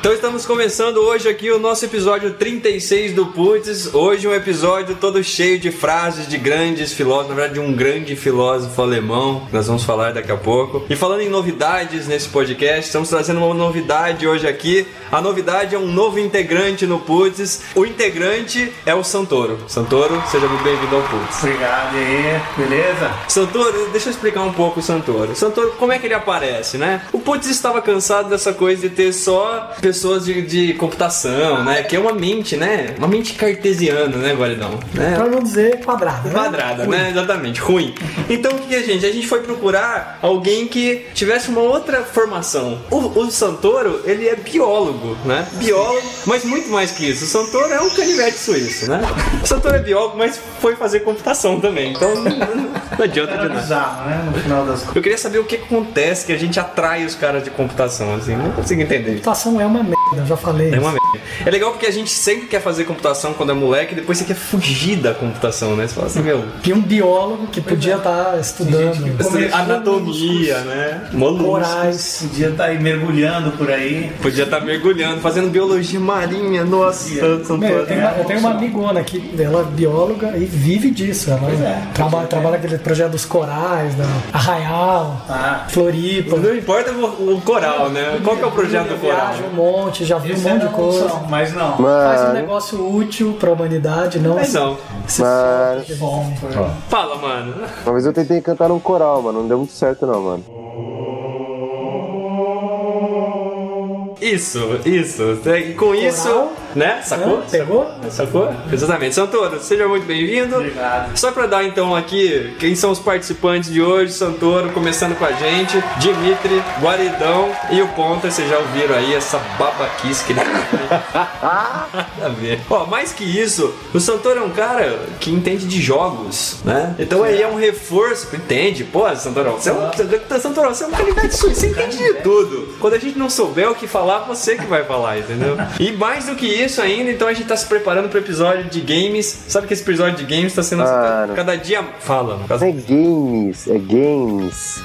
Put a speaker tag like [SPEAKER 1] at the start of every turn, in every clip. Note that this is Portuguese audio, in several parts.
[SPEAKER 1] Então estamos começando hoje aqui o nosso episódio 36 do Putz. Hoje um episódio todo cheio de frases de grandes filósofos, na verdade de um grande filósofo alemão, que nós vamos falar daqui a pouco. E falando em novidades nesse podcast, estamos trazendo uma novidade hoje aqui. A novidade é um novo integrante no Putz. O integrante é o Santoro. Santoro, seja muito bem-vindo ao Putz.
[SPEAKER 2] Obrigado, e aí? Beleza?
[SPEAKER 1] Santoro, deixa eu explicar um pouco o Santoro. Santoro, como é que ele aparece, né? O Putz estava cansado dessa coisa de ter só pessoas de, de computação, né? Que é uma mente, né? Uma mente cartesiana, né, Guaridão? Né?
[SPEAKER 2] É, Pra não dizer quadrado, né?
[SPEAKER 1] Quadrada, né? Exatamente, ruim. Então o que a gente? A gente foi procurar alguém que tivesse uma outra formação. O, o Santoro, ele é biólogo, né? Biólogo, mas muito mais que isso. O Santoro é um canivete suíço, né? O Santoro é biólogo, mas foi fazer computação também. Então não, não adianta de
[SPEAKER 2] Era
[SPEAKER 1] nada.
[SPEAKER 2] bizarro, né? No final das contas.
[SPEAKER 1] Eu queria saber o que acontece que a gente atrai os caras de computação, assim. Não consigo entender.
[SPEAKER 3] Computação é uma merda, eu já falei.
[SPEAKER 1] É uma merda. É legal porque a gente sempre quer fazer computação quando é moleque, e depois você quer fugir da computação, né? Você fala assim, meu,
[SPEAKER 3] Que um biólogo que podia estar estudando
[SPEAKER 2] Começou
[SPEAKER 1] assim, anatomia, né? Molusco.
[SPEAKER 3] corais.
[SPEAKER 2] Podia estar tá aí mergulhando por aí.
[SPEAKER 1] Podia estar mergulhando, fazendo biologia marinha, nossa,
[SPEAKER 2] Podia.
[SPEAKER 1] são
[SPEAKER 3] Meu, eu, tenho uma, eu tenho uma
[SPEAKER 2] opção.
[SPEAKER 3] amigona aqui, ela é bióloga e vive disso. Ela
[SPEAKER 2] é,
[SPEAKER 3] trabalha,
[SPEAKER 2] pois é.
[SPEAKER 3] trabalha aquele projeto dos corais, da Arraial,
[SPEAKER 2] Ah,
[SPEAKER 3] Floripa.
[SPEAKER 1] Não importa o, o coral, né? Qual que é o projeto do coral?
[SPEAKER 3] Viaja um monte, já viu um
[SPEAKER 2] esse é
[SPEAKER 3] monte
[SPEAKER 2] era
[SPEAKER 3] de
[SPEAKER 2] uma opção,
[SPEAKER 3] coisa.
[SPEAKER 2] mas não.
[SPEAKER 3] Faz um
[SPEAKER 4] Mano,
[SPEAKER 3] negócio útil pra humanidade, não
[SPEAKER 1] Mas não.
[SPEAKER 3] se
[SPEAKER 4] Mano.
[SPEAKER 3] se-
[SPEAKER 2] Bom, foi.
[SPEAKER 1] Fala, mano.
[SPEAKER 4] uma vez eu tentei cantar num coral, mano. Não deu muito certo, não, mano.
[SPEAKER 1] Isso, isso. E com isso, né? Sacou?
[SPEAKER 3] Hã? Pegou?
[SPEAKER 1] Sacou? Exatamente. Santoro, seja muito bem-vindo.
[SPEAKER 2] Obrigado.
[SPEAKER 1] Só pra dar então aqui quem são os participantes de hoje, Santoro, começando com a gente, Dimitri, Guaridão e o Ponta, vocês já ouviram aí essa babaquice que ele né? Nada a ver. Ó, mais que isso, o Santoro é um cara que entende de jogos, né? Então aí é um reforço, entende? Pô, Santoro, você é um, Santoro, você é um canivete suíço, você entende de tudo. Quando a gente não souber o que falar, você que vai falar, entendeu? E mais do que isso ainda, então a gente tá se preparando pro episódio de games. Sabe que esse episódio de games tá sendo
[SPEAKER 4] Claro.
[SPEAKER 1] cada dia... Fala, no caso,
[SPEAKER 4] É games, é games.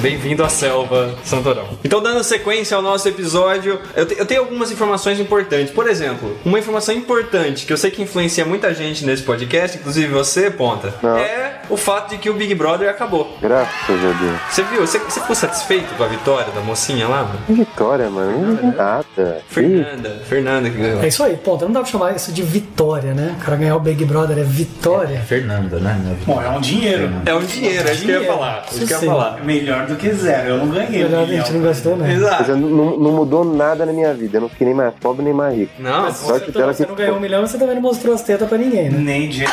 [SPEAKER 1] Bem-vindo à selva, Santorão. Então, dando sequência ao nosso episódio, eu, te- eu tenho algumas informações importantes. Por exemplo, uma informação importante que eu sei que influencia muita gente nesse podcast, inclusive você, Ponta,
[SPEAKER 4] Não.
[SPEAKER 1] é o fato de que o Big Brother acabou.
[SPEAKER 4] Graças a Deus.
[SPEAKER 1] Você viu? Você, você ficou satisfeito com a vitória da mocinha lá? mano?
[SPEAKER 4] Que vitória, mano. Não é nada. Ih,
[SPEAKER 1] Fernanda, Fernanda que ganhou.
[SPEAKER 3] É isso aí, ponto. Não dá pra chamar isso de vitória, né? O cara ganhar o Big Brother é vitória.
[SPEAKER 5] Fernanda, né? Não é-
[SPEAKER 2] Bom, é um dinheiro.
[SPEAKER 1] É o dinheiro, é isso que eu ia falar. Isso que eu ia
[SPEAKER 3] Sim.
[SPEAKER 1] falar.
[SPEAKER 2] Melhor do que zero. Eu não ganhei.
[SPEAKER 3] Melhor
[SPEAKER 2] um
[SPEAKER 3] a gente
[SPEAKER 2] milhão.
[SPEAKER 3] não gastou, né?
[SPEAKER 4] Mas
[SPEAKER 1] Exato.
[SPEAKER 4] eu não, não mudou nada na minha vida. Eu não fiquei nem mais pobre, nem mais rico.
[SPEAKER 1] Não,
[SPEAKER 3] Mas
[SPEAKER 4] sorte
[SPEAKER 3] você,
[SPEAKER 4] dela
[SPEAKER 3] você
[SPEAKER 4] que-
[SPEAKER 3] não ganhou um milhão, você também não mostrou as tetas pra ninguém, né?
[SPEAKER 2] Nem dinheiro.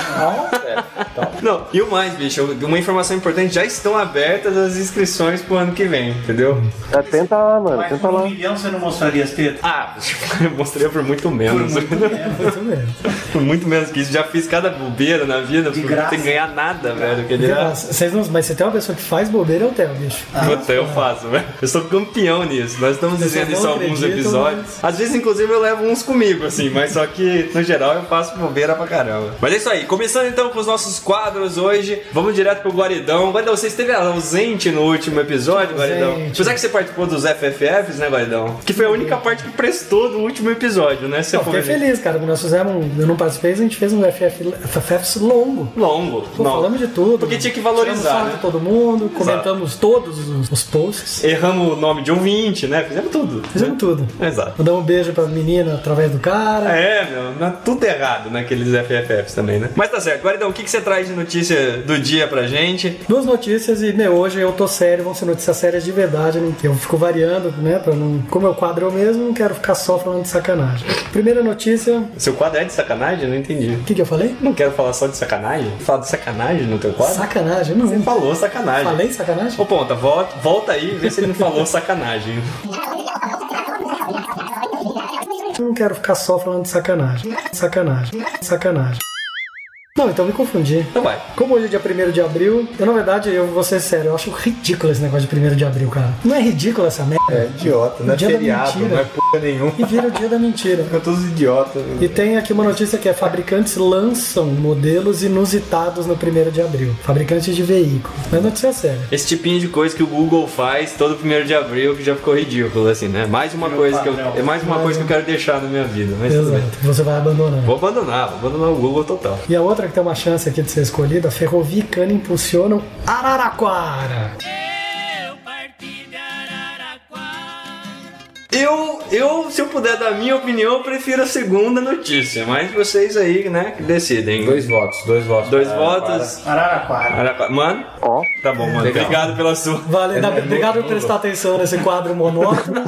[SPEAKER 1] Não, e o mais, bicho, uma informação importante, já estão abertas as inscrições pro ano que vem, entendeu?
[SPEAKER 4] Ah, tenta lá, mano.
[SPEAKER 2] Mas
[SPEAKER 4] Tenta
[SPEAKER 2] por um
[SPEAKER 4] lá.
[SPEAKER 2] milhão você não mostraria as tetas?
[SPEAKER 1] Ah, eu mostrei por muito menos. Por muito,
[SPEAKER 3] Muito mesmo.
[SPEAKER 1] menos que isso. Já fiz cada bobeira na vida
[SPEAKER 2] De
[SPEAKER 1] por
[SPEAKER 2] graça.
[SPEAKER 1] sem ganhar nada, velho. Que ele
[SPEAKER 3] Cara, vocês não- mas se tem uma pessoa que faz bobeira, é o Theo, bicho.
[SPEAKER 1] Puta, eu faço, velho. Eu sou campeão nisso. Nós estamos
[SPEAKER 3] Vocês
[SPEAKER 1] dizendo
[SPEAKER 3] não
[SPEAKER 1] isso em alguns
[SPEAKER 3] acreditam,
[SPEAKER 1] episódios. Às vezes, inclusive, eu levo uns comigo, assim, mas só que, no geral, eu faço bobeira pra caramba. Mas é isso aí. Começando então com os nossos quadros hoje, vamos direto pro Guaridão. Guaridão, você esteve ausente no último episódio, Guaridão?
[SPEAKER 3] Ausente.
[SPEAKER 1] Apesar que você participou dos FFFs, né, Guaridão? Que foi a única parte que prestou do último episódio, né? Você
[SPEAKER 3] Eu fiquei feliz, cara. Quando nós fizemos um, eu não participei, a gente fez um FF, FFFs longo.
[SPEAKER 1] Longo.
[SPEAKER 3] Pô,
[SPEAKER 1] não.
[SPEAKER 3] falamos de tudo.
[SPEAKER 1] Porque tinha que
[SPEAKER 3] Tiramos
[SPEAKER 1] valorizar,
[SPEAKER 3] sarro
[SPEAKER 1] né?
[SPEAKER 3] de todo mundo, comentamos todos os, os posts,
[SPEAKER 1] Erramos o nome de ouvinte, né? Fizemos tudo.
[SPEAKER 3] fizemos tudo.
[SPEAKER 1] Exato.
[SPEAKER 3] Mandamos um beijo pra menina através do cara.
[SPEAKER 1] É, meu, não é tudo errado naqueles FFFs também, né? Mas tá certo. Guaridão, o que, que você traz de notícia do dia pra gente?
[SPEAKER 3] Duas notícias e, meu, hoje eu tô sério, vão ser notícias sérias de verdade, né? Eu fico variando, né? Pra não, como é o quadro eu mesmo, não quero ficar só falando de sacanagem. Primeira notícia. O
[SPEAKER 1] Seu quadro é de sacanagem? Eu não entendi.
[SPEAKER 3] que, que eu falei?
[SPEAKER 1] Não quero falar só de sacanagem? Falar de sacanagem no teu quadro?
[SPEAKER 3] Sacanagem? Não
[SPEAKER 1] Você
[SPEAKER 3] lembro.
[SPEAKER 1] falou sacanagem.
[SPEAKER 3] Falei sacanagem?
[SPEAKER 1] Ô, Ponta, volta, volta aí e vê se ele não falou sacanagem.
[SPEAKER 3] Eu não quero ficar só falando de sacanagem. Sacanagem. Sacanagem. Não, então me confundi.
[SPEAKER 1] Então vai.
[SPEAKER 3] Como hoje é dia 1 de abril, eu na verdade, eu vou ser sério, eu acho ridículo esse negócio de 1 de abril, cara. Não é ridículo essa merda?
[SPEAKER 5] É idiota, não é
[SPEAKER 3] Dia da
[SPEAKER 5] feriado,
[SPEAKER 3] mentira.
[SPEAKER 5] não é porra nenhuma.
[SPEAKER 3] E vira o dia da mentira.
[SPEAKER 5] Ficam todos idiotas.
[SPEAKER 3] E tem aqui uma notícia que é fabricantes lançam modelos inusitados no 1 de abril. Fabricantes de veículo. Mas notícia séria.
[SPEAKER 1] Esse tipinho de coisa que o Google faz todo primeiro de abril, que já ficou ridículo, assim, né? Mais uma
[SPEAKER 2] Meu
[SPEAKER 1] coisa que eu,
[SPEAKER 2] padrão.
[SPEAKER 1] é mais uma coisa que eu quero deixar na minha vida, mas tudo bem.
[SPEAKER 3] Exato. Você vai abandonar.
[SPEAKER 1] Vou abandonar, vou abandonar o Google total.
[SPEAKER 3] E a outra que tem uma chance aqui de ser escolhida, Ferrovia e Cana impulsionam Araraquara.
[SPEAKER 1] Eu, eu, se eu puder dar minha opinião, eu prefiro a segunda notícia, mas vocês aí, né, que decidem.
[SPEAKER 5] Dois votos, dois votos.
[SPEAKER 1] Dois
[SPEAKER 5] Ah,
[SPEAKER 1] votos.
[SPEAKER 2] Araraquara.
[SPEAKER 1] Araraquara. Mano,
[SPEAKER 4] Ó,
[SPEAKER 1] tá bom, mano.
[SPEAKER 5] Legal.
[SPEAKER 1] Obrigado pela sua.
[SPEAKER 3] Vale, dá- obrigado por prestar atenção nesse quadro monótono.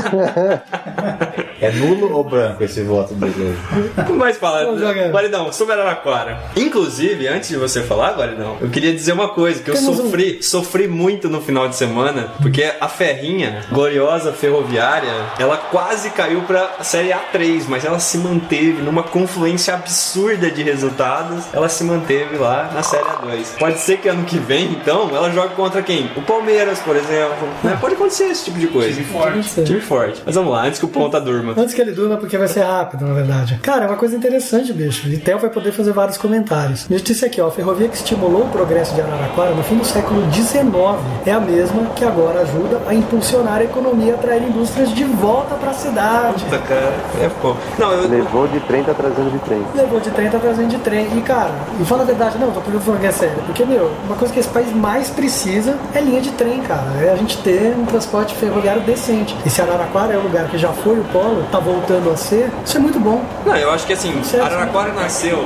[SPEAKER 5] para. É nulo ou branco esse voto dele hoje?
[SPEAKER 1] Não mais falar.
[SPEAKER 3] Tá. Vamos jogar.
[SPEAKER 1] Guaridão, sobre Araraquara. Inclusive, antes de você falar, Guaridão, eu queria dizer uma coisa, que eu
[SPEAKER 3] Temos um-
[SPEAKER 1] sofri, sofri muito no final de semana, porque a ferrinha, gloriosa ferroviária, ela quase caiu pra série A3, mas ela se manteve numa confluência absurda de resultados, ela se manteve lá na série A2. Pode ser que ano que vem, então, ela jogue contra quem? O Palmeiras, por exemplo. né? Pode acontecer esse tipo de coisa.
[SPEAKER 2] Time forte.
[SPEAKER 1] Time forte. Mas vamos lá, antes que o ponta durma.
[SPEAKER 3] Antes que ele durma, porque vai ser rápido, na verdade. Cara, é uma coisa interessante, bicho. E Theo vai poder fazer vários comentários. Notícia aqui, ó. A ferrovia que estimulou o progresso de Araraquara no fim do século XIX é a mesma que agora ajuda a impulsionar a economia e atrair indústrias de volta pra cidade.
[SPEAKER 1] Puta, cara, é bom. Não, eu,
[SPEAKER 4] levou de trem, tá trazendo de trem.
[SPEAKER 3] Levou de trem, tá trazendo de trem. E, cara, e fala a verdade, não, tô falando que é sério. Porque, meu, uma coisa que esse país mais precisa é linha de trem, cara. É a gente ter um transporte ferroviário decente. E se Araraquara é um lugar que já foi o polo, tá voltando a ser, isso é muito bom.
[SPEAKER 1] Não, eu acho que assim,
[SPEAKER 3] Certo.
[SPEAKER 1] Araraquara nasceu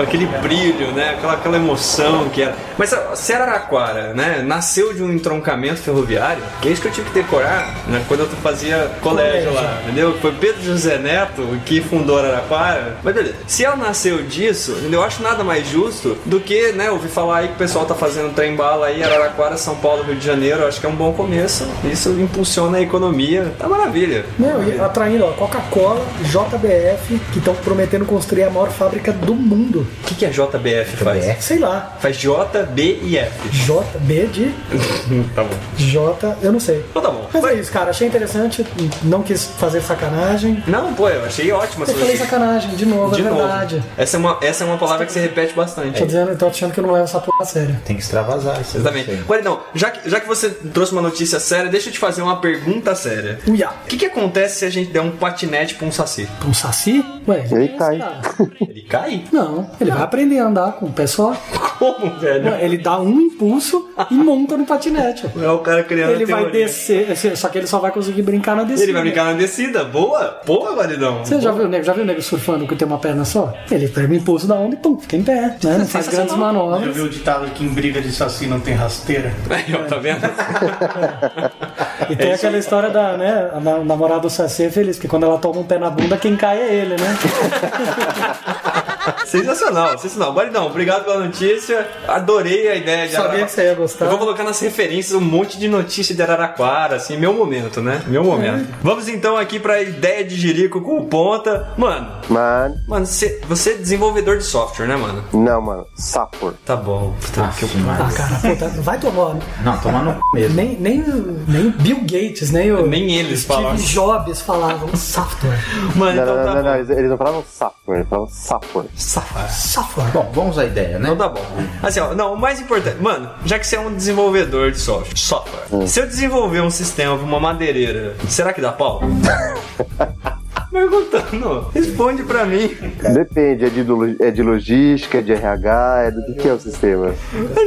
[SPEAKER 1] aquele brilho, né? Aquela, aquela emoção que era. Mas ó, se Araraquara, né, nasceu de um entroncamento ferroviário, que é isso que eu tive que decorar né, quando eu fazia colégio,
[SPEAKER 3] Colégio.
[SPEAKER 1] lá, entendeu? Foi Pedro José Neto que fundou Araraquara. Mas beleza, se ela nasceu disso, entendeu? eu acho nada mais justo do que, né, ouvir falar aí que o pessoal tá fazendo trem bala aí, Araraquara, São Paulo, Rio de Janeiro, eu acho que é um bom começo. Isso impulsiona a economia, tá maravilha.
[SPEAKER 3] Não, e atraindo, ó, Coca-Cola, JBF, que estão prometendo construir a maior fábrica do mundo. É,
[SPEAKER 1] O que, que a JBF faz?
[SPEAKER 5] JBF?
[SPEAKER 3] Sei lá.
[SPEAKER 1] Faz J, B e F.
[SPEAKER 3] JB de
[SPEAKER 1] Tá bom.
[SPEAKER 3] J, eu não sei.
[SPEAKER 1] Então tá bom.
[SPEAKER 3] Mas é isso, cara. Achei interessante. Não quis fazer sacanagem.
[SPEAKER 1] Não, pô, eu achei ótima
[SPEAKER 3] Eu
[SPEAKER 1] essa
[SPEAKER 3] falei
[SPEAKER 1] notícia.
[SPEAKER 3] sacanagem, de novo,
[SPEAKER 1] De
[SPEAKER 3] é
[SPEAKER 1] novo.
[SPEAKER 3] verdade.
[SPEAKER 1] Essa é, uma, essa é uma palavra que você repete bastante.
[SPEAKER 3] Tô dizendo, então achando que eu não levo essa porra a sério.
[SPEAKER 5] Tem que extravasar isso.
[SPEAKER 1] Exatamente.
[SPEAKER 5] aí.
[SPEAKER 1] Guaridão, já que, já que você trouxe uma notícia séria, deixa eu te fazer uma pergunta séria.
[SPEAKER 3] Uia!
[SPEAKER 1] O que, que acontece se a gente der um patinete pra um saci?
[SPEAKER 3] Um saci? Ué, é
[SPEAKER 4] Ele cai.
[SPEAKER 1] Ele cai?
[SPEAKER 3] Não, ele vai aprender a andar com o pé só.
[SPEAKER 1] Como, velho?
[SPEAKER 3] Ué, Ele dá um impulso e monta no patinete.
[SPEAKER 1] Não é o cara criando
[SPEAKER 3] Ele vai
[SPEAKER 1] teoria.
[SPEAKER 3] descer, assim, só que ele só vai conseguir brincar na descida.
[SPEAKER 1] Ele vai brincar na descida. Boa! Boa, Guaridão.
[SPEAKER 3] Você já viu, o nego, já viu o nego surfando que tem uma perna só? Ele pega o impulso da onda e pum, fica em pé. Né? Não faz grandes
[SPEAKER 2] Já
[SPEAKER 3] manobras.
[SPEAKER 2] viu o ditado que em briga de saci não tem rasteira?
[SPEAKER 1] Aí, ó, tá vendo?
[SPEAKER 3] E tem aquela história da, né, a na- namorada do Saci é feliz, porque quando ela toma um pé na bunda, quem cai é ele, né?
[SPEAKER 1] sensacional, sensacional. Guaridão, obrigado pela notícia. Adorei a ideia de
[SPEAKER 3] Sabia
[SPEAKER 1] Arara-
[SPEAKER 3] que você ia gostar.
[SPEAKER 1] Eu vou colocar nas referências um monte de notícia de Araraquara, assim, meu momento, né? Meu momento.
[SPEAKER 4] É.
[SPEAKER 1] Vamos então aqui pra ideia de Jerico com o Ponta. Mano,
[SPEAKER 4] Mano,
[SPEAKER 1] mano, cê- você é desenvolvedor de software, né, mano?
[SPEAKER 4] não, mano. Sapor.
[SPEAKER 1] Tá bom. Puta que eu-
[SPEAKER 3] Ah, cara, puta, vai tomar. né?
[SPEAKER 5] Não, tomar no c mesmo.
[SPEAKER 3] Nem, nem, nem o Bill Gates, nem
[SPEAKER 4] Ah.
[SPEAKER 3] o
[SPEAKER 1] Nem eles falavam.
[SPEAKER 3] Steve Jobs falavam software.
[SPEAKER 1] Mano,
[SPEAKER 4] Não,
[SPEAKER 1] então
[SPEAKER 4] não,
[SPEAKER 1] tá
[SPEAKER 4] não, não,
[SPEAKER 1] bom.
[SPEAKER 4] eles- Eles não falavam sapor, eles falavam sapor.
[SPEAKER 1] Safado.
[SPEAKER 3] Software.
[SPEAKER 5] Bom, vamos à ideia, né?
[SPEAKER 1] Então tá bom. Assim, ó, não, o mais importante, mano, já que você é um desenvolvedor de software, software.
[SPEAKER 4] Hum.
[SPEAKER 1] Se eu desenvolver um sistema pra uma madeireira, será que dá pau? Perguntando, responde pra mim.
[SPEAKER 4] Depende, é de, lo- é de logística, é de RH, é do que, que é o sistema.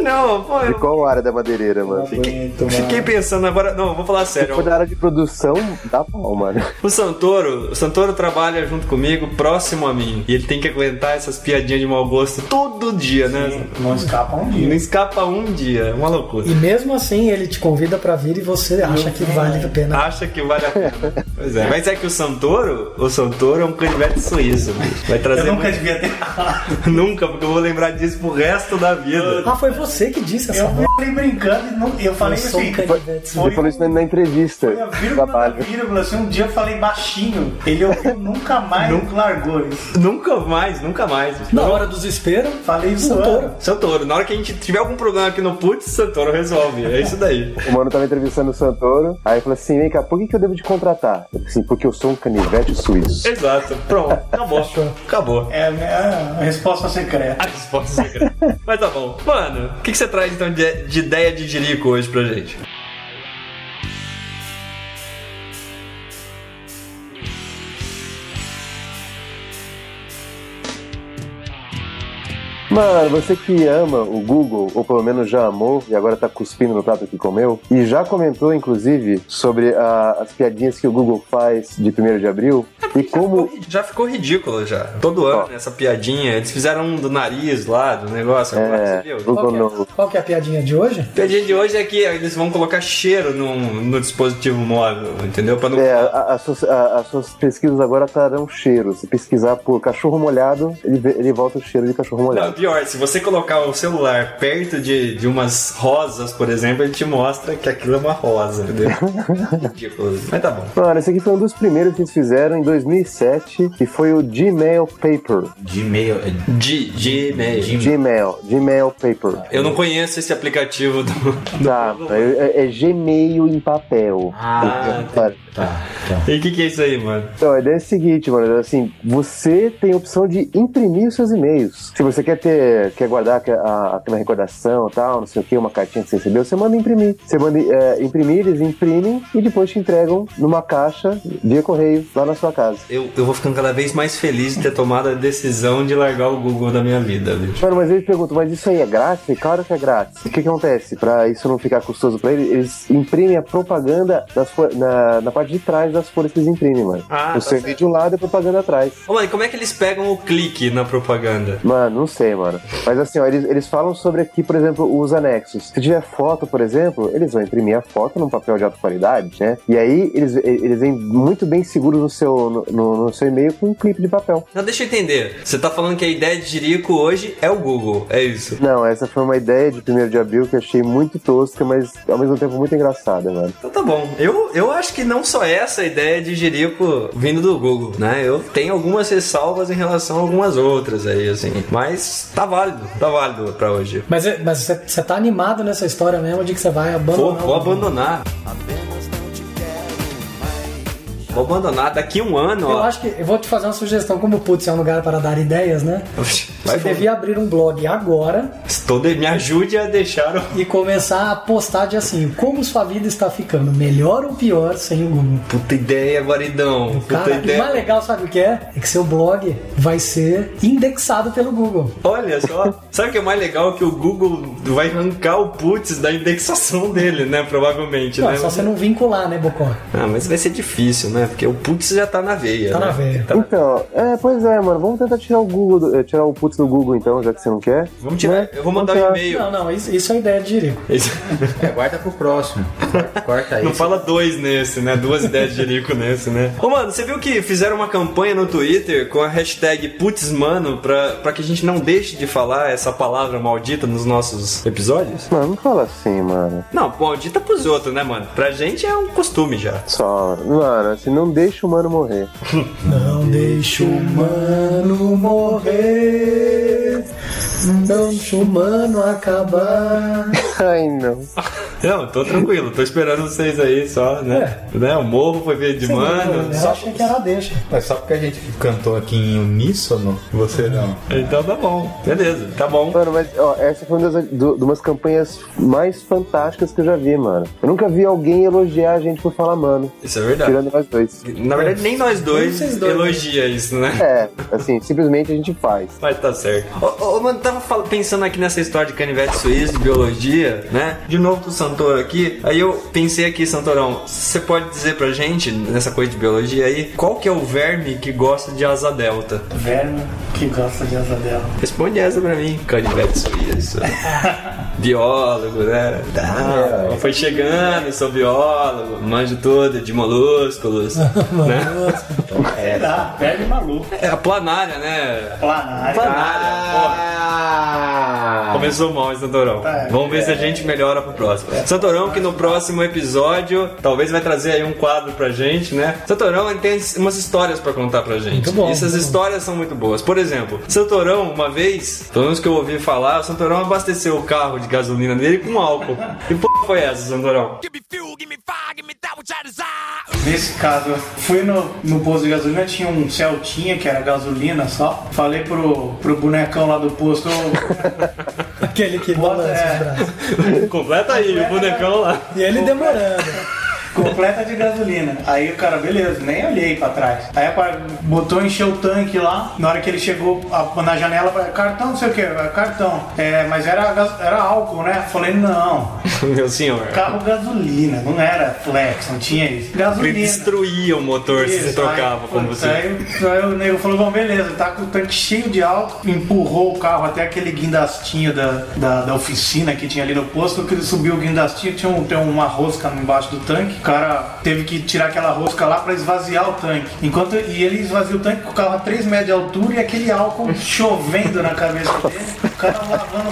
[SPEAKER 1] Não, pô,
[SPEAKER 4] De
[SPEAKER 1] eu
[SPEAKER 4] qual área da madeireira, mano? Se
[SPEAKER 1] fiquei pensando agora. Não, eu vou falar sério.
[SPEAKER 4] for da área de produção, dá pau, mano.
[SPEAKER 1] O Santoro, o Santoro trabalha junto comigo, próximo a mim. E ele tem que aguentar essas piadinhas de mau gosto todo dia, né?
[SPEAKER 2] Não escapa um
[SPEAKER 1] Não
[SPEAKER 2] dia.
[SPEAKER 1] escapa um dia, é uma loucura.
[SPEAKER 3] E mesmo assim ele te convida pra vir e você acha que vale a pena.
[SPEAKER 1] Acha que vale a pena. pois é, mas é que o Santoro, o Santoro é um canivete suíço. bicho. Vai
[SPEAKER 2] Eu
[SPEAKER 4] é
[SPEAKER 1] trazer.
[SPEAKER 2] nunca devia ter falado.
[SPEAKER 1] muito- Nunca, porque eu vou lembrar disso pro resto da vida.
[SPEAKER 3] Ah, foi você que disse essa
[SPEAKER 2] Eu
[SPEAKER 3] merda.
[SPEAKER 2] falei brincando e não- eu falei
[SPEAKER 3] Eu sou
[SPEAKER 2] assim.
[SPEAKER 3] um canivete.
[SPEAKER 2] foi-
[SPEAKER 4] Ele falou isso na, na entrevista
[SPEAKER 2] Foi a
[SPEAKER 4] do
[SPEAKER 2] vírgula da
[SPEAKER 4] trabalho.
[SPEAKER 2] vírgula, assim, um dia eu falei baixinho, ele ouviu, nunca mais largou isso.
[SPEAKER 1] Nunca mais, nunca mais. bicho.
[SPEAKER 3] Na hora do desespero,
[SPEAKER 2] Falei zoando.
[SPEAKER 3] Santoro.
[SPEAKER 1] Santoro, na hora que a gente tiver algum problema aqui no Putz, Santoro resolve. É isso daí.
[SPEAKER 4] O mano tava entrevistando o Santoro, aí falou assim: vem cá, por que, que eu devo te contratar? Ele falou assim, porque eu sou um canivete suíço.
[SPEAKER 1] Exato. Pronto, acabou. Acabou.
[SPEAKER 2] É a minha resposta secreta.
[SPEAKER 1] A resposta secreta. Mas tá bom. Mano, o que, que você traz então de, de ideia de jirico hoje pra gente?
[SPEAKER 4] Mano, você que ama o Google, ou pelo menos já amou, e agora tá cuspindo no prato que comeu, e já comentou, inclusive, sobre ah, as piadinhas que o Google faz de 1 de abril, e como.
[SPEAKER 1] Já ficou ridículo já. Todo ano, né, essa piadinha. Eles fizeram um do nariz lá, do negócio agora,
[SPEAKER 4] É,
[SPEAKER 1] você viu?
[SPEAKER 4] Google novo.
[SPEAKER 3] qual que é a piadinha de hoje?
[SPEAKER 1] A piadinha de hoje é que eles vão colocar cheiro num- no dispositivo móvel, entendeu? Pra não...
[SPEAKER 4] É, a- as suas- a- as suas pesquisas agora trarão cheiro. Se pesquisar por cachorro molhado, ele, vê- ele volta o cheiro de cachorro
[SPEAKER 1] Não,
[SPEAKER 4] molhado.
[SPEAKER 1] pior, se você colocar o celular perto de, de umas rosas, por exemplo, ele te mostra que aquilo é uma rosa, entendeu? Ridículo. Mas tá bom.
[SPEAKER 4] Mano, esse aqui foi um dos primeiros que eles fizeram em 2007, e foi o Gmail Paper.
[SPEAKER 5] Gmail. é
[SPEAKER 1] De, de e-mail.
[SPEAKER 4] Gmail, Gmail Paper.
[SPEAKER 1] Eu não conheço esse aplicativo do.
[SPEAKER 4] Tá, é, é Gmail em papel.
[SPEAKER 1] Ah,
[SPEAKER 4] Cara,
[SPEAKER 5] Tá, então.
[SPEAKER 1] E o que, que é isso aí, mano?
[SPEAKER 4] Então, a ideia é a seguinte, mano. Assim, você tem a opção de imprimir os seus e-mails. Se você quer ter, quer guardar que- a- aquela recordação e tal, não sei o que, uma cartinha que você recebeu, você manda imprimir. Você manda é, imprimir, eles imprimem e depois te entregam numa caixa via correio lá na sua casa.
[SPEAKER 1] Eu, eu vou ficando cada vez mais feliz de ter tomado a decisão de largar o Google da minha vida, bicho.
[SPEAKER 4] Mano, mas eles perguntam, mas isso aí é grátis? E Claro que é grátis. O que, que acontece? Pra isso não ficar custoso pra eles, eles imprimem a propaganda das fo- na, na parte de trás das folhas que eles imprimem, mano.
[SPEAKER 1] Ah, tá
[SPEAKER 4] o seu
[SPEAKER 1] certo.
[SPEAKER 4] e-mail de um lado e a propaganda atrás.
[SPEAKER 1] Ô, mano, e como é que eles pegam o clique na propaganda?
[SPEAKER 4] Mano, não sei, mano. Mas assim, ó, eles, eles falam sobre aqui, por exemplo, os anexos. Se tiver foto, por exemplo, eles vão imprimir a foto num papel de alta qualidade, né? E aí eles, eles vêm muito bem seguros no seu, no, no- no seu e-mail com um clipe de papel.
[SPEAKER 1] Não, deixa eu entender. Você tá falando que a ideia de Jirico hoje é o Google, é isso.
[SPEAKER 4] Não, essa foi uma ideia de 1 de abril que eu achei muito tosca, mas ao mesmo tempo muito engraçada, mano.
[SPEAKER 1] Então tá bom. Eu, eu acho que não só é essa ideia de Jerico vindo do Google, né? Eu tenho algumas ressalvas em relação a algumas outras aí, assim. Mas tá válido, tá válido pra hoje.
[SPEAKER 3] Mas é- mas você você tá animado nessa história mesmo de que você vai
[SPEAKER 1] Vou,
[SPEAKER 3] abandonar?
[SPEAKER 1] vou
[SPEAKER 3] o-
[SPEAKER 1] abandonar. Vou abandonar daqui um ano,
[SPEAKER 3] Eu
[SPEAKER 1] ó.
[SPEAKER 3] acho que eu vou te fazer uma sugestão, como o Putz é um lugar para dar ideias, né?
[SPEAKER 1] Vai,
[SPEAKER 3] Você devia abrir um blog agora
[SPEAKER 1] Estou de- Me ajude a deixar o.
[SPEAKER 3] e começar a postar de assim, como sua vida está ficando, melhor ou pior sem o Google.
[SPEAKER 1] Puta ideia, guaridão. Puta
[SPEAKER 3] Cara, e o
[SPEAKER 1] ideia.
[SPEAKER 3] mais legal, sabe o que é? É que seu blog vai ser indexado pelo Google.
[SPEAKER 1] Olha só, sabe o que é mais legal? Que o Google vai arrancar o putz da indexação dele, né? Provavelmente,
[SPEAKER 3] Não,
[SPEAKER 1] né?
[SPEAKER 3] é só você não vincular, né, Bocó?
[SPEAKER 1] Ah, mas vai ser difícil, né? Porque o putz já tá na veia.
[SPEAKER 3] Tá
[SPEAKER 1] né?
[SPEAKER 3] na veia.
[SPEAKER 1] Tá-
[SPEAKER 4] Então, é, pois é, mano. Vamos tentar tirar o Google, do- eh, tirar o putz do Google, então, já que você não quer.
[SPEAKER 1] Vamos tirar.
[SPEAKER 4] Né?
[SPEAKER 1] Eu vou mandar
[SPEAKER 4] Vamos
[SPEAKER 1] um
[SPEAKER 4] tirar.
[SPEAKER 1] e-mail.
[SPEAKER 3] Não, não, isso, isso é ideia de Jerico.
[SPEAKER 1] Esse-
[SPEAKER 5] É, guarda pro próximo. Corta- Corta
[SPEAKER 3] É
[SPEAKER 5] aí.
[SPEAKER 1] Não fala dois nesse, né? Duas ideias de Jerico nesse, né? Ô, mano, você viu que fizeram uma campanha no Twitter com a hashtag putzmano pra, pra que a gente não deixe de falar essa palavra maldita nos nossos episódios?
[SPEAKER 4] Mano, não fala assim, mano.
[SPEAKER 1] Não, maldita pros outros, né, mano? Pra gente é um costume já.
[SPEAKER 4] Só, mano, assim, não deixa o mano morrer.
[SPEAKER 3] Não deixa o humano morrer. Não deixa o humano acabar.
[SPEAKER 4] Ai, não.
[SPEAKER 1] Não, tô tranquilo, tô esperando vocês aí só, né? Né, O morro foi ver de mano.
[SPEAKER 3] Eu achei que era deixa.
[SPEAKER 5] Mas só porque a gente cantou aqui em uníssono, você não.
[SPEAKER 1] Então tá bom. Beleza, tá bom.
[SPEAKER 4] Mano, mas ó, essa foi uma das do- de umas campanhas mais fantásticas que eu já vi, mano. Eu nunca vi alguém elogiar a gente por falar, mano,
[SPEAKER 1] Isso é verdade.
[SPEAKER 4] tirando nós dois.
[SPEAKER 1] Na verdade, nem nós dois,
[SPEAKER 3] Vocês dois,
[SPEAKER 1] elogia isso, né?
[SPEAKER 4] É, assim, simplesmente a gente faz.
[SPEAKER 1] Mas tá certo. Ô, ô, mano, tava fal- pensando aqui nessa história de canivete suíço, de biologia, né? De novo do Santoro aqui. Aí eu pensei aqui, Santorão, você pode dizer pra gente, nessa coisa de biologia aí, qual que é o verme que gosta de asa delta?
[SPEAKER 2] Verme que gosta de asa dela.
[SPEAKER 1] Responde essa pra mim. Canivete suíço. biólogo, né?
[SPEAKER 5] Tá.
[SPEAKER 1] Então Foi chegando, sou biólogo, manjo tudo de molúsculos. né?
[SPEAKER 5] É.
[SPEAKER 2] Tá, velho maluco.
[SPEAKER 1] É a planária, né?
[SPEAKER 2] Planário.
[SPEAKER 1] Planária. Ó,
[SPEAKER 5] Ah!
[SPEAKER 1] Começou mal esse Santorão. Vamos ver se a gente melhora pro próximo. Santorão, que no próximo episódio talvez vai trazer aí um quadro pra gente, né? Santorão ele tem umas histórias pra contar pra gente.
[SPEAKER 3] Muito bom,
[SPEAKER 1] E essas
[SPEAKER 3] muito bom.
[SPEAKER 1] histórias são muito boas. Por exemplo, Santorão, uma vez, pelo menos que eu ouvi falar, o Santorão abasteceu o carro de gasolina dele com álcool. E porra foi essa, Santorão?
[SPEAKER 2] Nesse caso, fui no, no posto de gasolina, tinha um Celtinha, que era gasolina só. Falei pro, pro bonecão lá do posto, ô,
[SPEAKER 3] Aquele que
[SPEAKER 2] Bota,
[SPEAKER 3] balança
[SPEAKER 2] é.
[SPEAKER 3] os braços.
[SPEAKER 1] Completa aí, o bonecão lá.
[SPEAKER 3] E ele demorando.
[SPEAKER 2] completa de gasolina. Aí o cara, beleza, nem olhei pra trás. Aí o cara botou, encheu o tanque lá. Na hora que ele chegou a- na janela, falei, cartão, não sei o que, cartão. É, mas era, gas- era álcool, né? Falei, não,
[SPEAKER 1] Meu senhor.
[SPEAKER 2] carro gasolina, não era flex, não tinha isso.
[SPEAKER 1] Ele
[SPEAKER 2] Gasolina.
[SPEAKER 1] destruía o motor se você
[SPEAKER 2] Isso,
[SPEAKER 1] trocava
[SPEAKER 2] aí,
[SPEAKER 1] com
[SPEAKER 2] putz,
[SPEAKER 1] você.
[SPEAKER 2] Aí, aí o nego falou: Bom, beleza, tá com o tanque cheio de álcool. Empurrou o carro até aquele guindastinho da, da, da oficina que tinha ali no posto. Que ele subiu o guindastinho, tinha, um, tem uma rosca embaixo do tanque. O cara teve que tirar aquela rosca lá pra esvaziar o tanque. Enquanto, e ele esvazia o tanque com o carro a 3 metros de altura e aquele álcool chovendo na cabeça dele. O cara lavando o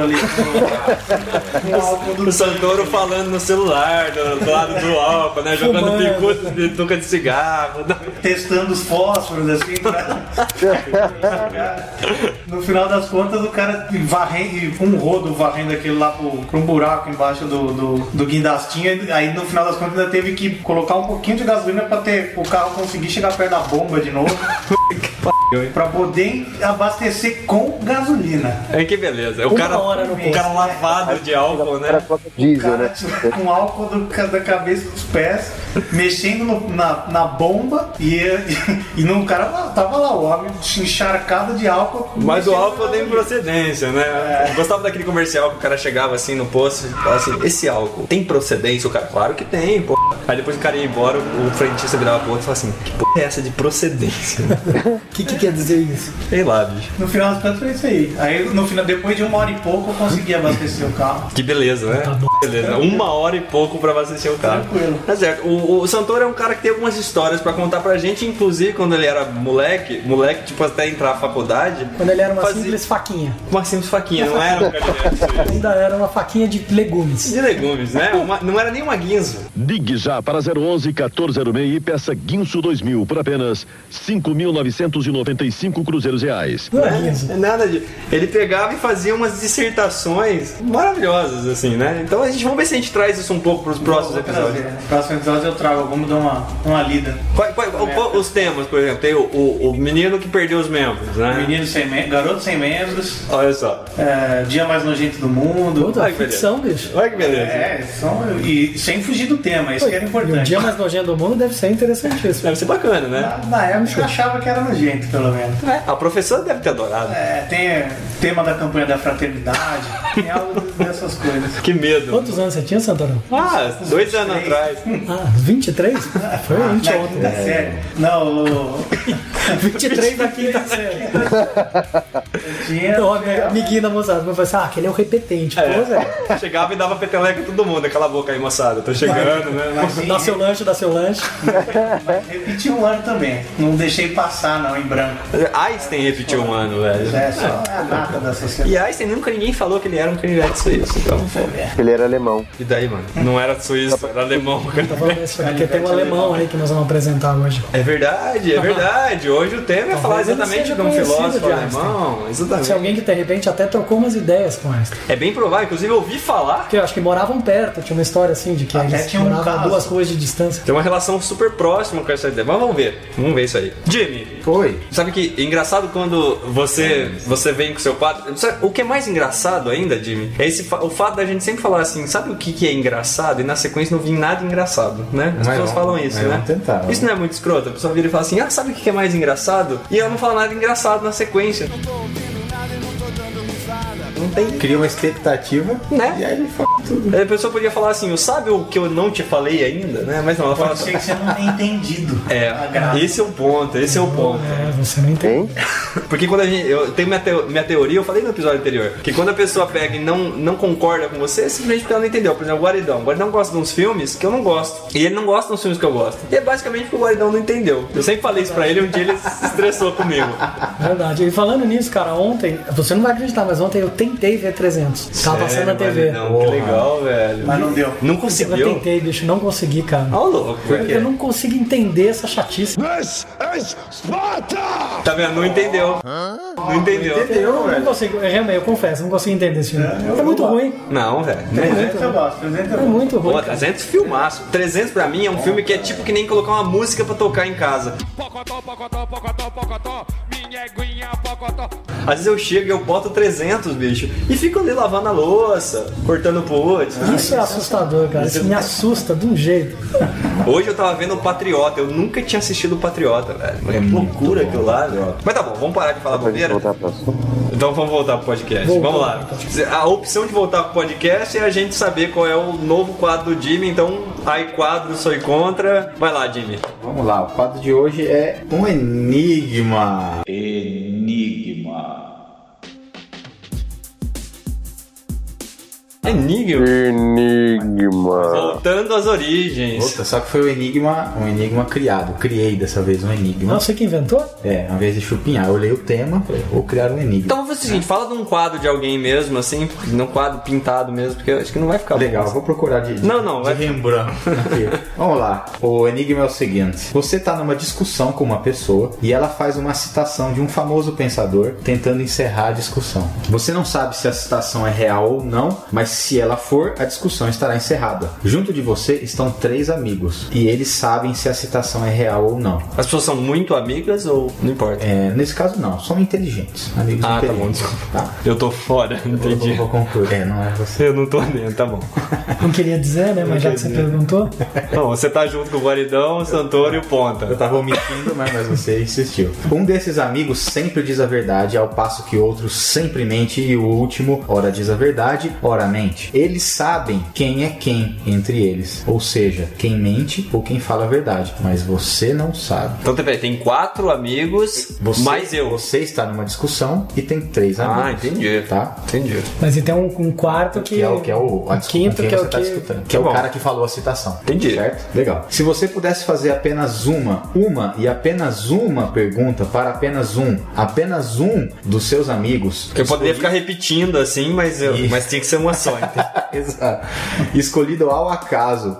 [SPEAKER 2] ali com, com o álcool do
[SPEAKER 1] O Santoro falando no celular, do, do lado do álcool, né? Jogando
[SPEAKER 3] Fumando.
[SPEAKER 1] picudo de tuca de cigarro.
[SPEAKER 2] testando os fósforos, assim, pra... No final das contas, o cara varrendo, um rodo varrendo aquele lá pro, pra um buraco embaixo do, do, do guindastinho, e aí no final das contas ainda teve que colocar um pouquinho de gasolina pra ter, o carro conseguir chegar perto da bomba de novo. pra poder abastecer com gasolina.
[SPEAKER 1] É que beleza. O
[SPEAKER 3] Uma
[SPEAKER 1] cara,
[SPEAKER 3] hora no
[SPEAKER 1] o cara lavado de álcool,
[SPEAKER 4] Era
[SPEAKER 1] né?
[SPEAKER 4] coca diesel,
[SPEAKER 2] Cara,
[SPEAKER 4] né?
[SPEAKER 2] tipo, com álcool do, ca- da cabeça dos pés, mexendo no- na, na bomba e, e, e não, o cara lá- tava lá, o homem encharcado de álcool.
[SPEAKER 1] Mas o
[SPEAKER 2] mexendo
[SPEAKER 1] álcool
[SPEAKER 2] na
[SPEAKER 1] tem
[SPEAKER 2] gasolina.
[SPEAKER 1] procedência, né? Eu gostava daquele comercial que o cara chegava assim no posto e falava assim: esse álcool tem procedência? O cara, claro que tem, pô. Aí depois o cara ia embora, o frentista virava pro outro e falava assim: que porra é essa de procedência?
[SPEAKER 3] O que, que quer dizer isso?
[SPEAKER 1] Sei lá, bicho.
[SPEAKER 2] No final das contas foi isso aí. Aí no final, depois de uma hora e pouco eu consegui abastecer o carro.
[SPEAKER 1] Que beleza, né?
[SPEAKER 3] Tá
[SPEAKER 1] Beleza. Uma hora e pouco pra abastecer o carro.
[SPEAKER 2] Tranquilo.
[SPEAKER 1] Tá certo. O, o Santoro é um cara que tem algumas histórias pra contar pra gente, inclusive quando ele era moleque, moleque, tipo, até entrar na faculdade.
[SPEAKER 3] Quando ele era uma
[SPEAKER 1] Fazia-
[SPEAKER 3] simples faquinha.
[SPEAKER 1] Uma simples faquinha, não era um gabinete
[SPEAKER 3] Ainda era uma faquinha de legumes.
[SPEAKER 1] de legumes, né? Uma- não era nem uma guinzo.
[SPEAKER 6] Ligue já para 011 1406 e peça Guinso 2000 por apenas 5.995 cruzeiros reais.
[SPEAKER 3] Não é
[SPEAKER 1] né?
[SPEAKER 3] liso.
[SPEAKER 1] Nada de. Ele pegava e fazia umas dissertações maravilhosas, assim, né? Então a gente vamos ver se a gente traz isso um pouco pros próximos
[SPEAKER 2] Vou trazer.
[SPEAKER 1] episódios.
[SPEAKER 2] né? Próximo episódio eu trago, vamos dar uma, uma lida.
[SPEAKER 1] Qual- qual- o- o- os temas, por exemplo, tem o, o- o menino que perdeu os membros, né?
[SPEAKER 2] Menino sem membros, garoto sem membros,
[SPEAKER 1] Olha só.
[SPEAKER 2] é, dia mais nojento do mundo.
[SPEAKER 3] Puta,
[SPEAKER 1] Ai,
[SPEAKER 3] ficção, bicho.
[SPEAKER 1] Olha que beleza.
[SPEAKER 2] É, são, e sem fugir do tema, isso que era
[SPEAKER 3] E o
[SPEAKER 2] importante.
[SPEAKER 3] dia mais nojento do mundo deve ser interessantíssimo.
[SPEAKER 1] Deve ser bacana, né?
[SPEAKER 2] Na- Na época eu achava que era nojento, pelo menos.
[SPEAKER 1] É, a professora deve ter adorado.
[SPEAKER 2] É, tem tema da campanha da fraternidade, tem algo dessas coisas.
[SPEAKER 1] Que medo.
[SPEAKER 3] Quantos anos você tinha, Santorão?
[SPEAKER 1] Ah, dois anos
[SPEAKER 2] Três.
[SPEAKER 1] atrás.
[SPEAKER 3] Ah, 23? Foi
[SPEAKER 2] Na
[SPEAKER 3] anteontem.
[SPEAKER 2] quinta série. Tá Não, o- né?
[SPEAKER 3] 23 da quinta série.
[SPEAKER 2] é. eu tinha.
[SPEAKER 3] Então, a amiguinha da moçada vai falar assim, ah, aquele é o repetente. Pô, Zé,
[SPEAKER 1] Chegava e dava peteleca em todo mundo. Cala a boca aí, moçada. Tô chegando, né?
[SPEAKER 2] Mas,
[SPEAKER 3] dá seu lanche, dá seu lanche.
[SPEAKER 2] assim,
[SPEAKER 3] Tá
[SPEAKER 2] repeti um ano também. Não deixei passar, não, em branco.
[SPEAKER 1] Einstein repetiu um ano, velho.
[SPEAKER 2] É só a nata da sociedade.
[SPEAKER 1] E Einstein nunca ninguém falou que ele era um canivete suíço. Então, pô.
[SPEAKER 4] Ele era alemão.
[SPEAKER 1] E daí, mano? Não era suíço, era alemão.
[SPEAKER 3] Tá falando isso, porque tem um alemão aí que nós vamos apresentar hoje.
[SPEAKER 1] É verdade, é verdade. Hoje o tema é falar
[SPEAKER 3] Talvez ele
[SPEAKER 1] exatamente
[SPEAKER 3] seja
[SPEAKER 1] de um
[SPEAKER 3] conhecido
[SPEAKER 1] filósofo
[SPEAKER 3] de Einstein.
[SPEAKER 1] alemão.
[SPEAKER 2] Tá
[SPEAKER 3] Se
[SPEAKER 1] Exatamente.
[SPEAKER 3] alguém que de repente até trocou umas ideias com essa.
[SPEAKER 1] É bem provável, inclusive eu ouvi falar.
[SPEAKER 3] Porque eu acho que moravam perto, tinha uma história assim de que
[SPEAKER 2] Até
[SPEAKER 3] eles
[SPEAKER 2] tinha um
[SPEAKER 3] moravam a
[SPEAKER 2] caso.
[SPEAKER 3] duas ruas de distância.
[SPEAKER 1] Tem uma relação super próxima com essa ideia. Mas vamos ver. Vamos ver isso aí. Jimmy,
[SPEAKER 5] Foi.
[SPEAKER 1] Sabe que é engraçado quando você você vem com seu quadro. Sabe, o que é mais engraçado ainda, Jimmy, é esse fa- o fato da gente sempre falar assim, sabe o que, que é engraçado? E na sequência não vim nada engraçado, né? As
[SPEAKER 5] Mas
[SPEAKER 1] pessoas
[SPEAKER 5] vamos-
[SPEAKER 1] falam isso,
[SPEAKER 5] mas
[SPEAKER 1] né?
[SPEAKER 5] vamos tentar, vamos.
[SPEAKER 1] Isso não é muito escroto. A pessoa vira e fala assim, ah, sabe o que que é mais engraçado? E ela não fala nada engraçado na sequência. Não tem.
[SPEAKER 5] Cria uma expectativa.
[SPEAKER 1] Né?
[SPEAKER 5] E aí ele fala tudo.
[SPEAKER 1] A pessoa podia falar assim, sabe o que eu não te falei ainda, né? Mas não, ela fala
[SPEAKER 2] Pode ser
[SPEAKER 1] assim.
[SPEAKER 2] que você não tenha entendido. a
[SPEAKER 1] É,
[SPEAKER 2] graça.
[SPEAKER 1] esse é o ponto, esse é o ponto.
[SPEAKER 3] É, você não entende.
[SPEAKER 4] Hein?
[SPEAKER 1] Porque quando a gente. Eu tenho minha, teo- minha teoria, eu falei no episódio anterior, que quando a pessoa pega e não, não concorda com você, é simplesmente porque ela não entendeu. Por exemplo, o Guaridão. O Guaridão gosta de uns filmes que eu não gosto. E ele não gosta dos filmes que eu gosto. E é basicamente porque o Guaridão não entendeu. Eu sempre falei isso pra ele, um dia ele se estressou comigo.
[SPEAKER 3] Tá Verdade. E falando nisso, cara, ontem, você não vai acreditar, mas ontem eu tentei ver 300. Tava passando na TV.
[SPEAKER 1] Não, É, que legal, velho.
[SPEAKER 2] Mas não deu.
[SPEAKER 1] Não
[SPEAKER 3] Eu
[SPEAKER 1] conseguiu?
[SPEAKER 3] tentei, bicho, não consegui, cara.
[SPEAKER 1] Ó, o louco, por quê?
[SPEAKER 3] Eu não consigo entender essa chatice.
[SPEAKER 1] Tá vendo? Não entendeu. Não entendeu.
[SPEAKER 3] Eu não consigo, eu, realmente, eu confesso, eu não consigo entender esse filme. É, muito ruim,
[SPEAKER 1] Não, velho.
[SPEAKER 2] Presente eu gosto, presente eu
[SPEAKER 3] é
[SPEAKER 2] gosto.
[SPEAKER 3] muito ruim.
[SPEAKER 1] Pô, 300 filmaço. 300 pra mim é um filme que é tipo que nem colocar uma música pra tocar em casa. Às vezes eu chego e eu boto 300, bicho, e fico ali lavando a louça, cortando putz.
[SPEAKER 3] Isso é assustador, cara. Isso me assusta de um jeito.
[SPEAKER 1] Hoje eu tava vendo o Patriota, eu nunca tinha assistido o Patriota, velho. É loucura aquilo lá, velho. Mas tá bom, vamos parar de falar
[SPEAKER 4] Pra gente
[SPEAKER 1] bobeira.
[SPEAKER 4] voltar pra assunto.
[SPEAKER 1] Então vamos voltar pro podcast.
[SPEAKER 3] Voltou.
[SPEAKER 1] Vamos lá. A opção de voltar pro podcast é a gente saber qual é o novo quadro do Jimmy, então ai quadro, sou contra. Vai lá, Jimmy.
[SPEAKER 5] Vamos lá, o quadro de hoje é um enigma.
[SPEAKER 1] Enigma.
[SPEAKER 4] É. Enigma.
[SPEAKER 1] Voltando às origens.
[SPEAKER 5] Puta, só que foi um enigma, um enigma criado. Criei dessa vez um enigma.
[SPEAKER 3] Não sei quem inventou?
[SPEAKER 5] É, ao invés de chupinhar, eu olhei o tema, falei, vou criar um enigma.
[SPEAKER 1] Então vamos fazer o seguinte, fala de um quadro de alguém mesmo, assim, num quadro pintado mesmo, porque eu acho que não vai ficar Tá bom.
[SPEAKER 5] Legal, eu vou procurar de, de-
[SPEAKER 1] Não, não,
[SPEAKER 5] de
[SPEAKER 1] vai-
[SPEAKER 5] Rembrandt. Aqui. Vamos lá. O enigma é o seguinte: você tá numa discussão com uma pessoa e ela faz uma citação de um famoso pensador tentando encerrar a discussão. Você não sabe se a citação é real ou não, mas se ela for, a discussão estará encerrada. Junto de você estão três amigos e eles sabem se a citação é real ou não.
[SPEAKER 1] As pessoas são muito amigas ou não importa?
[SPEAKER 5] É, nesse caso não, são inteligentes, amigos
[SPEAKER 1] Ah, tá bom,
[SPEAKER 5] inteligentes.
[SPEAKER 1] desculpa.
[SPEAKER 5] tá?
[SPEAKER 1] Eu tô fora,
[SPEAKER 5] Eu não vou concluir. É, não é você.
[SPEAKER 1] Eu não tô dentro, tá bom.
[SPEAKER 3] Não queria dizer, né? Mas já que você perguntou.
[SPEAKER 1] Então, você tá junto com o Guaridão, o Santoro e o
[SPEAKER 5] Eu
[SPEAKER 1] Ponta.
[SPEAKER 5] tava omitindo, né, mas, mas você insistiu. Um desses amigos sempre diz a verdade, ao passo que outro sempre mente, e o último, ora diz a verdade, ora mente. Eles sabem quem é quem entre eles. Ou seja, quem mente ou quem fala a verdade. Mas você não sabe.
[SPEAKER 1] Então, peraí, tem quatro amigos,
[SPEAKER 5] Você,
[SPEAKER 1] mais eu.
[SPEAKER 5] Você está numa discussão e tem três amigos.
[SPEAKER 1] Ah, entendi.
[SPEAKER 5] Tá?
[SPEAKER 1] Entendi.
[SPEAKER 3] Mas então um, um quarto que.
[SPEAKER 5] Que é o que é o a
[SPEAKER 3] um
[SPEAKER 5] discu-
[SPEAKER 3] quinto
[SPEAKER 5] quem
[SPEAKER 3] que é
[SPEAKER 5] você
[SPEAKER 3] o
[SPEAKER 5] tá
[SPEAKER 3] que.
[SPEAKER 5] discutindo, que é
[SPEAKER 1] Tá
[SPEAKER 5] o
[SPEAKER 1] bom.
[SPEAKER 5] cara que falou a citação.
[SPEAKER 1] Entendi.
[SPEAKER 5] Certo? Legal. Se você pudesse fazer apenas uma, uma e apenas uma pergunta para apenas um, apenas um dos seus amigos.
[SPEAKER 1] Eu poderia ficar repetindo assim, mas, eu,
[SPEAKER 5] Isso.
[SPEAKER 1] mas tinha que ser uma só, entendeu?
[SPEAKER 5] Exato. Escolhido ao acaso.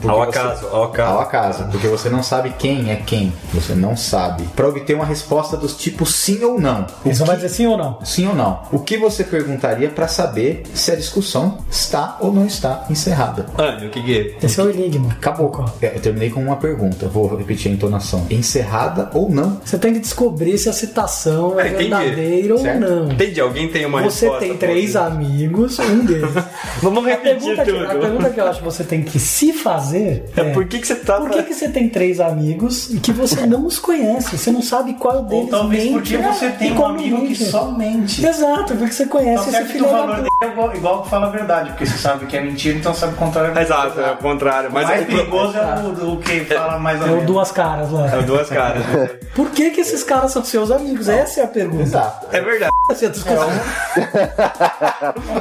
[SPEAKER 5] Porque
[SPEAKER 1] Ao
[SPEAKER 5] você-
[SPEAKER 1] acaso, ao
[SPEAKER 5] Ao
[SPEAKER 1] acaso.
[SPEAKER 5] acaso, porque você não sabe quem é quem. Você não sabe. Para obter uma resposta dos tipos sim ou não. O
[SPEAKER 3] Eles não
[SPEAKER 5] que-
[SPEAKER 3] vai dizer sim ou não?
[SPEAKER 5] Sim ou não? O que você perguntaria pra saber se a discussão está ou não está encerrada?
[SPEAKER 1] Anny, o que que é?
[SPEAKER 3] Esse é o enigma.
[SPEAKER 5] Acabou. É, Eu terminei com uma pergunta. Vou repetir a entonação. Encerrada ou não?
[SPEAKER 3] Você tem que descobrir se a citação
[SPEAKER 1] Ah,
[SPEAKER 3] é
[SPEAKER 1] entendi.
[SPEAKER 3] verdadeira ou
[SPEAKER 5] Certo.
[SPEAKER 3] não.
[SPEAKER 1] Entendi, alguém tem uma
[SPEAKER 3] Você
[SPEAKER 1] resposta?
[SPEAKER 2] um
[SPEAKER 3] tem três
[SPEAKER 1] amigos.
[SPEAKER 3] amigos, um deles.
[SPEAKER 1] Vamos
[SPEAKER 3] A
[SPEAKER 1] repetir
[SPEAKER 3] pergunta, que, a
[SPEAKER 1] tudo.
[SPEAKER 3] pergunta que eu acho que você tem que se fazer
[SPEAKER 1] É, por que, que você tá
[SPEAKER 3] Por que, que você tem três amigos e que você não os conhece? Você não sabe qual
[SPEAKER 2] Ou
[SPEAKER 3] deles
[SPEAKER 2] talvez
[SPEAKER 3] mente
[SPEAKER 2] porque você
[SPEAKER 3] e
[SPEAKER 2] tem um
[SPEAKER 3] qual
[SPEAKER 2] amigo
[SPEAKER 3] não
[SPEAKER 2] que
[SPEAKER 3] mente.
[SPEAKER 2] só mente.
[SPEAKER 3] Exato, porque você conhece
[SPEAKER 2] Então
[SPEAKER 3] esse
[SPEAKER 2] serve que
[SPEAKER 3] filho
[SPEAKER 2] o
[SPEAKER 3] da
[SPEAKER 2] valor
[SPEAKER 3] puta.
[SPEAKER 2] dele é igual, igual que fala a verdade, porque você sabe que é mentira, então sabe o contrário.
[SPEAKER 1] Exato, é o contrário.
[SPEAKER 2] Mas
[SPEAKER 1] Mas
[SPEAKER 2] o mais
[SPEAKER 1] o pro-
[SPEAKER 2] perigoso é o do que fala mais ou
[SPEAKER 3] É o
[SPEAKER 2] menos.
[SPEAKER 3] duas caras
[SPEAKER 1] É
[SPEAKER 3] lá.
[SPEAKER 1] duas caras.
[SPEAKER 3] Por que, que esses caras são seus amigos? Essa é a pergunta.
[SPEAKER 5] Exato.
[SPEAKER 1] É verdade.
[SPEAKER 3] Você descobriu.
[SPEAKER 2] É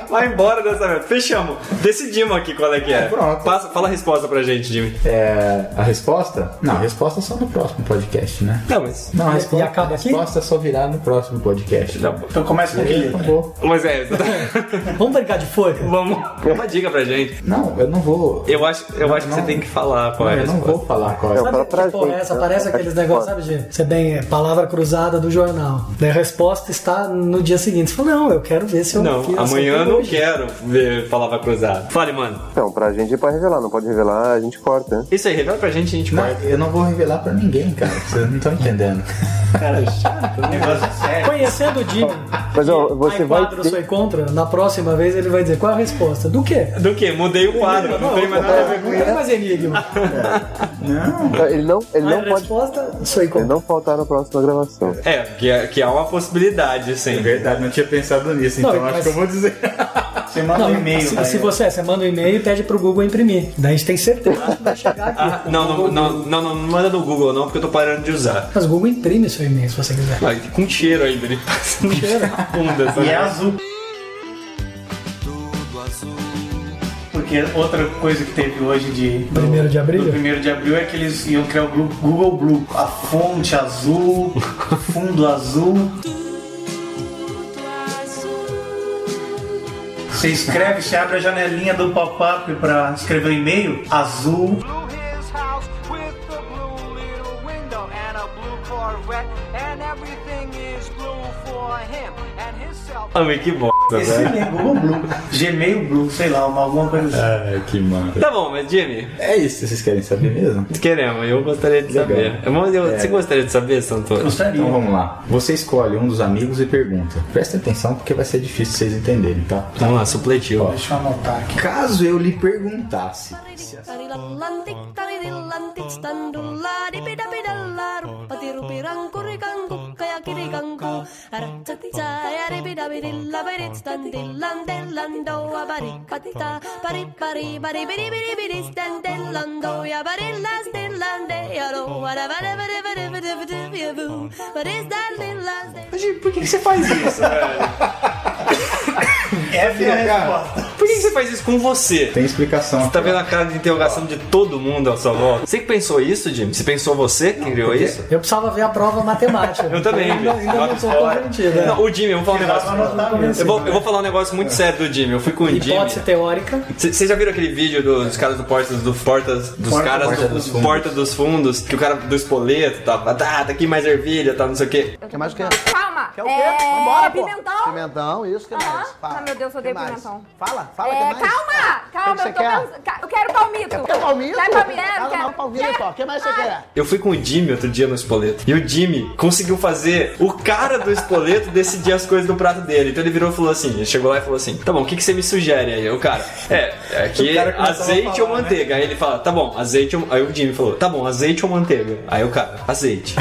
[SPEAKER 1] Vai embora dessa merda. Fechamos. Decidimos aqui qual é que é.
[SPEAKER 5] Pronto.
[SPEAKER 1] Passa- fala a resposta pra gente, Jimmy.
[SPEAKER 5] É, a resposta? Não, a resposta é só no próximo podcast, né?
[SPEAKER 1] Não, mas.
[SPEAKER 5] Não, a
[SPEAKER 3] E-
[SPEAKER 5] resposta,
[SPEAKER 3] e acaba
[SPEAKER 5] a
[SPEAKER 3] aqui?
[SPEAKER 5] resposta só virá no próximo podcast.
[SPEAKER 1] Tá bom.
[SPEAKER 2] Então começa com
[SPEAKER 5] Aí,
[SPEAKER 2] aquele.
[SPEAKER 5] acabou.
[SPEAKER 1] Mas é.
[SPEAKER 3] Vamos brincar de forca?
[SPEAKER 1] Vamos. É Uma dica pra gente.
[SPEAKER 5] Não, eu não vou.
[SPEAKER 1] Eu acho, eu
[SPEAKER 5] Não,
[SPEAKER 1] acho que
[SPEAKER 5] não.
[SPEAKER 1] você tem que falar qual é a
[SPEAKER 5] eu não
[SPEAKER 1] resposta.
[SPEAKER 5] vou falar qual é.
[SPEAKER 4] Não,
[SPEAKER 3] Sabe
[SPEAKER 4] fala pra
[SPEAKER 3] que porra
[SPEAKER 4] gente,
[SPEAKER 3] é essa?
[SPEAKER 4] né?
[SPEAKER 3] Parece aqueles negócios, sabe, de você bem, é, palavra cruzada do jornal. Daí A resposta está no dia seguinte. Você fala, não, eu quero ver se eu fiz
[SPEAKER 1] Não,
[SPEAKER 3] essa
[SPEAKER 1] amanhã eu
[SPEAKER 3] aqui
[SPEAKER 1] não
[SPEAKER 3] hoje.
[SPEAKER 1] quero ver palavra cruzada. Fale, mano.
[SPEAKER 4] Então, pra gente é pra revelar, não pode revelar, a gente corta, né?
[SPEAKER 1] Isso aí, revela pra gente, a gente
[SPEAKER 5] Não,
[SPEAKER 1] corta.
[SPEAKER 5] eu não vou revelar pra ninguém, cara. Vocês não estão entendendo.
[SPEAKER 2] Negócio é sério.
[SPEAKER 3] Conhecendo o Jimmy.
[SPEAKER 4] Mas, ó,
[SPEAKER 3] que
[SPEAKER 4] você
[SPEAKER 3] ai,
[SPEAKER 4] vai
[SPEAKER 3] quadro
[SPEAKER 4] ter-
[SPEAKER 3] sou contra, na próxima próxima vez ele vai dizer qual a resposta. Do quê?
[SPEAKER 1] Do que? Mudei o quadro, não tem mais nada a ver com
[SPEAKER 3] Não tem mais enigma.
[SPEAKER 4] Então, Ele não, ele
[SPEAKER 3] A
[SPEAKER 4] não pode.
[SPEAKER 3] resposta, isso aí.
[SPEAKER 4] Ele não faltar na próxima gravação.
[SPEAKER 1] É, que, é- que há uma possibilidade, assim.
[SPEAKER 5] É
[SPEAKER 1] sim.
[SPEAKER 5] verdade, não tinha pensado nisso,
[SPEAKER 3] Não,
[SPEAKER 5] então acho
[SPEAKER 3] mas-
[SPEAKER 5] que eu vou dizer.
[SPEAKER 2] Você manda
[SPEAKER 3] Não,
[SPEAKER 2] um e-mail.
[SPEAKER 3] se,
[SPEAKER 2] né?
[SPEAKER 3] se você, você manda um e-mail e pede pro Google imprimir. Daí a gente tem certeza que vai chegar aqui.
[SPEAKER 1] Ah, não, não, não, não, não, não manda no Google não, porque eu tô parando de usar.
[SPEAKER 3] Mas o Google imprime seu e-mail se você quiser.
[SPEAKER 1] Ah, com cheiro ainda, ele passa um cheiro na bunda, sabe?
[SPEAKER 2] E é azul. Porque outra coisa que teve hoje de. do-
[SPEAKER 3] Primeiro de abril?
[SPEAKER 2] Do primeiro de abril é que eles iam criar o Glu- Google Blue. A fonte azul, fundo azul. Você escreve, você abre a janelinha do pop-up pra escrever o e-mail, azul.
[SPEAKER 7] blew his house with a blue little window and a blue Corvette, and everything is blue for him and himself.
[SPEAKER 1] Ah, mas que bosta,
[SPEAKER 2] Esse
[SPEAKER 1] velho. É.
[SPEAKER 2] é Google Blue. Gmail Blue, sei lá, uma, alguma coisa assim.
[SPEAKER 5] Ai, É, que mano.
[SPEAKER 1] Tá bom, mas Jimmy,
[SPEAKER 5] É isso, vocês querem saber mesmo?
[SPEAKER 1] queremos, eu gostaria de
[SPEAKER 5] Legal. É.
[SPEAKER 1] saber. Eu- eu- Você gostaria de saber, Santoro?
[SPEAKER 2] Gostaria.
[SPEAKER 5] Então vamos lá. Você escolhe um dos amigos e pergunta. Presta atenção porque vai ser difícil vocês entenderem, tá?
[SPEAKER 1] Vamos lá, supletivo.
[SPEAKER 2] Deixa eu anotar aqui.
[SPEAKER 5] Caso eu lhe perguntasse.
[SPEAKER 8] What is that little last name?
[SPEAKER 1] Por que, que você faz isso, velho?
[SPEAKER 2] Essa é a resposta.
[SPEAKER 1] Por que, que você faz isso com você?
[SPEAKER 5] Tem explicação.
[SPEAKER 1] Você tá
[SPEAKER 5] aqui, ó.
[SPEAKER 1] vendo a cara de interrogação de todo mundo à sua volta? Você que pensou isso, Jimmy? Você pensou você que criou isso?
[SPEAKER 3] Eu precisava ver a prova matemática.
[SPEAKER 1] Eu também.
[SPEAKER 3] Ainda,
[SPEAKER 1] vi.
[SPEAKER 3] ainda não
[SPEAKER 1] Nota
[SPEAKER 3] sou
[SPEAKER 1] escolar.
[SPEAKER 3] compreendido. né?
[SPEAKER 1] Não, o Jimmy, eu vou falar um negócio. Eu vou, eu
[SPEAKER 5] né?
[SPEAKER 1] vou falar um negócio muito sério do Jimmy. Eu fui com o Jimmy.
[SPEAKER 3] Hipótese teórica.
[SPEAKER 1] Vocês já viram aquele vídeo do- dos caras do Portas do Portas dos
[SPEAKER 2] Porta-
[SPEAKER 1] caras
[SPEAKER 5] Porta
[SPEAKER 1] do
[SPEAKER 5] dos Fundos.
[SPEAKER 1] Porta dos Fundos, que o cara do espoleto tá, tá, tá aqui mais ervilha, tá não sei o quê.
[SPEAKER 9] Quer mais o quê?
[SPEAKER 10] Calma. É,
[SPEAKER 9] Quer o quê? Vambora, pô.
[SPEAKER 10] pimentão.
[SPEAKER 9] Pimentão, isso que mais.
[SPEAKER 10] Ah,
[SPEAKER 9] Fala.
[SPEAKER 10] meu Deus, eu odeio
[SPEAKER 9] Que mais?
[SPEAKER 10] pimentão.
[SPEAKER 9] Fala, fala
[SPEAKER 10] É,
[SPEAKER 9] que mais.
[SPEAKER 10] calma,
[SPEAKER 9] O que
[SPEAKER 10] calma,
[SPEAKER 9] você
[SPEAKER 10] eu tô
[SPEAKER 9] quer?
[SPEAKER 10] pens- ca- Eu quero palmito.
[SPEAKER 9] Quer palmito?
[SPEAKER 10] Quer palmito? Ah, Quero,
[SPEAKER 9] Fala
[SPEAKER 10] quero.
[SPEAKER 9] mal palmito,
[SPEAKER 10] Quero.
[SPEAKER 9] ó. O que mais você
[SPEAKER 10] Ai,
[SPEAKER 9] quer?
[SPEAKER 1] Eu fui com o Jimmy outro dia no espoleto. E o Jimmy conseguiu fazer o cara do espoleto decidir as coisas do prato dele. Então ele virou e falou assim: ele chegou lá e falou assim: tá bom, o que, que você me sugere aí? Aí O cara, é, é que
[SPEAKER 2] O cara começou a
[SPEAKER 1] azeite ou
[SPEAKER 2] falar, né?"
[SPEAKER 1] manteiga. Aí ele fala: tá bom, azeite ou. Aí o Jimmy falou: tá bom, azeite ou manteiga. Aí o cara, azeite.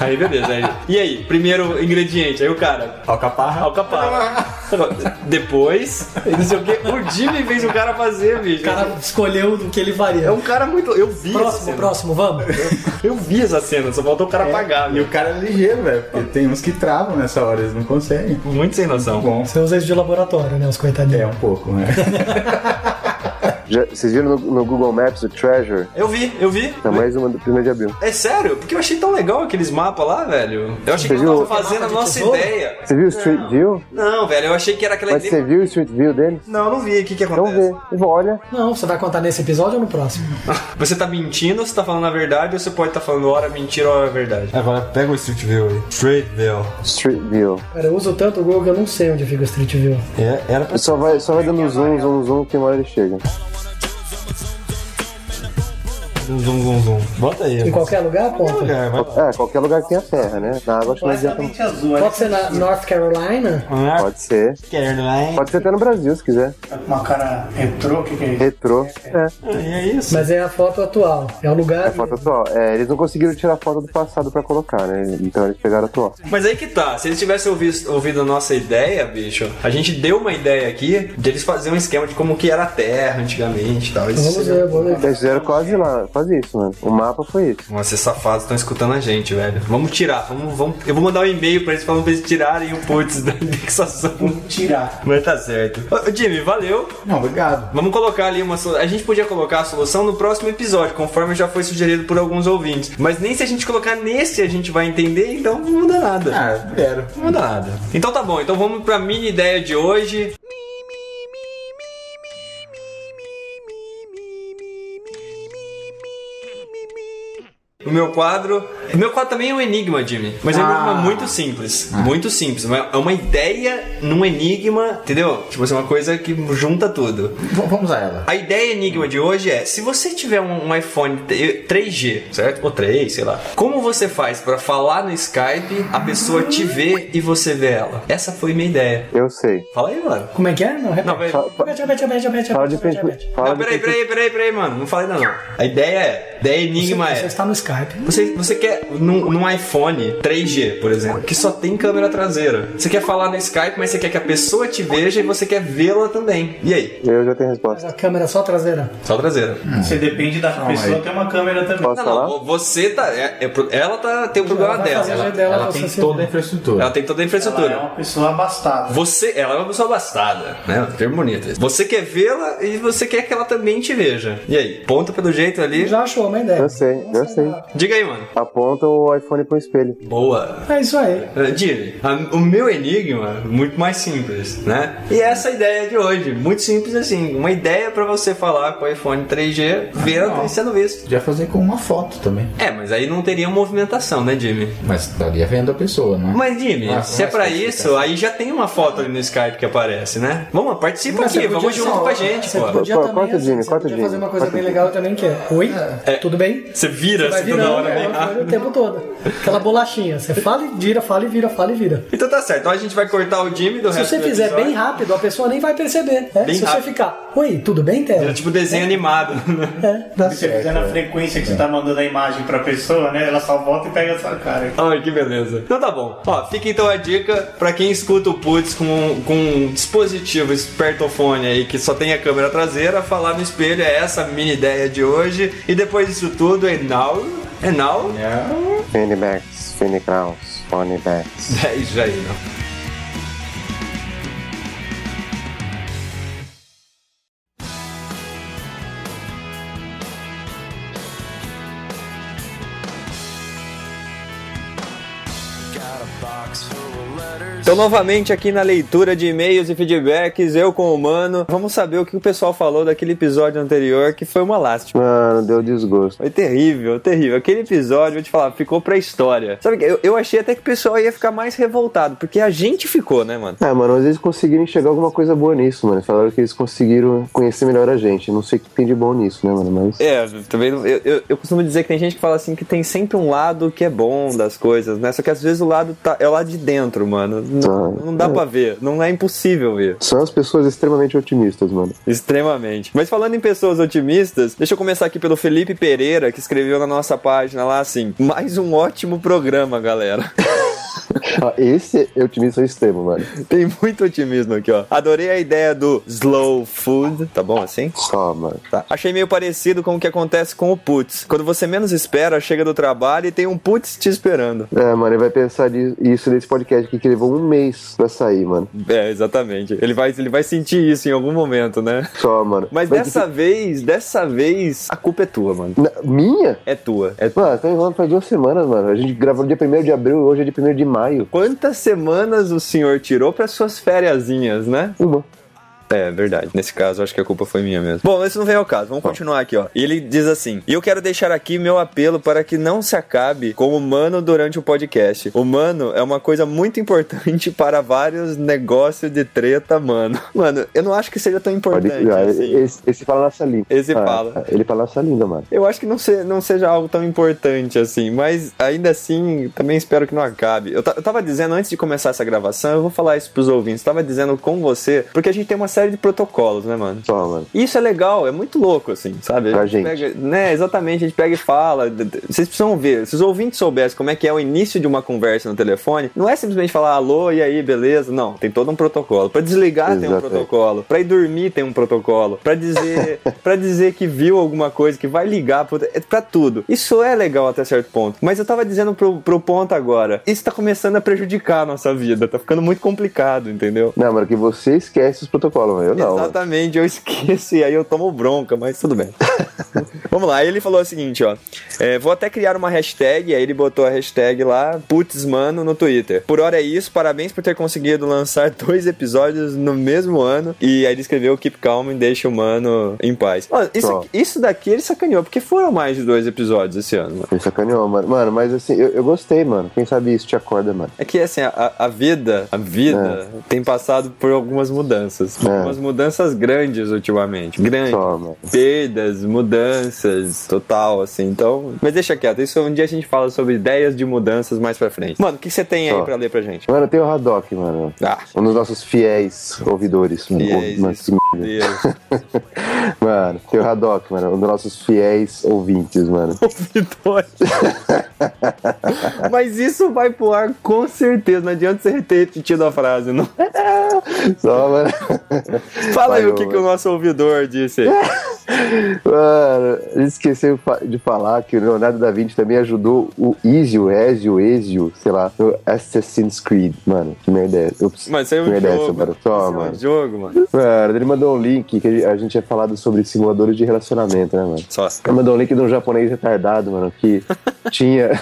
[SPEAKER 1] Aí beleza, aí, ele, e aí? Primeiro ingrediente, aí o cara, "Ah,
[SPEAKER 5] Alcaparra.
[SPEAKER 1] alcaparra. Tá Depois, não sei o que, o Jimmy fez o cara fazer, bicho.
[SPEAKER 3] O cara escolheu do que ele varia.
[SPEAKER 1] É um cara muito. Eu vi essa
[SPEAKER 4] né?
[SPEAKER 3] Próximo,
[SPEAKER 1] cena.
[SPEAKER 3] próximo, vamos.
[SPEAKER 4] É.
[SPEAKER 1] Eu vi essa cena, só faltou o cara apagar,
[SPEAKER 5] E
[SPEAKER 1] viu?
[SPEAKER 5] o cara é ligeiro, velho. Porque tem uns que travam nessa hora, eles não conseguem. Tá
[SPEAKER 1] Muito sem noção.
[SPEAKER 5] Bom,
[SPEAKER 3] Você usa isso de laboratório, né? Os coitadinhos.
[SPEAKER 5] é um pouco, né?
[SPEAKER 4] Já- vocês viram no, no Google Maps o Treasure?
[SPEAKER 1] Eu vi, eu vi.
[SPEAKER 4] É mais uma do primeiro de abril.
[SPEAKER 1] É sério, porque eu achei tão legal aqueles mapas lá, velho. Eu achei que eles
[SPEAKER 4] Você viu?
[SPEAKER 1] estavam fazendo a nossa
[SPEAKER 3] Mapa de
[SPEAKER 1] ideia.
[SPEAKER 4] Você viu o Street View?
[SPEAKER 1] Não, velho, eu achei que era aquela
[SPEAKER 4] Mas
[SPEAKER 1] ideia.
[SPEAKER 4] você viu o Street View dele?
[SPEAKER 1] Não, não vi. O que, que
[SPEAKER 4] Então vê.
[SPEAKER 1] acontece?
[SPEAKER 4] Olha.
[SPEAKER 3] Não, você vai contar nesse episódio ou no próximo?
[SPEAKER 1] Você tá mentindo, você tá falando a verdade, ou você pode tá falando hora mentira, hora verdade.
[SPEAKER 11] Agora É, pega o Street View aí. Straight View.
[SPEAKER 4] Street View.
[SPEAKER 3] Cara, eu uso tanto o Google que eu não sei onde fica o Street View.
[SPEAKER 11] É, era pra
[SPEAKER 4] Só vai, só vai dando um zoom, zoom, zoom, que uma hora ele chega.
[SPEAKER 11] zoom, zoom, zoom, zoom. Bota aí.
[SPEAKER 3] Em qualquer lugar, ponta.
[SPEAKER 11] lugar, vai.
[SPEAKER 4] É, qualquer lugar que tenha terra, né? Na água acho que não adianta muito.
[SPEAKER 2] Completamente azul.
[SPEAKER 3] Pode ser na North Carolina?
[SPEAKER 11] Ah,
[SPEAKER 4] Pode ser.
[SPEAKER 11] Esquerda, né?
[SPEAKER 4] Pode ser até no Brasil, se quiser.
[SPEAKER 2] Uma cara retrô, o que, que é isso?
[SPEAKER 4] Retrô. É,
[SPEAKER 11] É isso.
[SPEAKER 3] Mas é a foto atual. É o lugar.
[SPEAKER 4] é foto atual. É, eles não conseguiram tirar foto do passado pra colocar, né? Então eles pegaram a atual.
[SPEAKER 1] Mas aí que tá, se eles tivessem ouvido, ouvido a nossa ideia, bicho, a gente deu uma ideia aqui de eles fazerem um esquema de como que era a Terra antigamente e tal. Isso
[SPEAKER 3] Vamos
[SPEAKER 1] seria-
[SPEAKER 3] ver, vamos ver.
[SPEAKER 4] Eles fizeram quase lá, quase isso, mano. O mapa foi isso.
[SPEAKER 1] Nossa, esses safados estão escutando a gente, velho. Vamos tirar, vamos, vamos. Eu vou mandar um e-mail pra eles falando pra eles tirarem o putz da indexação.
[SPEAKER 2] Tirar.
[SPEAKER 1] Mas tá certo. Ô, Jimmy, valeu.
[SPEAKER 5] Não, obrigado.
[SPEAKER 1] Vamos colocar ali uma solução. A gente podia colocar a solução no próximo episódio, conforme já foi sugerido por alguns ouvintes. Mas nem se a gente colocar nesse a gente vai entender, então não muda nada.
[SPEAKER 5] Ah, quero.
[SPEAKER 1] Não muda nada. Então tá bom, então vamos pra mini ideia de hoje. o meu quadro. O meu quadro também é um enigma, Jimmy. Mas é um
[SPEAKER 5] Ah.
[SPEAKER 1] enigma muito simples. Muito simples. Mas é uma ideia num enigma, entendeu? Tipo assim, uma coisa que junta tudo.
[SPEAKER 5] V- vamos a ela.
[SPEAKER 1] A ideia enigma de hoje é: se você tiver um, um iPhone t- 3G, certo? Ou 3, sei lá. Como você faz pra falar no Skype, a pessoa te vê e você vê ela? Essa foi minha ideia.
[SPEAKER 4] Eu sei.
[SPEAKER 1] Fala aí, mano.
[SPEAKER 3] Como é que é? Não, repete.
[SPEAKER 1] Não, peraí.
[SPEAKER 3] Repete, repete, repete, repete,
[SPEAKER 4] Fala de
[SPEAKER 3] repete,
[SPEAKER 4] frente.
[SPEAKER 3] repete.
[SPEAKER 4] Fala
[SPEAKER 1] Não,
[SPEAKER 4] de
[SPEAKER 1] peraí,
[SPEAKER 4] frente-
[SPEAKER 1] peraí, peraí, peraí, mano. Não fala ainda não. A ideia é: a ideia enigma
[SPEAKER 3] Você,
[SPEAKER 1] é.
[SPEAKER 3] você está no Skype.
[SPEAKER 1] Você, você quer num, num iPhone 3G, por exemplo, que só tem câmera traseira. Você quer falar no Skype, mas você quer que a pessoa te veja e você quer vê-la também. E aí?
[SPEAKER 4] Eu já tenho a resposta.
[SPEAKER 3] Mas a câmera só traseira.
[SPEAKER 1] Só traseira.
[SPEAKER 2] Você depende da pessoa ter uma câmera também.
[SPEAKER 4] Posso
[SPEAKER 1] Não,
[SPEAKER 4] falar?
[SPEAKER 1] não, você tá. é- é pro- ela tá, tem o problema
[SPEAKER 3] Ela vai fazer o
[SPEAKER 1] dela.
[SPEAKER 3] jeito dela
[SPEAKER 5] Ela
[SPEAKER 3] pra
[SPEAKER 5] tem
[SPEAKER 3] você
[SPEAKER 5] toda a
[SPEAKER 3] ver.
[SPEAKER 5] infraestrutura.
[SPEAKER 1] Ela tem toda a
[SPEAKER 2] Ela é
[SPEAKER 1] infraestrutura.
[SPEAKER 2] uma pessoa
[SPEAKER 3] um
[SPEAKER 2] abastada.
[SPEAKER 1] Você, ela é uma pessoa abastada, né? Um termo bonito. Você quer vê-la e você quer que ela também te veja. E aí? Ponta pelo jeito ali.
[SPEAKER 3] Já achou uma ideia.
[SPEAKER 4] Eu sei, eu sei.
[SPEAKER 1] Diga aí, mano.
[SPEAKER 4] Aponta o iPhone pro espelho.
[SPEAKER 1] Boa.
[SPEAKER 3] É isso aí.
[SPEAKER 1] Jimmy, Ah, a- o meu enigma é muito mais simples, né? E essa é a ideia de hoje, muito simples assim, uma ideia pra você falar com o iPhone 3G vendo e sendo visto.
[SPEAKER 5] Podia fazer com uma foto também.
[SPEAKER 1] É, mas aí não teria movimentação, né, Jimmy?
[SPEAKER 5] Mas estaria vendo a pessoa, né?
[SPEAKER 1] Mas Jimmy,
[SPEAKER 5] Ah,
[SPEAKER 1] se é
[SPEAKER 5] mas
[SPEAKER 1] pra
[SPEAKER 5] tem que
[SPEAKER 1] isso,
[SPEAKER 3] assim.
[SPEAKER 1] aí já tem uma foto ali no Skype que aparece, né? Vamos, participa
[SPEAKER 3] Mas
[SPEAKER 1] aqui,
[SPEAKER 3] você podia
[SPEAKER 1] vamos junto
[SPEAKER 3] só-
[SPEAKER 1] com a gente,
[SPEAKER 3] você
[SPEAKER 1] pô.
[SPEAKER 3] Podia
[SPEAKER 4] Pô,
[SPEAKER 3] também,
[SPEAKER 4] corta o
[SPEAKER 3] assim,
[SPEAKER 4] Jimmy,
[SPEAKER 3] você
[SPEAKER 4] corta o
[SPEAKER 3] podia
[SPEAKER 4] Jimmy,
[SPEAKER 3] fazer uma coisa
[SPEAKER 4] corta
[SPEAKER 3] bem
[SPEAKER 4] o Jimmy.
[SPEAKER 3] legal também que é. Oi? Tudo bem?
[SPEAKER 1] Você vira
[SPEAKER 3] Vai
[SPEAKER 1] assim toda
[SPEAKER 3] virando,
[SPEAKER 1] hora.
[SPEAKER 3] é,
[SPEAKER 1] né?
[SPEAKER 3] ela foi o tempo todo. Aquela bolachinha. Você fala e vira, fala e vira, fala e vira.
[SPEAKER 1] Então tá certo, então a gente vai cortar o Jimmy do
[SPEAKER 3] Se
[SPEAKER 1] resto
[SPEAKER 3] você
[SPEAKER 1] do
[SPEAKER 3] fizer
[SPEAKER 1] episódio.
[SPEAKER 3] bem rápido, a pessoa nem vai perceber. né?
[SPEAKER 1] Bem
[SPEAKER 3] Se você
[SPEAKER 1] rápido.
[SPEAKER 3] ficar, oi, tudo bem,
[SPEAKER 1] É
[SPEAKER 3] Tela?
[SPEAKER 1] tipo desenho animado, né?
[SPEAKER 3] É, dá
[SPEAKER 2] Se você fizer na frequência que você tá mandando a imagem pra pessoa, né? Ela só volta e pega a sua cara.
[SPEAKER 1] Ai, que beleza. Então tá bom. Ó, fica então a dica pra quem escuta o Putz com, com um dispositivo espertofone aí que só tem a câmera traseira, falar no espelho é essa a mini ideia de hoje. E depois disso tudo, é now. É now?
[SPEAKER 4] Finimax, Finicrowns, Fonimax.
[SPEAKER 1] É isso aí, não. Então, novamente aqui na leitura de e-mails e feedbacks, eu com o Mano, vamos saber o que o pessoal falou daquele episódio anterior que foi uma lástima.
[SPEAKER 4] Mano, deu desgosto.
[SPEAKER 1] Foi terrível, terrível. Aquele episódio, vou te falar, ficou pra história. Sabe, que eu, eu achei até que o pessoal ia ficar mais revoltado, porque a gente ficou, né, mano?
[SPEAKER 4] Ah, mano, mas eles conseguiram enxergar alguma coisa boa nisso, mano. Falaram que eles conseguiram conhecer melhor a gente. Não sei o que tem de bom nisso, né, mano? Mas.
[SPEAKER 1] É, também não- eu, eu, eu costumo dizer que tem gente que fala assim que tem sempre um lado que é bom das coisas, né? Só que às vezes o lado tá, é o lado de dentro, mano. Não,
[SPEAKER 4] Ah,
[SPEAKER 1] não dá
[SPEAKER 4] é.
[SPEAKER 1] pra ver, não é impossível ver.
[SPEAKER 4] São as pessoas extremamente otimistas, mano.
[SPEAKER 1] Extremamente. Mas falando em pessoas otimistas, deixa eu começar aqui pelo Felipe Pereira, que escreveu na nossa página lá assim: mais um ótimo programa, galera.
[SPEAKER 4] Ah, esse é otimismo extremo, mano.
[SPEAKER 1] Tem muito otimismo aqui, ó. Adorei a ideia do slow food, tá bom assim?
[SPEAKER 4] Só, mano.
[SPEAKER 1] Tá. Achei meio parecido com o que acontece com o putz. Quando você menos espera, chega do trabalho e tem um putz te esperando.
[SPEAKER 4] É, mano, ele vai pensar di- isso nesse podcast aqui que levou um mês pra sair, mano.
[SPEAKER 1] É, exatamente. Ele vai, ele vai sentir isso em algum momento, né?
[SPEAKER 4] Só, mano.
[SPEAKER 1] Mas dessa vez, dessa vez, a culpa é tua, mano.
[SPEAKER 4] Na- minha?
[SPEAKER 1] É tua. É tua.
[SPEAKER 4] Mano, tá enrolando faz duas semanas, mano. A gente gravou dia 1 de abril, hoje é dia 1 de maio.
[SPEAKER 1] Quantas semanas o senhor tirou para suas fériasinhas, né?
[SPEAKER 4] Uma.
[SPEAKER 1] É, verdade. Nesse caso, acho que a culpa foi minha mesmo. Bom, esse não vem ao caso. Vamos continuar aqui, ó. E ele diz assim: E eu quero deixar aqui meu apelo para que não se acabe com o mano durante o podcast. O mano é uma coisa muito importante para vários negócios de treta, mano. Mano, eu não acho que seja tão
[SPEAKER 4] Pode,
[SPEAKER 1] importante.
[SPEAKER 4] ah,
[SPEAKER 1] assim.
[SPEAKER 4] esse, esse fala nossa língua. Ah,
[SPEAKER 1] Esse fala.
[SPEAKER 4] Ele fala nossa língua, mano.
[SPEAKER 1] Eu acho que não, se- não seja algo tão importante assim, mas ainda assim, também espero que não acabe. Eu, ta- eu tava dizendo antes de começar essa gravação, eu vou falar isso pros ouvintes, tava dizendo com você, porque a gente tem uma série de protocolos, né, mano?
[SPEAKER 4] Só, mano.
[SPEAKER 1] Isso é legal, é muito louco, assim, sabe?
[SPEAKER 4] Pra gente.
[SPEAKER 1] Pega, né, exatamente, a gente pega e fala. D- d- Vocês precisam ver, se os ouvintes soubessem como é que é o início de uma conversa no telefone, não é simplesmente falar alô, e aí, beleza? Não, tem todo um protocolo. Pra desligar tem um
[SPEAKER 4] Exatamente.
[SPEAKER 1] protocolo. Pra ir dormir tem um protocolo. Pra dizer, pra dizer que viu alguma coisa, que vai ligar, puta, é pra tudo. Isso é legal até certo ponto. Mas eu tava dizendo pro, pro ponto agora, isso tá começando a prejudicar a nossa vida, tá ficando muito complicado, entendeu?
[SPEAKER 4] Não, mano, que você esquece os protocolos, mano. Eu não. mano.
[SPEAKER 1] Exatamente, eu esqueço e aí eu tomo bronca, mas tudo bem. Vamos lá, aí ele falou o seguinte, ó. é, vou até criar uma hashtag, aí ele botou a hashtag lá, putz mano, no Twitter. Por hora é isso, parabéns por ter conseguido lançar dois episódios no mesmo ano. E aí ele escreveu Keep Calm e deixa o mano em paz. Mano, isso,
[SPEAKER 4] Pronto.
[SPEAKER 1] isso daqui ele sacaneou, porque foram mais de dois episódios esse ano, mano.
[SPEAKER 4] Ele sacaneou, mano. Mano, mas assim, eu, eu gostei, mano. Quem sabe isso te acorda, mano.
[SPEAKER 1] É que assim, a, a vida, a vida
[SPEAKER 4] É.
[SPEAKER 1] tem passado por algumas mudanças. Algumas mudanças grandes ultimamente. Grandes. Perdas, mudanças, total, assim. Então. Mas deixa quieto, isso um dia a gente fala sobre ideias de mudanças mais pra frente. Mano, o que que você tem aí
[SPEAKER 4] Só.
[SPEAKER 1] pra ler pra gente? Ah,
[SPEAKER 4] Mano, tem o Haddock, mano. Um dos nossos fiéis ouvidores. mano.
[SPEAKER 1] Fiéis,
[SPEAKER 4] Mano, que
[SPEAKER 1] merda.
[SPEAKER 4] mano, tem o Haddock, mano. Um dos nossos fiéis ouvintes, mano.
[SPEAKER 1] Mas isso vai pro ar com certeza. Não adianta você ter repetido a frase, não.
[SPEAKER 4] Só, mano.
[SPEAKER 1] Fala aí
[SPEAKER 4] Falhou,
[SPEAKER 1] o que, que
[SPEAKER 4] mano.
[SPEAKER 1] o nosso ouvidor disse.
[SPEAKER 4] Mano, ele esqueceu fa- de falar que o Leonardo da Vinci também ajudou o Ezio, Ezio, Ezio, sei lá, no Assassin's Creed. Mano, que merda é essa? Ups,
[SPEAKER 1] Mas isso aí é
[SPEAKER 4] que
[SPEAKER 1] um
[SPEAKER 4] merda é essa,
[SPEAKER 1] jogo.
[SPEAKER 4] mano?
[SPEAKER 1] Isso
[SPEAKER 4] Só,
[SPEAKER 1] é um
[SPEAKER 4] mano.
[SPEAKER 1] jogo, mano.
[SPEAKER 4] Mano, ele mandou um link que a gente tinha falado sobre simuladores de relacionamento, né, mano?
[SPEAKER 1] Só.
[SPEAKER 4] Ele mandou um link de um japonês retardado, mano, que tinha.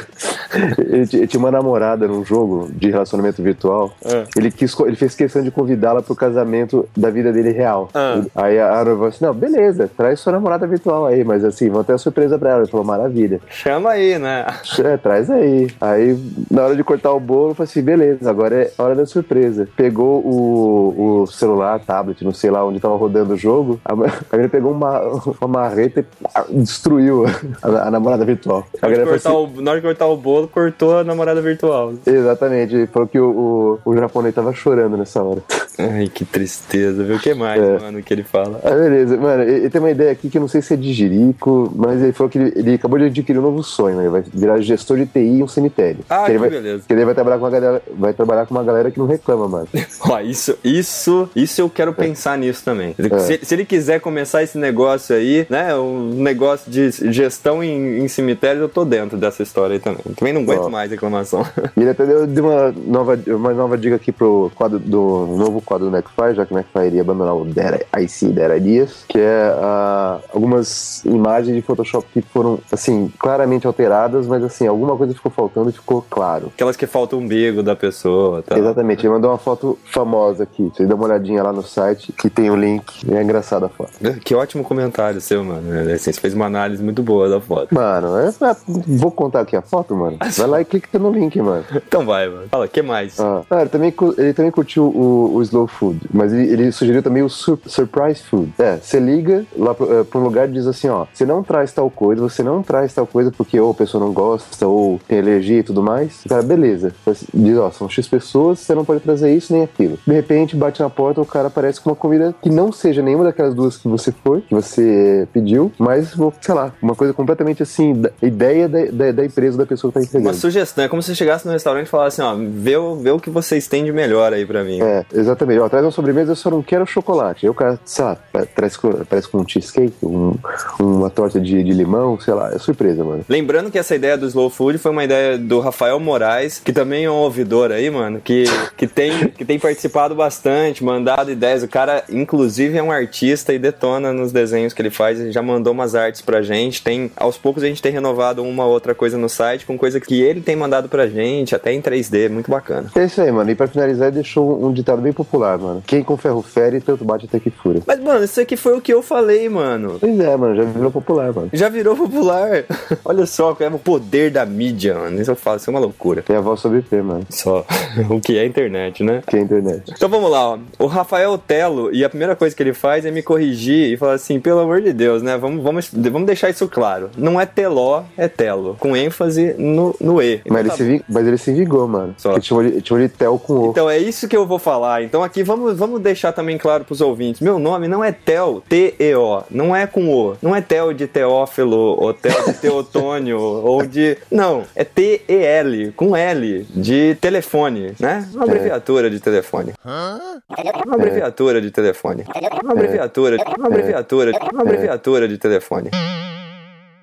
[SPEAKER 4] ele ti- tinha uma namorada num jogo de relacionamento virtual.
[SPEAKER 1] É.
[SPEAKER 4] Ele, quis, co- ele fez questão de convidá-la pro casamento da vida dele real. Aí a a noiva falou assim: não, beleza, traz sua namorada virtual aí, mas assim, vou ter uma surpresa pra ela. Ele falou: maravilha.
[SPEAKER 1] Chama aí, né?
[SPEAKER 4] É, traz aí. Aí, na hora de cortar o bolo, eu falei assim: beleza, agora é a hora da surpresa. Pegou o, o celular, tablet, não sei lá onde tava rodando o jogo. A, ma- a menina pegou uma, uma marreta e pá, destruiu a, a namorada virtual. A
[SPEAKER 1] Pode
[SPEAKER 4] galera falou
[SPEAKER 1] cortar
[SPEAKER 4] assim,
[SPEAKER 1] o- na hora de cortar o bolo, cortou a namorada virtual.
[SPEAKER 4] Exatamente, ele falou que o, o, o japonês tava chorando nessa hora.
[SPEAKER 1] Ai, que tristeza, viu? O que mais, mano, que ele fala?
[SPEAKER 4] Ah, beleza, mano, ele tem uma ideia aqui que eu não sei se é de jirico, mas ele falou que ele, ele acabou de adquirir um novo sonho, ele vai virar gestor de TI em um cemitério.
[SPEAKER 1] Ah,
[SPEAKER 4] ele
[SPEAKER 1] que
[SPEAKER 4] vai,
[SPEAKER 1] beleza.
[SPEAKER 4] Que ele vai trabalhar, com uma galera, vai trabalhar com uma galera que não reclama, mano.
[SPEAKER 1] Ó, isso, isso, isso eu quero pensar nisso também. Se, se ele quiser começar esse negócio aí, né? Um negócio de gestão em, em cemitérios, eu tô dentro dessa história aí também. Também não aguento
[SPEAKER 4] Ó.
[SPEAKER 1] mais reclamação.
[SPEAKER 4] E ele até deu, deu uma, nova, uma nova dica aqui pro quadro do um novo quadro do Necfire, já que o Necfire iria abandonar o Dead I See Dead Ideas, que é ah, algumas imagens de Photoshop que foram, assim, claramente alteradas, mas assim, alguma coisa ficou faltando e ficou claro.
[SPEAKER 1] Aquelas que faltam o umbigo da pessoa, tá?
[SPEAKER 4] Exatamente, ele mandou uma foto famosa aqui. Você dá uma olhadinha lá no site que tem o link. É engraçada a foto.
[SPEAKER 1] Que ótimo comentário seu, mano. Assim, você fez uma análise muito boa da foto.
[SPEAKER 4] Mano, é- é- vou contar aqui a foto, mano. Vai lá e clica no link, mano.
[SPEAKER 1] Então vai, mano. Fala, o que mais?
[SPEAKER 4] Ah, ah, ele, também, cu- ele também curtiu o, o Slow Food, mas ele, ele sugeriu também o sur- Surprise Food. É, você liga lá pro, eh, pra um lugar e diz assim: ó, você não traz tal coisa, você não traz tal coisa porque ou a pessoa não gosta, ou tem alergia e tudo mais. O cara, beleza. Mas Diz: ó, são X pessoas, você não pode trazer isso nem aquilo. De repente, bate na porta, o cara aparece com uma comida que não seja nenhuma daquelas duas que você foi, que você pediu, mas, sei lá, uma coisa completamente assim, da, ideia da, da, da empresa da pessoa que tá entregando.
[SPEAKER 1] Uma sugestão, é como se você chegasse no restaurante e falasse assim, ó, vê, o- vê o que vocês têm de melhor aí pra mim.
[SPEAKER 4] É, exatamente. Ó, traz uma sobremesa, eu só não quero chocolate. Aí o cara, sei lá, traz, co- traz com um cheesecake, um- uma torta de, de limão, sei lá. É surpresa, mano.
[SPEAKER 1] Lembrando que essa ideia do Slow Food foi uma ideia do Rafael Moraes, que também é um ouvidor aí, mano, que, que, tem, que tem participado bastante, mandado ideias. O cara, inclusive, é um artista e detona nos desenhos que ele faz. Ele já mandou umas artes pra gente. Tem, aos poucos a gente tem renovado uma outra coisa no site, com coisa que ele tem mandado pra gente, até em 3D. Muito bacana.
[SPEAKER 4] É isso aí, mano. E pra finalizar, ele deixou um ditado bem popular, mano. Quem com ferro fere, tanto bate até que fura.
[SPEAKER 1] Mas, mano, isso aqui foi o que eu falei, mano.
[SPEAKER 4] Pois é, mano, já virou popular, mano.
[SPEAKER 1] Já virou popular. Olha só, é o poder da mídia, mano. Isso eu falo, isso é uma loucura.
[SPEAKER 4] Tem a voz sobre P, mano.
[SPEAKER 1] Só. o que é internet, né?
[SPEAKER 4] Que é a internet.
[SPEAKER 1] Então vamos lá, ó. O Rafael Telo, e a primeira coisa que ele faz é me corrigir e falar assim, pelo amor de Deus, né? Vamos, vamos, vamos deixar isso claro. Não é teló, é telo. Com ênfase no, no E. Então
[SPEAKER 4] mas, ele
[SPEAKER 1] tá
[SPEAKER 4] se ving- mas ele se vingou, mano. Porque tinha um tinha um tel com o.
[SPEAKER 1] então é isso que eu vou falar. Então aqui vamos, vamos deixar também claro pros ouvintes. Meu nome não é Theo, T-E-O. Não é com O. Não é Theo de Teófilo, ou Theo de Teotônio, ou de. Não, é T-E-L, com L, de telefone, né? Uma abreviatura de telefone. Uma abreviatura de telefone. Uma abreviatura, uma abreviatura, uma abreviatura de telefone.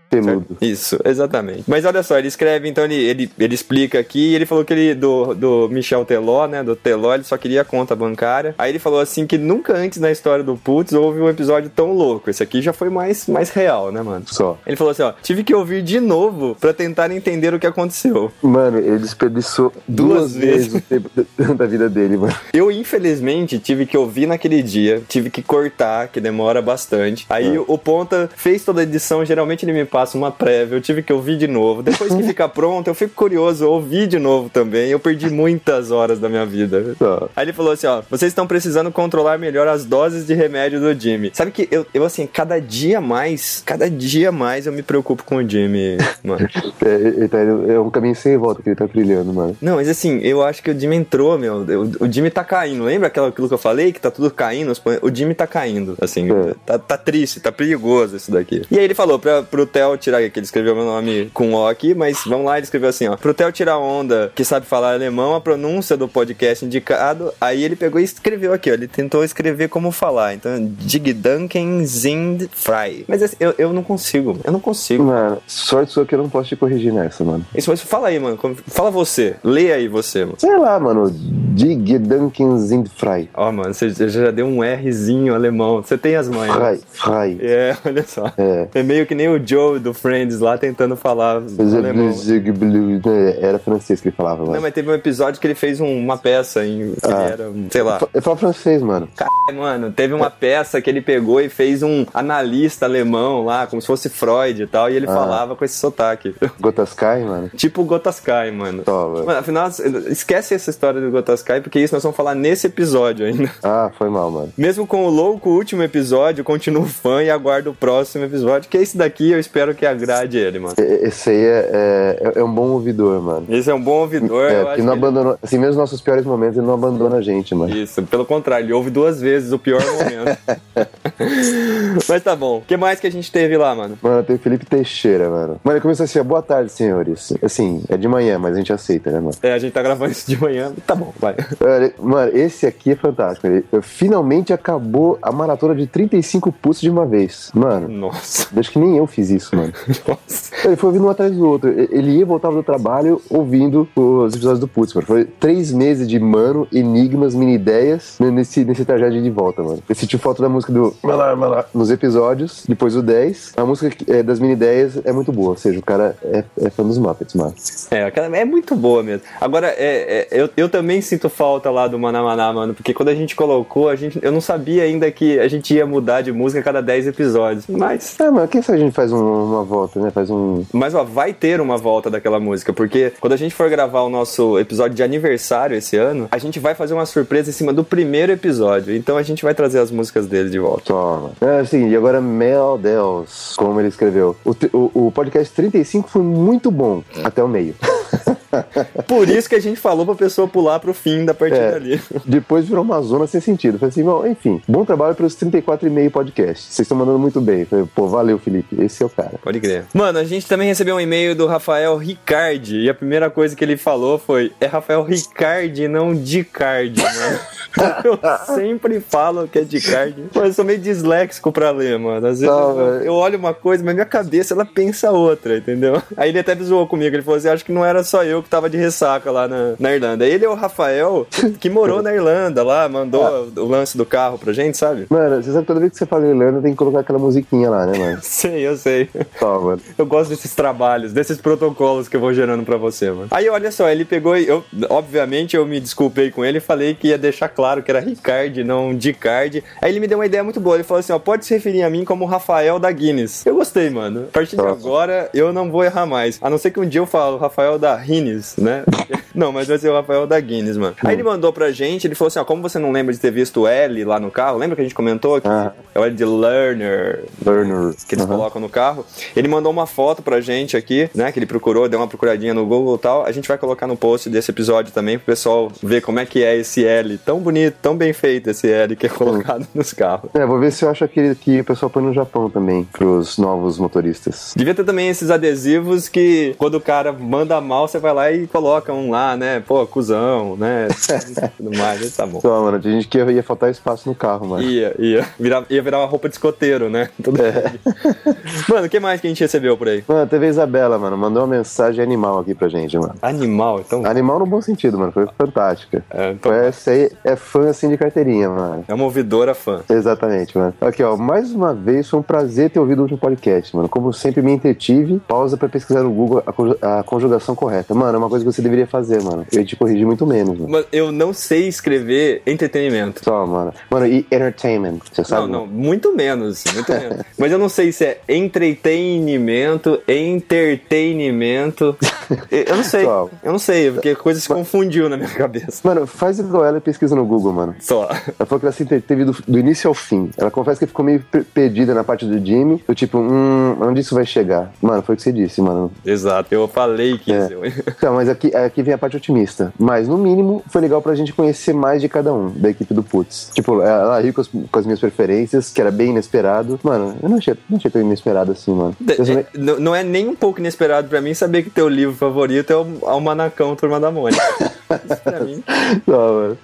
[SPEAKER 4] Peludo.
[SPEAKER 1] Isso, exatamente. Mas olha só, ele escreve, então ele, ele, ele explica aqui, e ele falou que ele, do, do Michel Teló, né, do Teló, ele só queria a conta bancária. Aí ele falou assim que nunca antes na história do Putz houve um episódio tão louco. Esse aqui já foi mais, mais real, né, mano?
[SPEAKER 4] Só.
[SPEAKER 1] Ele falou assim, ó, tive que ouvir de novo pra tentar entender o que aconteceu.
[SPEAKER 4] Mano, ele desperdiçou duas,
[SPEAKER 1] Duas
[SPEAKER 4] vezes,
[SPEAKER 1] vezes.
[SPEAKER 4] o tempo da vida dele, mano.
[SPEAKER 1] Eu, infelizmente, tive que ouvir naquele dia, tive que cortar, que demora bastante. Aí o Ponta fez toda a edição, geralmente ele me passa uma prévia, eu tive que ouvir de novo. Depois que fica pronto, eu fico curioso, eu ouvi de novo também. Eu perdi muitas horas da minha vida. Aí ele falou assim: ó, vocês estão precisando controlar melhor as doses de remédio do Jimmy. Sabe que eu, eu assim, cada dia mais, cada dia mais eu me preocupo com o Jimmy, mano.
[SPEAKER 4] É, ele tá indo- é um caminho sem volta que ele tá trilhando, mano.
[SPEAKER 1] Não, mas assim, eu acho que o Jimmy entrou, meu. eu- O Jimmy tá caindo. Lembra aquela, aquilo que eu falei? Que tá tudo caindo? os pan- O Jimmy tá caindo. Assim, tá, tá triste, tá perigoso isso daqui. E aí ele falou pra, pro Theo tirar, que ele escreveu meu nome com O aqui, mas vamos lá, ele escreveu assim, ó. Pro Theo tirar onda, que sabe falar alemão, a pronúncia do podcast indicado. Aí ele pegou e escreveu aqui, ó. Ele tentou escrever como falar. Então, Digdanken Zindfrei. Mas assim, eu, eu não consigo, eu não consigo.
[SPEAKER 4] Mano, sorte sua que eu não posso te corrigir nessa, mano.
[SPEAKER 1] Isso, mas fala aí, mano. como- Fala você. Lê aí você, mano.
[SPEAKER 4] Sei lá, mano. Dig Duncan Zindfrei.
[SPEAKER 1] Ó, mano, você você já deu um Rzinho alemão. Você tem as manhas.
[SPEAKER 4] Frei, Frei.
[SPEAKER 1] É, olha só.
[SPEAKER 4] É.
[SPEAKER 1] É meio que nem o Joe do Friends lá tentando falar
[SPEAKER 4] Mas é
[SPEAKER 1] alemão.
[SPEAKER 4] blue, zig, blue, né? Era francês que ele falava,
[SPEAKER 1] Não,
[SPEAKER 4] mano.
[SPEAKER 1] mas teve um episódio que ele fez um- uma peça em. que
[SPEAKER 4] Ah.
[SPEAKER 1] era, um, sei lá.
[SPEAKER 4] Eu falo francês, mano.
[SPEAKER 1] Caralho, mano, teve uma peça que ele pegou e fez um analista alemão lá, como se fosse Freud e tal, e ele
[SPEAKER 4] Ah.
[SPEAKER 1] falava com esse sotaque.
[SPEAKER 4] Gotaskai, mano.
[SPEAKER 1] Tipo Gotaskai, mano.
[SPEAKER 4] Toma.
[SPEAKER 1] Mano, afinal, esquece essa história do Gotaskai, porque isso nós vamos falar nesse episódio ainda.
[SPEAKER 4] Ah, foi mal, mano.
[SPEAKER 1] Mesmo com o louco último episódio, continuo fã e aguardo o próximo episódio, que é esse daqui eu espero que agrade ele, mano.
[SPEAKER 4] E- Esse aí é, é, é um bom ouvidor, mano.
[SPEAKER 1] Esse é um bom ouvidor,
[SPEAKER 4] É,
[SPEAKER 1] eu acho
[SPEAKER 4] porque não
[SPEAKER 1] que ele-
[SPEAKER 4] abandonou. Assim, mesmo nos nossos piores momentos, ele não abandona a gente, mano.
[SPEAKER 1] Isso, pelo contrário, ele ouve duas vezes o pior momento. Mas tá bom. O que mais que a gente teve lá, mano?
[SPEAKER 4] Mano, tem o Felipe Teixeira, mano. Mano, ele começou assim, ó, boa tarde, senhores. Assim, é de manhã, mas a gente aceita, né, mano?
[SPEAKER 1] É, a gente tá gravando isso de manhã. Tá bom, vai.
[SPEAKER 4] Olha, Mano, esse aqui é fantástico. Ele eu, finalmente acabou a maratona de 35 pulsos de uma vez. Mano.
[SPEAKER 1] Nossa.
[SPEAKER 4] Acho que nem eu fiz isso, mano. Ele foi ouvindo um atrás do outro. E- Ele ia e voltava do trabalho ouvindo os episódios do Putz, mano. Foi três meses de mano, enigmas, mini ideias né, nesse, nesse trajeto de volta, mano. Eu senti falta da música do Malá, Malá nos episódios, depois o 10. A música que- é, das mini ideias é muito boa, ou seja, o cara é, é fã dos Muppets, mano.
[SPEAKER 1] É, aquela- é muito boa mesmo. Agora, é, é, eu, eu também sinto falta lá do Manamaná, mano, porque quando a gente colocou, a gente, eu não sabia ainda que a gente ia mudar de música a cada 10 episódios. Mas
[SPEAKER 4] Ah, mano, quem sabe a gente faz um- uma volta, né? Faz um.
[SPEAKER 1] Mas ó, vai ter uma volta daquela música, porque quando a gente for gravar o nosso episódio de aniversário esse ano, a gente vai fazer uma surpresa em cima do primeiro episódio. Então a gente vai trazer as músicas dele de volta.
[SPEAKER 4] Toma. É, assim, e agora, meu Deus, como ele escreveu. O, tri- o, o podcast 35 foi muito bom,
[SPEAKER 1] É.
[SPEAKER 4] até o meio.
[SPEAKER 1] Por isso que a gente falou pra pessoa pular pro fim da partida
[SPEAKER 4] É.
[SPEAKER 1] ali.
[SPEAKER 4] Depois virou uma zona sem sentido. Falei assim, bom, enfim, bom trabalho pelos 34,5 podcast. Vocês estão mandando muito bem. Falei, pô, valeu, Felipe. Esse é o cara.
[SPEAKER 1] Pode crer. Mano, a gente também recebeu um e-mail do Rafael Ricardi. E a primeira coisa que ele falou foi: é Rafael Ricardi, não Dicardi, mano. eu sempre falo que é Dicardi. Mas eu sou meio disléxico pra ler, mano. Às vezes
[SPEAKER 4] Tá,
[SPEAKER 1] eu,
[SPEAKER 4] velho.
[SPEAKER 1] eu olho uma coisa, mas minha cabeça ela pensa outra, entendeu? Aí ele até zoou comigo. Ele falou assim: acho que não era só eu que tava de ressaca lá na, na Irlanda. Ele é o Rafael que morou na Irlanda lá, mandou o lance do carro pra gente, sabe?
[SPEAKER 4] Mano, você sabe que toda vez que você fala Irlanda, tem que colocar aquela musiquinha lá, né, mano?
[SPEAKER 1] Sei, eu sei.
[SPEAKER 4] Só, mano.
[SPEAKER 1] Eu gosto desses trabalhos, desses protocolos que eu vou gerando pra você, mano. Aí, olha só, ele pegou e eu, obviamente, eu me desculpei com ele e falei que ia deixar claro que era Ricard, não Dicard. Aí ele me deu uma ideia muito boa. Ele falou assim: ó, pode se referir a mim como Rafael da Guinness. Eu gostei, mano. A partir de
[SPEAKER 4] Nossa.
[SPEAKER 1] agora, eu não vou errar mais. A não ser que um dia eu falo Rafael da Guinness, né? não, mas vai ser o Rafael da Guinness, mano. Aí ele mandou pra gente, ele falou assim: ó, como você não lembra de ter visto o L lá no carro? Lembra que a gente comentou? Que
[SPEAKER 4] Ah.
[SPEAKER 1] É o L de Learner
[SPEAKER 4] Learner.
[SPEAKER 1] que eles
[SPEAKER 4] Aham.
[SPEAKER 1] colocam no carro. Ele mandou uma foto pra gente aqui, né? Que ele procurou, deu uma procuradinha no Google e tal. A gente vai colocar no post desse episódio também pro pessoal ver como é que é esse L. Tão bonito, tão bem feito esse L que é colocado nos carros.
[SPEAKER 4] É, vou ver se eu acho aquele que o pessoal põe no Japão também, pros novos motoristas.
[SPEAKER 1] Devia ter também esses adesivos que quando o cara manda mal, você vai lá e coloca um lá, né? Pô, cuzão, né? Tudo mais, isso tá bom.
[SPEAKER 4] Só, mano, tinha gente que ia, ia faltar espaço no carro, mano.
[SPEAKER 1] Ia, ia. Virar, ia virar uma roupa de escoteiro, né? Tudo bem. Mano, o que mais que a gente recebeu por aí?
[SPEAKER 4] Mano, teve a Isabela, mano, mandou uma mensagem animal aqui pra gente, mano.
[SPEAKER 1] Animal, então?
[SPEAKER 4] Animal no bom sentido, mano, foi fantástica. Foi- Essa aí é fã, assim, de carteirinha, mano.
[SPEAKER 1] É uma ouvidora fã.
[SPEAKER 4] Exatamente, mano. Aqui, ó, mais uma vez foi um prazer ter ouvido o último podcast, mano. Como sempre, me entretive. Pausa pra pesquisar no Google a, conju- a conjugação correta. Mano, é uma coisa que você deveria fazer, mano. Eu ia te corrigir muito menos, mano.
[SPEAKER 1] Mas eu não sei escrever entretenimento.
[SPEAKER 4] Só, mano. Mano, e entertainment, você sabe?
[SPEAKER 1] Não, não, muito menos, muito menos. Mas eu não sei se é entretenimento, entretenimento. Eu não sei, eu não sei, porque a coisa se confundiu na minha cabeça.
[SPEAKER 4] Mano, faz igual ela e pesquisa no Google, mano.
[SPEAKER 1] Só.
[SPEAKER 4] Ela falou que ela se entreteve do, do início ao fim. Ela confessa que ficou meio per- perdida na parte do Jimmy. Do tipo, hum, onde isso vai chegar? Mano, foi o que você disse, mano.
[SPEAKER 1] Exato, É. eu falei que ia ser.
[SPEAKER 4] Então, mas aqui, aqui vem a parte otimista. Mas, no mínimo, foi legal pra gente conhecer mais de cada um, da equipe do Putz. Tipo, ela riu com as, com as minhas preferências, que era bem inesperado. Mano, eu não achei, não achei tão inesperado assim, mano.
[SPEAKER 1] De- é, n- Não é nem um pouco inesperado pra mim saber que teu livro favorito é o Almanacão Turma da Mônica.
[SPEAKER 4] Não, mano.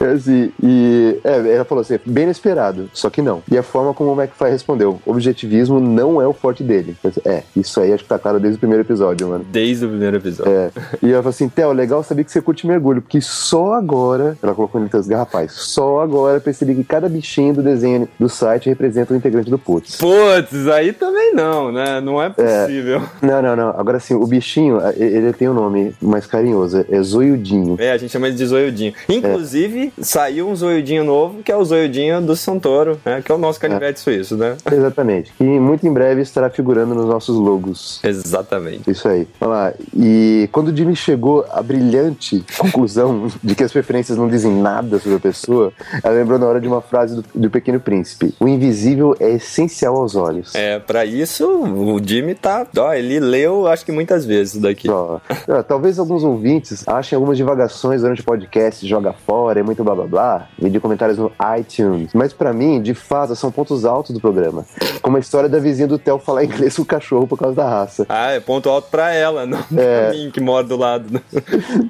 [SPEAKER 4] É Assim, e é, ela falou assim, bem inesperado, só que não. E a forma como o McFly respondeu, objetivismo não é o forte dele. Eu disse, É, isso aí acho que tá claro desde o primeiro episódio, mano.
[SPEAKER 1] Desde o primeiro episódio.
[SPEAKER 4] É. E ela falou assim, Theo, legal saber que você curte mergulho, porque só agora, ela colocou em letras garrafais, só agora eu percebi que cada bichinho do desenho do site representa um integrante do Putz.
[SPEAKER 1] Putz, aí também não, né? Não é possível.
[SPEAKER 4] Não, não, não. Agora sim, o bichinho, eh, ele tem um nome mais carinhoso, é Zoiudinho.
[SPEAKER 1] É, a gente chama ele de zoiudinho. Inclusive, saiu um zoiudinho novo, que é o zoiudinho do Santoro, né? que é o nosso canivete suíço, né?
[SPEAKER 4] Exatamente. E muito em breve estará figurando nos nossos logos.
[SPEAKER 1] Exatamente.
[SPEAKER 4] Isso aí. Olha lá. E quando o Jimmy chegou à brilhante conclusão de que as preferências não dizem nada sobre a pessoa, ela lembrou na hora de uma frase do, do Pequeno Príncipe: O invisível é essencial aos olhos.
[SPEAKER 1] É, pra isso, o Jimmy tá. Ó, ele leu, acho que muitas vezes isso daqui.
[SPEAKER 4] Ah, Talvez alguns ouvintes achem algumas divagações durante o podcast, joga fora, é muito blá blá blá, e de comentários no iTunes. Mas pra mim, de fato, são pontos altos do programa. Como a história da vizinha do Theo falar inglês com o cachorro por causa da raça.
[SPEAKER 1] Ah, é ponto alto pra ela, não pra mim que mora do lado. né?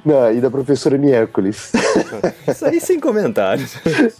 [SPEAKER 4] Não, e da professora Miércoles.
[SPEAKER 1] Isso aí sem comentários.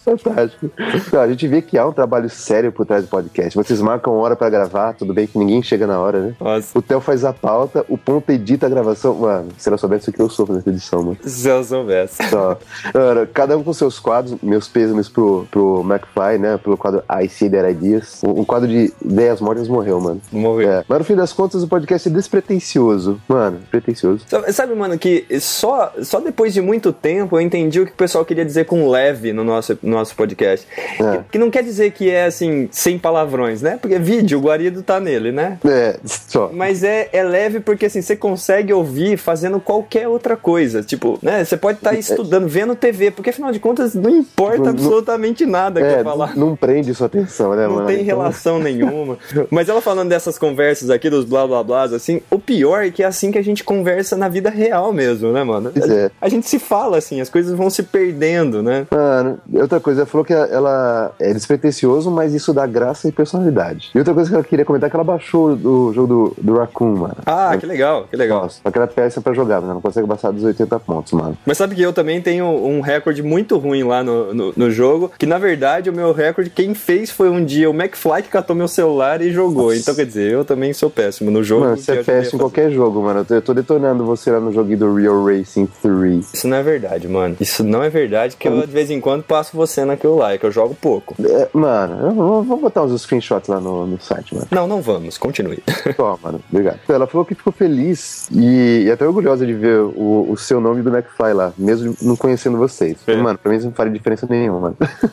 [SPEAKER 4] Fantástico. Não, a gente vê que há um trabalho sério por trás do podcast. Vocês marcam hora pra gravar, tudo bem que ninguém chega na hora, né?
[SPEAKER 1] Nossa.
[SPEAKER 4] O Theo faz a pauta, o Ponta edita a gravação. Mano, se ela soubesse o que eu sou fazendo essa edição, mano.
[SPEAKER 1] Se eu soubesse.
[SPEAKER 4] Só. Mano, cada um com seus quadros, meus pêsames pro, pro McFly, né? Pelo quadro I See Their Ideas. Um, um quadro de ideias mortas morreu, mano. É,
[SPEAKER 1] Morreu.
[SPEAKER 4] Mas no fim das contas, o podcast é despretensioso. Mano, pretensioso.
[SPEAKER 1] Sabe- Sabe, mano, que só, só depois de muito tempo eu entendi o que o pessoal queria dizer com leve no nosso, no nosso podcast. Que, que não quer dizer que é, assim, sem palavrões, né? Porque vídeo, o Guarido tá nele, né?
[SPEAKER 4] É, só.
[SPEAKER 1] Mas é, é leve porque, assim, você consegue ouvir fazendo qualquer outra coisa. Tipo, né? Você pode estar estudando, vendo TV, porque afinal de contas não importa
[SPEAKER 4] É. Não-
[SPEAKER 1] absolutamente nada que
[SPEAKER 4] É,
[SPEAKER 1] eu falar.
[SPEAKER 4] não prende sua atenção, né, mano?
[SPEAKER 1] Não tem
[SPEAKER 4] Então-
[SPEAKER 1] relação nenhuma. Mas ela falando dessas conversas aqui, dos blá blá blás, assim, o pior é que é assim que a gente conversa na vida real mesmo, né, mano?
[SPEAKER 4] Pois é.
[SPEAKER 1] A gente se fala assim, as coisas vão se perdendo, né?
[SPEAKER 4] Mano, e outra coisa, ela falou que ela é despretensioso, mas isso dá graça e personalidade. E outra coisa que ela queria comentar é que ela baixou o jogo do, do Raccoon, mano.
[SPEAKER 1] Ah, que legal, que legal.
[SPEAKER 4] Só que ela é péssima pra jogar, mas ela não consegue passar dos 80 pontos, mano.
[SPEAKER 1] Mas sabe que eu também tenho um recorde muito ruim lá no, no, no jogo, que na verdade o meu recorde, quem fez foi um dia o McFly que catou meu celular e jogou. Então quer dizer, eu também sou péssimo no jogo.
[SPEAKER 4] mano, você
[SPEAKER 1] que
[SPEAKER 4] é
[SPEAKER 1] eu também-
[SPEAKER 4] péssimo em qualquer jogo, mano. Eu tô, eu tô detonando você lá no joguinho do Real Racing 3.
[SPEAKER 1] Isso não é verdade, mano. Isso não é verdade, que eu de vez em quando passo você naquilo lá, é que eu jogo pouco.
[SPEAKER 4] É, mano, eu vou- vou botar uns screenshots lá no, no site, mano.
[SPEAKER 1] Não, não vamos, continue.
[SPEAKER 4] Só, mano. Obrigado. Então, Ela falou que ficou feliz e, e até orgulhosa de ver o, o seu nome do McFly lá, mesmo não conhecendo vocês. Mano, pra mim isso não faria diferença nenhuma, mano.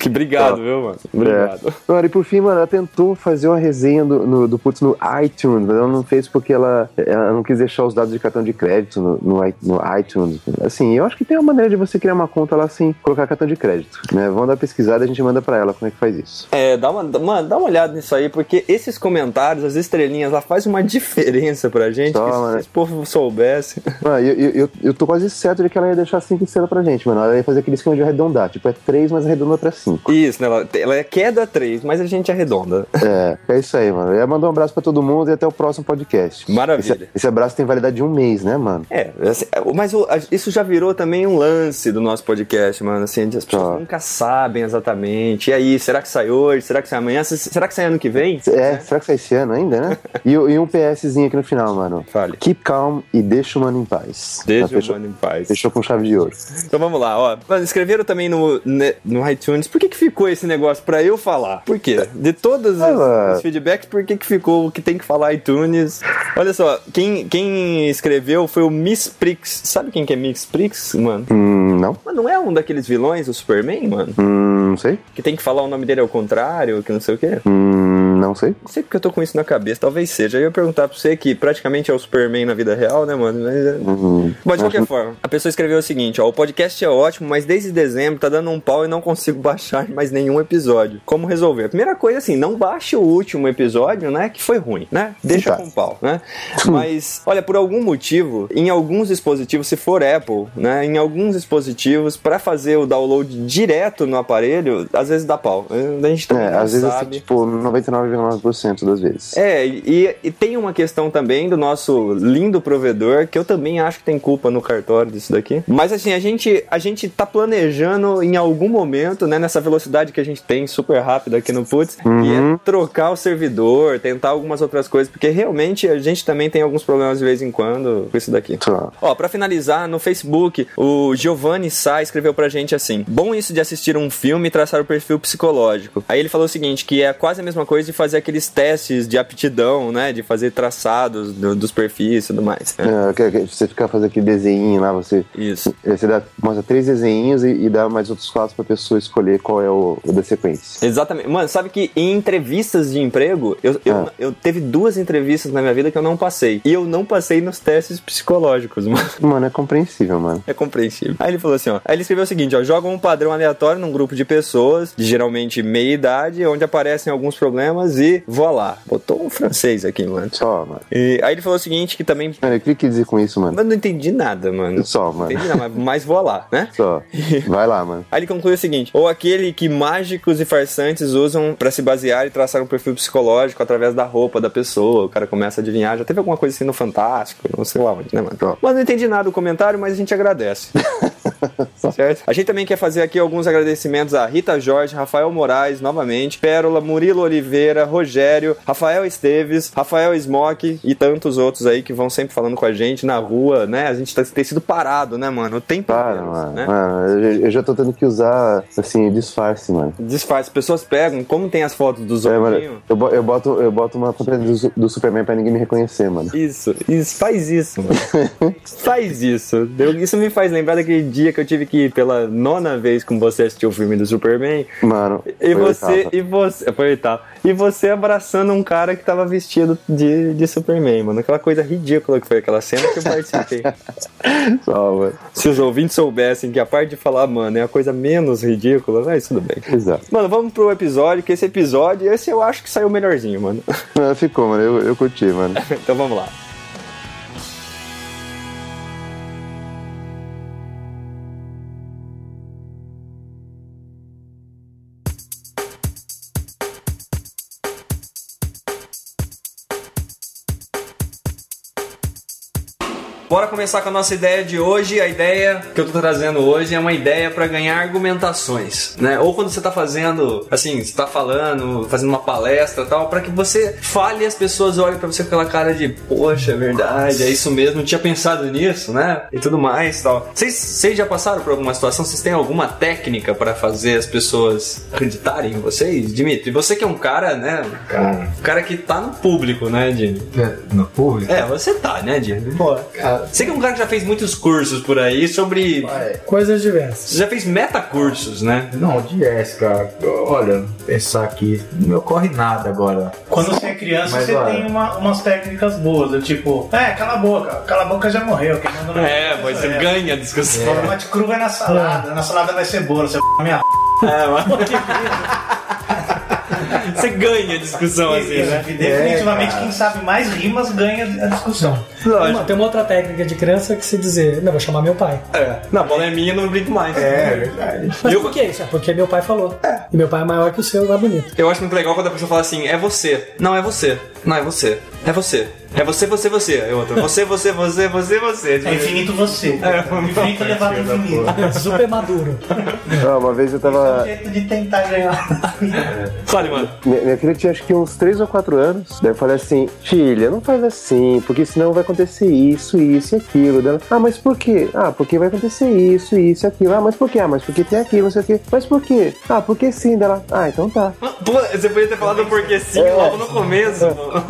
[SPEAKER 1] Que obrigado, viu, mano? Obrigado.
[SPEAKER 4] É. Mano, e por fim, mano, ela tentou fazer uma resenha do, no, do Putz no iTunes, mas ela não fez porque ela, ela não quis deixar os dados de cartão de crédito no, no, i- no iTunes. Assim, eu acho que tem uma maneira de você criar uma conta lá sem colocar cartão de crédito, né? Vamos dar uma pesquisada e a gente manda pra ela como é que faz isso.
[SPEAKER 1] É, dá uma, mano, dá uma olhada nisso aí, porque esses comentários, as
[SPEAKER 4] né?
[SPEAKER 1] estrelinhas lá, faz uma diferença pra gente. que se esse povo soubesse.
[SPEAKER 4] Mano, Ah, eu, eu, eu- eu tô quase certo de que ela ia deixar cinco estrelas pra gente, mano. Ela ia fazer aquele esquema de arredondar. Tipo, é três, mas arredonda pra cinco.
[SPEAKER 1] Isso, né? Ela, ela é queda 3, mas a gente arredonda.
[SPEAKER 4] É, é isso aí, mano. Eu mandar um abraço pra todo mundo e até o próximo podcast.
[SPEAKER 1] Maravilha.
[SPEAKER 4] Esse, esse abraço tem validade de um mês, né, mano?
[SPEAKER 1] É, assim, mas o- a- isso já virou também um lance do nosso podcast, mano. Assim, as pessoas nunca sabem exatamente. E aí, será que sai hoje? Será que sai amanhã? Se- Será que sai ano que vem?
[SPEAKER 4] É, será que sai esse ano ainda, né? E, o- e um PSzinho aqui no final, mano.
[SPEAKER 1] Fale.
[SPEAKER 4] Keep calm e deixa o mano em paz.
[SPEAKER 1] Deixa
[SPEAKER 4] Tá,
[SPEAKER 1] o
[SPEAKER 4] fechou-
[SPEAKER 1] mano em paz.
[SPEAKER 4] Fechou com chave de ouro.
[SPEAKER 1] Então vamos lá, ó. Mano, escreveram também no, ne- no iTunes. Por que, que ficou esse negócio pra eu falar? Por quê? De todos os, os feedbacks, por que, que ficou o que tem que falar iTunes? Olha só, quem, quem escreveu foi o Miss Prix. Sabe quem que é Miss Prix, mano?
[SPEAKER 4] Hum, não?
[SPEAKER 1] Mas não é um daqueles vilões, o Superman, mano?
[SPEAKER 4] Hum, não sei.
[SPEAKER 1] Que tem que falar o nome dele ao contrário, que não sei o quê?
[SPEAKER 4] Hum, não sei.
[SPEAKER 1] Não sei porque eu tô com isso na cabeça, talvez seja. Eu ia perguntar pra você que praticamente é o Superman na vida real, né, mano? Mas é-
[SPEAKER 4] Hum,
[SPEAKER 1] Bom, de
[SPEAKER 4] acho-
[SPEAKER 1] qualquer forma, a pessoa escreveu o seguinte, ó, o podcast é ótimo, mas desde dezembro tá dando um pau e não consigo baixar mais nenhum episódio. Como resolver? A primeira coisa, assim, não baixe o último episódio, né, que foi ruim, né? Deixa
[SPEAKER 4] Tá. Hum.
[SPEAKER 1] com pau, né? Mas, olha, por algum motivo, em alguns dispositivos, se for Apple, né, em alguns dispositivos, pra fazer o download direto no aparelho, às vezes dá pau. A gente tá também
[SPEAKER 4] É,
[SPEAKER 1] não
[SPEAKER 4] às vezes assim,
[SPEAKER 1] sabe.
[SPEAKER 4] tipo, 99,9% das vezes.
[SPEAKER 1] É, e, e tem uma questão também do nosso lindo provedor, que eu também acho que tem culpa no cartório disso daqui. Mas assim, a gente, a gente tá planejando em algum momento, né, nessa velocidade que a gente tem, super rápida aqui no Putz, e é trocar o servidor, tentar algumas outras coisas, porque realmente a gente também tem alguns problemas de vez em quando com isso daqui.
[SPEAKER 4] Tá.
[SPEAKER 1] Ó, pra finalizar, no Facebook, o Giovanni Sá escreveu pra gente assim: Bom isso de assistir um filme e traçar o perfil psicológico. Aí ele falou o seguinte: que é quase a mesma coisa de fazer aqueles testes de aptidão, né? De fazer traçados do- dos perfis e tudo mais. né?
[SPEAKER 4] É, que- que você fica fazendo aquele desenho lá, você. é,
[SPEAKER 1] Isso.
[SPEAKER 4] Você dá, mostra três desenhinhos e, e dá mais outros quatro pra pessoa escolher qual é o, o da sequência.
[SPEAKER 1] Exatamente. Mano, sabe que em entrevistas de emprego, eu, eu,
[SPEAKER 4] Ah.
[SPEAKER 1] eu teve duas entrevistas na minha vida que eu não passei. E eu não passei nos testes psicológicos, mano.
[SPEAKER 4] Mano, é compreensível, mano.
[SPEAKER 1] É compreensível. Aí ele falou assim, ó. Aí ele escreveu o seguinte, ó. Joga um padrão aleatório num grupo de pessoas, de geralmente meia idade, onde aparecem alguns problemas e voilá. Botou um francês aqui, mano.
[SPEAKER 4] Só, mano.
[SPEAKER 1] E aí ele falou o seguinte, que também...
[SPEAKER 4] Mano, o que quer dizer com isso, mano?
[SPEAKER 1] Mas não entendi nada, mano.
[SPEAKER 4] Só,
[SPEAKER 1] Não
[SPEAKER 4] mano.
[SPEAKER 1] entendi nada, mas, mas voilá, né?
[SPEAKER 4] Só. Vai lá, mano.
[SPEAKER 1] Aí ele conclui o seguinte: ou aquele que mágicos e farsantes usam pra se basear e traçar um perfil psicológico através da roupa da pessoa. O cara começa a adivinhar. Já teve alguma coisa assim no Fantástico, não sei lá onde, né, mano?
[SPEAKER 4] Então.
[SPEAKER 1] Mas não entendi nada do comentário, mas a gente agradece. certo? A gente também quer fazer aqui alguns agradecimentos a Rita Jorge, Rafael Moraes, novamente, Pérola, Murilo Oliveira, Rogério, Rafael Esteves, Rafael Smock e tantos outros aí que vão sempre falando com a gente na rua, né? A gente tá, tem sido parado, né, mano? O tempo
[SPEAKER 4] Para,
[SPEAKER 1] inteiro,
[SPEAKER 4] mano.
[SPEAKER 1] né?
[SPEAKER 4] Mano, eu, eu já tô tendo que usar, assim, disfarce, mano.
[SPEAKER 1] Disfarce, pessoas pegam, como tem as fotos dos
[SPEAKER 4] É, mano,
[SPEAKER 1] olhinhos.
[SPEAKER 4] eu, bo- eu boto, eu boto uma fantasia do, su- do Superman pra ninguém me reconhecer, mano.
[SPEAKER 1] Isso, isso, faz isso, mano. faz isso. Eu- isso me faz lembrar daquele dia que eu tive que ir pela nona vez com você assistir o filme do Superman.
[SPEAKER 4] Mano,
[SPEAKER 1] E
[SPEAKER 4] foi
[SPEAKER 1] você,
[SPEAKER 4] oitava.
[SPEAKER 1] e você, foi oitava. E você abraçando um cara que tava vestido de, de Superman, mano. Aquela coisa ridícula que foi aquela cena que eu participei.
[SPEAKER 4] Só, mano.
[SPEAKER 1] Se os ouvintes soubessem que a parte de falar, mano, é a coisa menos ridícula, mas tudo bem.
[SPEAKER 4] Exato.
[SPEAKER 1] Mano, vamos pro episódio, que esse episódio, esse eu acho que saiu melhorzinho, mano.
[SPEAKER 4] Não, ficou, mano. Eu, eu curti, mano.
[SPEAKER 1] então vamos lá. Bora começar com a nossa ideia de hoje. A ideia que eu tô trazendo hoje é uma ideia pra ganhar argumentações, né? Ou quando você tá fazendo, assim, você tá falando, fazendo uma palestra e tal, pra que você fale e as pessoas olhem pra você com aquela cara de, poxa, é verdade, é isso mesmo, não tinha pensado nisso, né? E tudo mais e tal. Vocês, vocês já passaram por alguma situação? Vocês têm alguma técnica pra fazer as pessoas acreditarem em vocês? Dimitri, você que é um cara, né?
[SPEAKER 5] Cara.
[SPEAKER 1] Um cara que tá no público, né, Jimmy?
[SPEAKER 5] É, No público?
[SPEAKER 1] É, você tá, né, Jimmy? Bora.
[SPEAKER 5] Cara,
[SPEAKER 1] Você que é um cara que já fez muitos cursos por aí sobre.
[SPEAKER 3] Coisas diversas.
[SPEAKER 1] Você já fez metacursos, né?
[SPEAKER 5] Não, diverso, cara. Olha, pensar aqui, não me ocorre nada agora.
[SPEAKER 2] Quando você é criança,
[SPEAKER 5] Mas
[SPEAKER 2] você
[SPEAKER 5] olha-
[SPEAKER 2] tem uma- umas técnicas boas, do tipo, é, cala a boca, cala a boca já morreu. Quem manda não
[SPEAKER 1] É, mas você ganha a discussão.
[SPEAKER 2] É. Mate cru vai na salada, na salada vai cebola, você p minha p.
[SPEAKER 1] É, mano. É, Você ganha a discussão assim, né?
[SPEAKER 2] Definitivamente quem sabe mais rimas ganha a discussão.
[SPEAKER 1] Lógico.
[SPEAKER 3] Uma- tem uma outra técnica de criança que se dizer, não, vou chamar meu pai.
[SPEAKER 1] É. Não, a bola é minha, não brinco mais.
[SPEAKER 5] É, verdade.
[SPEAKER 3] Mas por que isso? É porque meu pai falou. E meu pai é maior que o seu, é bonito.
[SPEAKER 1] Eu acho muito legal quando a pessoa fala assim, é você. Não, é você. Não, é você. É você. É você, você, você. É outra. Você, você, você, você, você.
[SPEAKER 2] É infinito você. Infinito é levado ao infinito.
[SPEAKER 3] É Super maduro.
[SPEAKER 4] Ah, uma vez eu tava.
[SPEAKER 2] um jeito de tentar ganhar.
[SPEAKER 1] Fale, mano.
[SPEAKER 4] Minha, minha filha tinha acho que uns 3 ou 4 anos. Daí eu falei assim: Filha, não faz assim, porque senão vai acontecer isso, isso e aquilo. Daí ela, ah, mas por quê? Ah, porque vai acontecer isso, isso e aquilo. Ah, mas por quê? Ah, mas porque tem aquilo, não sei o quê. Mas por quê? Ah, porque sim. Daí ela, ah, então tá.
[SPEAKER 1] Pô, você podia ter falado porque sim logo no começo. mano.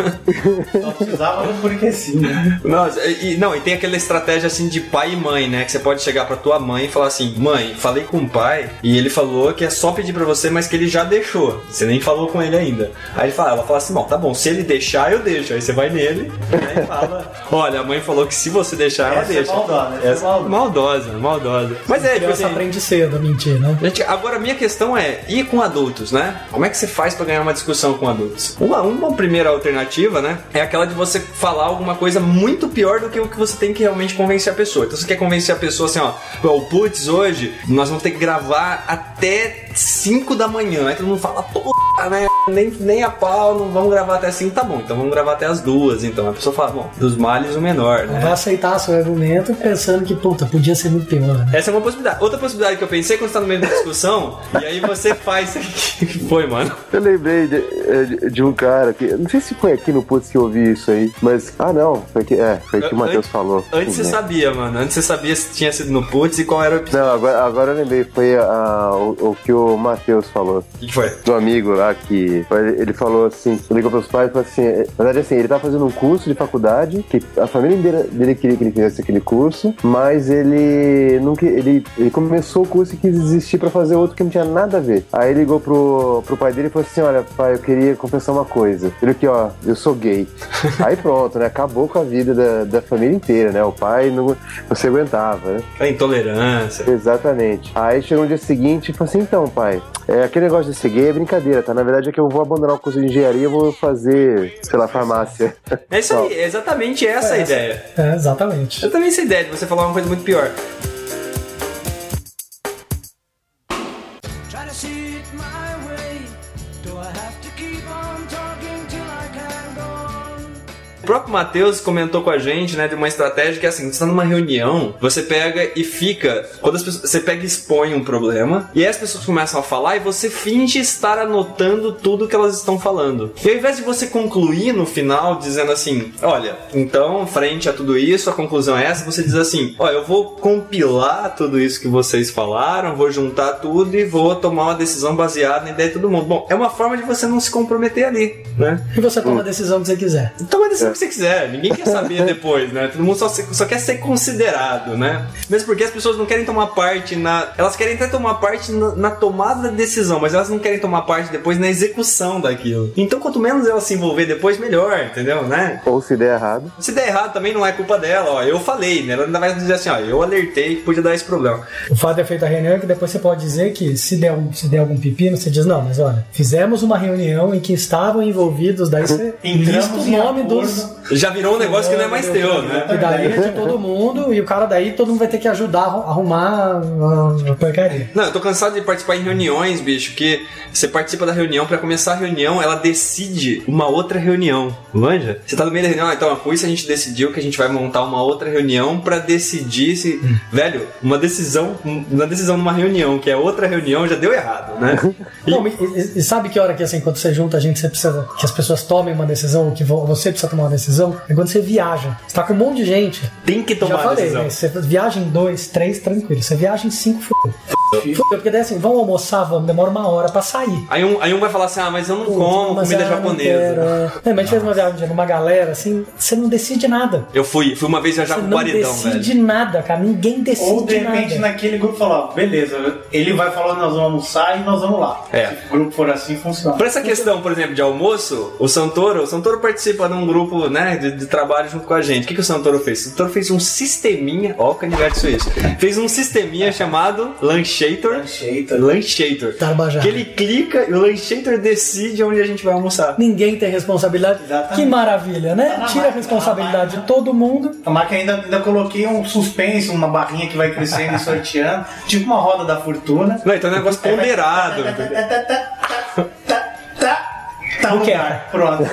[SPEAKER 3] É.
[SPEAKER 2] Só precisava do porque sim. né?
[SPEAKER 1] Nossa, e, e- não, e tem aquela estratégia assim de pai e mãe, né? Que você pode chegar pra tua mãe e falar assim: Mãe, falei com o pai e ele falou que é só pedir pra você, mas que ele já deixou. Você nem falou com ele ainda. Aí ele fala, ela fala assim: Bom, tá bom, se ele deixar, eu deixo. Aí você vai nele né, e fala: Olha, a mãe falou que se você deixar, ela
[SPEAKER 2] Essa é
[SPEAKER 1] deixa.
[SPEAKER 2] maldosa, essa é maldosa. Então,
[SPEAKER 1] maldosa, maldosa. Mas é, tipo
[SPEAKER 3] Criança
[SPEAKER 1] assim.
[SPEAKER 3] aprende cedo a mentir, né?
[SPEAKER 1] Gente, agora a minha questão é, e com adultos, né? Como é que você faz pra ganhar uma discussão com adultos? Uma, uma primeira alternativa, né? É aquela de você falar alguma coisa muito pior do que o que você tem que realmente convencer a pessoa. Então você quer convencer a pessoa assim, ó, "Pô, o putz, hoje nós vamos ter que gravar até 5 da manhã. Aí todo mundo fala, pô, né? Nem, nem a pau, não vamos gravar até 5, tá bom, então vamos gravar até as duas. Então a pessoa fala, bom, dos males o menor, né?
[SPEAKER 3] Vai aceitar seu argumento pensando que, puta, podia ser muito pior, né?
[SPEAKER 1] Essa é uma possibilidade. Outra possibilidade que eu pensei quando você tá no meio da discussão, e aí você faz isso aqui. que Foi, mano.
[SPEAKER 4] Eu lembrei de, eh, de- de um cara que. Não sei se foi aqui no Putz que eu ouvi isso aí, mas. Ah, não. Foi que, é, foi que o Matheus
[SPEAKER 1] Antes-
[SPEAKER 4] falou.
[SPEAKER 1] Antes você
[SPEAKER 4] Sim, né?
[SPEAKER 1] sabia, mano. Antes você sabia se tinha sido no Putz e qual era o episódio.
[SPEAKER 4] Não, agora, agora eu lembrei, foi ah, o, o que o Matheus falou.
[SPEAKER 1] O que que foi?
[SPEAKER 4] do amigo lá que ele falou assim, ligou pros pais e falou assim, eh, na verdade assim, ele tá fazendo um curso de faculdade, que a família inteira dele queria que ele fizesse aquele curso, mas ele nunca ele, ele começou o curso e quis desistir pra fazer outro que não tinha nada a ver. Aí ligou pro, pro pai dele e falou assim, olha pai, eu queria confessar uma coisa. Ele aqui, ó, eu sou gay. Aí pronto, né, acabou com a vida da, da família inteira, né, o pai não, não se aguentava, né.
[SPEAKER 1] A intolerância.
[SPEAKER 4] Exatamente. Aí chegou no dia seguinte e falou assim: então, pai, é, aquele negócio de ser gay é brincadeira, tá? Na verdade é que eu vou abandonar o curso de engenharia e vou fazer, sei lá, farmácia.
[SPEAKER 1] É isso aí, é exatamente essa a ideia.
[SPEAKER 3] É, exatamente.
[SPEAKER 1] Exatamente essa ideia de você falar uma coisa muito pior.
[SPEAKER 7] Try to see it my way. Do I have to keep on talking till I can go on?
[SPEAKER 1] O próprio Matheus comentou com a gente, né, de uma estratégia que é assim, você tá numa reunião, você pega e fica, quando as pessoas, você pega e expõe um problema, e aí as pessoas começam a falar e você finge estar anotando tudo que elas estão falando. E ao invés de você concluir no final dizendo assim, olha, então, frente a tudo isso, a conclusão é essa, você diz assim, olha, eu vou compilar tudo isso que vocês falaram, vou juntar tudo e vou tomar uma decisão baseada na ideia de todo mundo. Bom, é uma forma de você não se comprometer ali, né?
[SPEAKER 3] E você toma a decisão que você quiser.
[SPEAKER 1] Toma a decisão que você quiser, ninguém quer saber depois, né? Todo mundo só, se- só quer ser considerado, né? Mesmo porque as pessoas não querem tomar parte na. Elas querem até tomar parte na, na tomada da decisão, mas elas não querem tomar parte depois na execução daquilo. Então, quanto menos elas se envolver depois, melhor, entendeu, né?
[SPEAKER 4] Ou se der errado.
[SPEAKER 1] Se der errado também não é culpa dela, ó. Eu falei, né? Ela ainda vai dizer assim, ó, eu alertei que podia dar esse problema.
[SPEAKER 3] O fato é feito a reunião é que depois você pode dizer que se der, um- se der algum pepino, você diz, não, mas olha, fizemos uma reunião em que estavam envolvidos, daí você
[SPEAKER 2] Entramos
[SPEAKER 3] lista o
[SPEAKER 2] em
[SPEAKER 3] nome
[SPEAKER 2] acordo.
[SPEAKER 3] dos...
[SPEAKER 1] Já virou um negócio que não é mais teu, né?
[SPEAKER 3] E daí é de todo mundo, e o cara daí, todo mundo vai ter que ajudar a arrumar a- a porcaria.
[SPEAKER 1] Não, eu tô cansado de participar em reuniões, bicho, que você participa da reunião, pra começar a reunião, ela decide uma outra reunião. Manja? Você tá no meio da reunião, ah, então com isso a gente decidiu que a gente vai montar uma outra reunião pra decidir se.
[SPEAKER 3] Hum.
[SPEAKER 1] Velho, uma decisão, uma decisão numa reunião, que é outra reunião, já deu errado, né?
[SPEAKER 3] Não, e, e- e sabe que hora que assim, quando você junta a gente, você precisa que as pessoas tomem uma decisão, ou que vo- você precisa tomar uma decisão, é quando você viaja. Você tá com um monte de gente.
[SPEAKER 1] Tem que tomar
[SPEAKER 3] Já falei,
[SPEAKER 1] decisão.
[SPEAKER 3] né? Você viaja em dois, três, tranquilo. Você viaja em cinco, fudeu. Fudeu, porque daí assim, vamos almoçar, vamos, demora uma hora pra sair.
[SPEAKER 1] Aí um, aí um vai falar assim, ah, mas eu não
[SPEAKER 3] Putz,
[SPEAKER 1] como
[SPEAKER 3] mas,
[SPEAKER 1] comida
[SPEAKER 3] ah, não quero,
[SPEAKER 1] japonesa.
[SPEAKER 3] é. Não, mas a gente fez uma viagem numa galera, assim, você não decide nada.
[SPEAKER 1] Eu fui, fui uma vez viajar
[SPEAKER 3] Você
[SPEAKER 1] com o
[SPEAKER 3] não
[SPEAKER 1] guaridão,
[SPEAKER 3] decide
[SPEAKER 1] velho.
[SPEAKER 3] nada, cara. Ninguém decide
[SPEAKER 2] Ou de repente
[SPEAKER 3] nada.
[SPEAKER 2] naquele grupo falar, beleza, ele vai falar nós vamos almoçar e nós vamos lá.
[SPEAKER 1] É.
[SPEAKER 2] Se o grupo for assim, funciona.
[SPEAKER 1] Pra essa questão, por exemplo, de almoço, o Santoro, o Santoro participa de um grupo né, de, de trabalho junto com a gente. O que, que o é Santoro fez? O Santoro fez um sisteminha, ó, o canivete suíço, fez um sisteminha chamado Lanchator. Lanchator. Lanchator.
[SPEAKER 3] Tarbajara.
[SPEAKER 1] Que ele clica e o Lanchator decide onde a gente vai almoçar.
[SPEAKER 3] Ninguém tem responsabilidade. Que maravilha,
[SPEAKER 2] Tá
[SPEAKER 3] né? Tira a responsabilidade de todo mundo.
[SPEAKER 2] A marca ainda, ainda coloquei um suspense, uma barrinha que vai crescendo e sorteando, tipo uma roda da fortuna.
[SPEAKER 1] Não, então é um negócio ponderado.
[SPEAKER 2] Tá no
[SPEAKER 1] que é?
[SPEAKER 2] lugar. Pronto.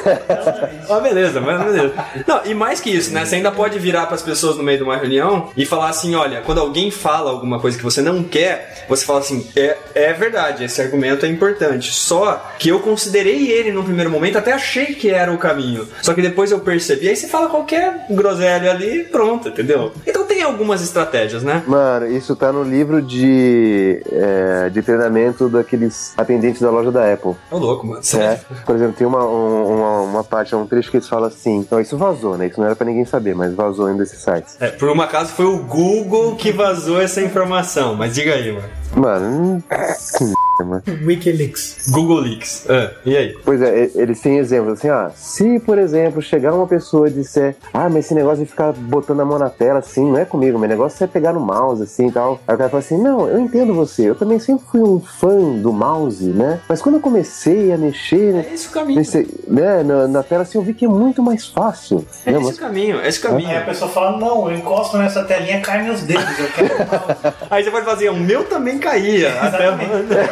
[SPEAKER 1] Ah, beleza, mas beleza. Não, e mais que isso, né? Você ainda pode virar pras pessoas no meio de uma reunião e falar assim: olha, quando alguém fala alguma coisa que você não quer, você fala assim: é, é verdade, esse argumento é importante. Só que eu considerei ele no primeiro momento, até achei que era o caminho. Só que depois eu percebi. Aí você fala qualquer groselha ali e pronto, entendeu? Então tem algumas estratégias, né?
[SPEAKER 4] Mano, isso tá no livro de, é, de treinamento daqueles atendentes da loja da Apple.
[SPEAKER 1] Ô louco, mano.
[SPEAKER 4] É. Por exemplo, tem uma, um- uma, uma parte, um trecho que eles falam assim. Não, isso vazou, né? Isso não era pra ninguém saber, mas vazou em um desses sites.
[SPEAKER 1] É, por um acaso foi o Google que vazou essa informação, mas diga aí, mano.
[SPEAKER 4] Mano, hum, que merda, mano.
[SPEAKER 3] Wikileaks.
[SPEAKER 1] Google Leaks. Ah, e aí?
[SPEAKER 4] Pois é, e- eles têm exemplos assim, ó. Se, por exemplo, chegar uma pessoa e disser, ah, mas esse negócio de ficar botando a mão na tela assim, não é comigo, meu negócio é pegar no mouse assim e tal. Aí o cara fala assim, não, eu entendo você, eu também sempre fui um fã do mouse, né? Mas quando eu comecei a mexer. É
[SPEAKER 1] esse o caminho.
[SPEAKER 4] né, na, na tela assim, eu vi que é muito mais fácil.
[SPEAKER 1] É
[SPEAKER 4] né,
[SPEAKER 1] esse
[SPEAKER 4] mas-
[SPEAKER 1] o caminho, é esse o caminho.
[SPEAKER 2] Aí a pessoa fala, não, eu encosto nessa telinha, cai meus dedos, eu quero.
[SPEAKER 1] Aí você pode fazer, o meu também caía. até...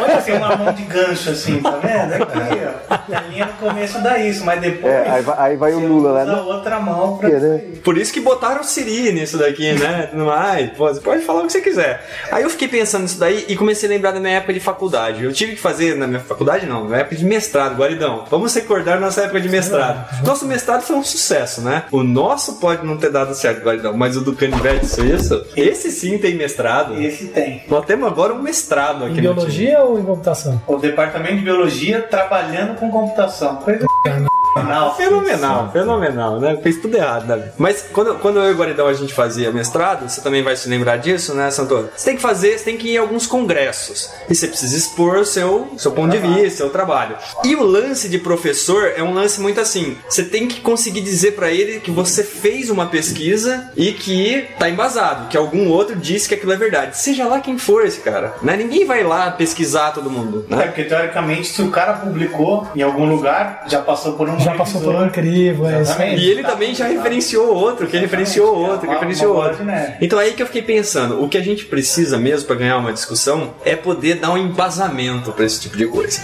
[SPEAKER 2] Olha assim, uma mão de gancho assim, tá vendo? Aqui, ó. Telinha no começo dá isso, mas depois
[SPEAKER 4] É, aí vai, aí vai o Lula lá.
[SPEAKER 2] usa a
[SPEAKER 4] né?
[SPEAKER 2] outra mão pra.
[SPEAKER 1] Por isso que botaram o Siri nisso daqui, né? Tudo mais. Pô, Você pode falar o que você quiser. Aí eu fiquei pensando nisso daí e comecei a lembrar da minha época de faculdade. Eu tive que fazer, na minha faculdade não, na minha época de mestrado, Guaridão. Vamos recordar nossa época de mestrado. Nosso mestrado foi um sucesso, né? O nosso pode não ter dado certo, Guaridão, mas o do Canivete Suíço, esse sim tem mestrado.
[SPEAKER 2] Esse tem.
[SPEAKER 1] Nós temos agora um mestrado aqui no
[SPEAKER 3] Em
[SPEAKER 1] time.
[SPEAKER 3] biologia ou em computação?
[SPEAKER 2] O departamento de biologia trabalhando com computação. Coisa fenomenal.
[SPEAKER 1] Fenomenal, fenomenal, né? Fez tudo errado, né? Mas quando, quando eu e o Guaridão a gente fazia mestrado, você também vai se lembrar disso, né, Santoro? Você tem que fazer, você tem que ir a alguns congressos. E você precisa expor o seu, seu ponto de vista, seu trabalho. E o lance de professor é um lance muito assim. Você tem que conseguir dizer pra ele que você fez uma pesquisa e que tá embasado, que algum outro disse que aquilo é verdade. Seja lá quem for esse cara, né? Ninguém vai lá pesquisar todo mundo,
[SPEAKER 2] É,
[SPEAKER 1] né?
[SPEAKER 2] porque teoricamente, se o cara publicou em algum lugar, já passou por um. Já
[SPEAKER 3] Passou por um incrível, é isso. aí.
[SPEAKER 1] E ele também já referenciou outro, que referenciou outro, que
[SPEAKER 2] É uma-
[SPEAKER 1] referenciou
[SPEAKER 2] uma bola
[SPEAKER 1] outro.
[SPEAKER 2] de neve.
[SPEAKER 1] Então é aí que eu fiquei pensando, o que a gente precisa mesmo pra ganhar uma discussão é poder dar um embasamento pra esse tipo de coisa.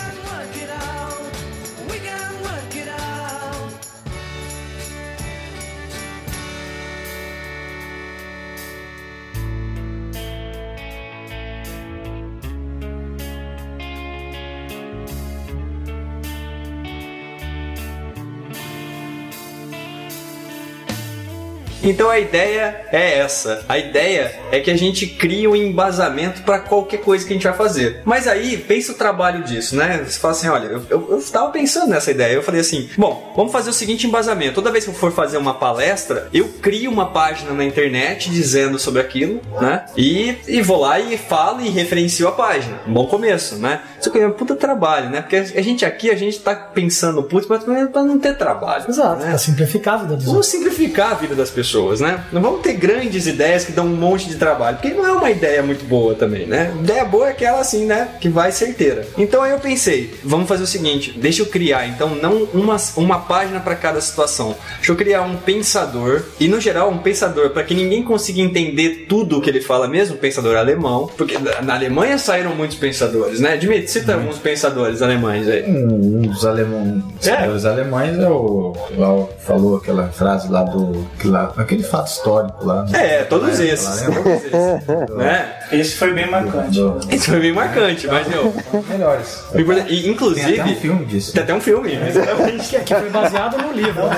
[SPEAKER 1] Então a ideia é essa. A ideia é que a gente crie um embasamento pra qualquer coisa que a gente vai fazer. Mas aí, pensa o trabalho disso, né? Você fala assim, olha, eu, eu, eu tava pensando nessa ideia. Eu falei assim, bom, vamos fazer o seguinte embasamento. Toda vez que eu for fazer uma palestra, eu crio uma página na internet dizendo sobre aquilo, né? E, e vou lá e falo e referencio a página. Um bom começo, né? Só que é um puta trabalho, né? Porque a gente aqui, a gente tá pensando, putz, mas pra não ter trabalho.
[SPEAKER 3] Exato, tá
[SPEAKER 1] né?
[SPEAKER 3] pra simplificar a vida dos
[SPEAKER 2] Uh.
[SPEAKER 3] outros.
[SPEAKER 1] Vamos simplificar a vida das pessoas, né? Não vamos ter grandes ideias que dão um monte de trabalho, porque não é uma ideia muito boa também, né? Ideia boa é aquela assim, né? Que vai certeira. Então aí eu pensei, vamos fazer o seguinte, deixa eu criar, então, não uma, uma página para cada situação. Deixa eu criar um pensador, e no geral um pensador, para que ninguém consiga entender tudo o que ele fala mesmo, um pensador alemão, porque na na Alemanha saíram muitos pensadores, né? Admite, cita alguns pensadores alemães aí.
[SPEAKER 5] Um, um dos alemães.
[SPEAKER 1] É.
[SPEAKER 5] Os alemães é o. Lá o- falou aquela frase lá do. que lá- aquele fato histórico lá.
[SPEAKER 1] É, todos
[SPEAKER 5] É,
[SPEAKER 1] esses,
[SPEAKER 5] lá, né?
[SPEAKER 1] todos esses, né?
[SPEAKER 2] Esse foi bem marcante.
[SPEAKER 1] Isso foi bem marcante, mas eu.
[SPEAKER 5] Melhores.
[SPEAKER 1] E, inclusive.
[SPEAKER 5] Ah, tá. Tem até um filme disso.
[SPEAKER 1] Tem até um filme, exatamente. é
[SPEAKER 3] Que foi baseado no livro, né?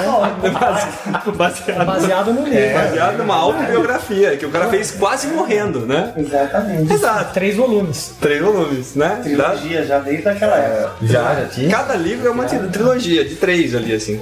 [SPEAKER 1] Baseado, baseado,
[SPEAKER 3] Baseado no livro.
[SPEAKER 1] baseado numa autobiografia que o cara fez quase morrendo, né?
[SPEAKER 2] Exatamente.
[SPEAKER 1] Exato.
[SPEAKER 3] Três volumes.
[SPEAKER 1] Três volumes, né? Da-
[SPEAKER 2] trilogia já desde aquela época.
[SPEAKER 1] Já, já tinha. Cada livro é uma tri- trilogia de três ali, assim.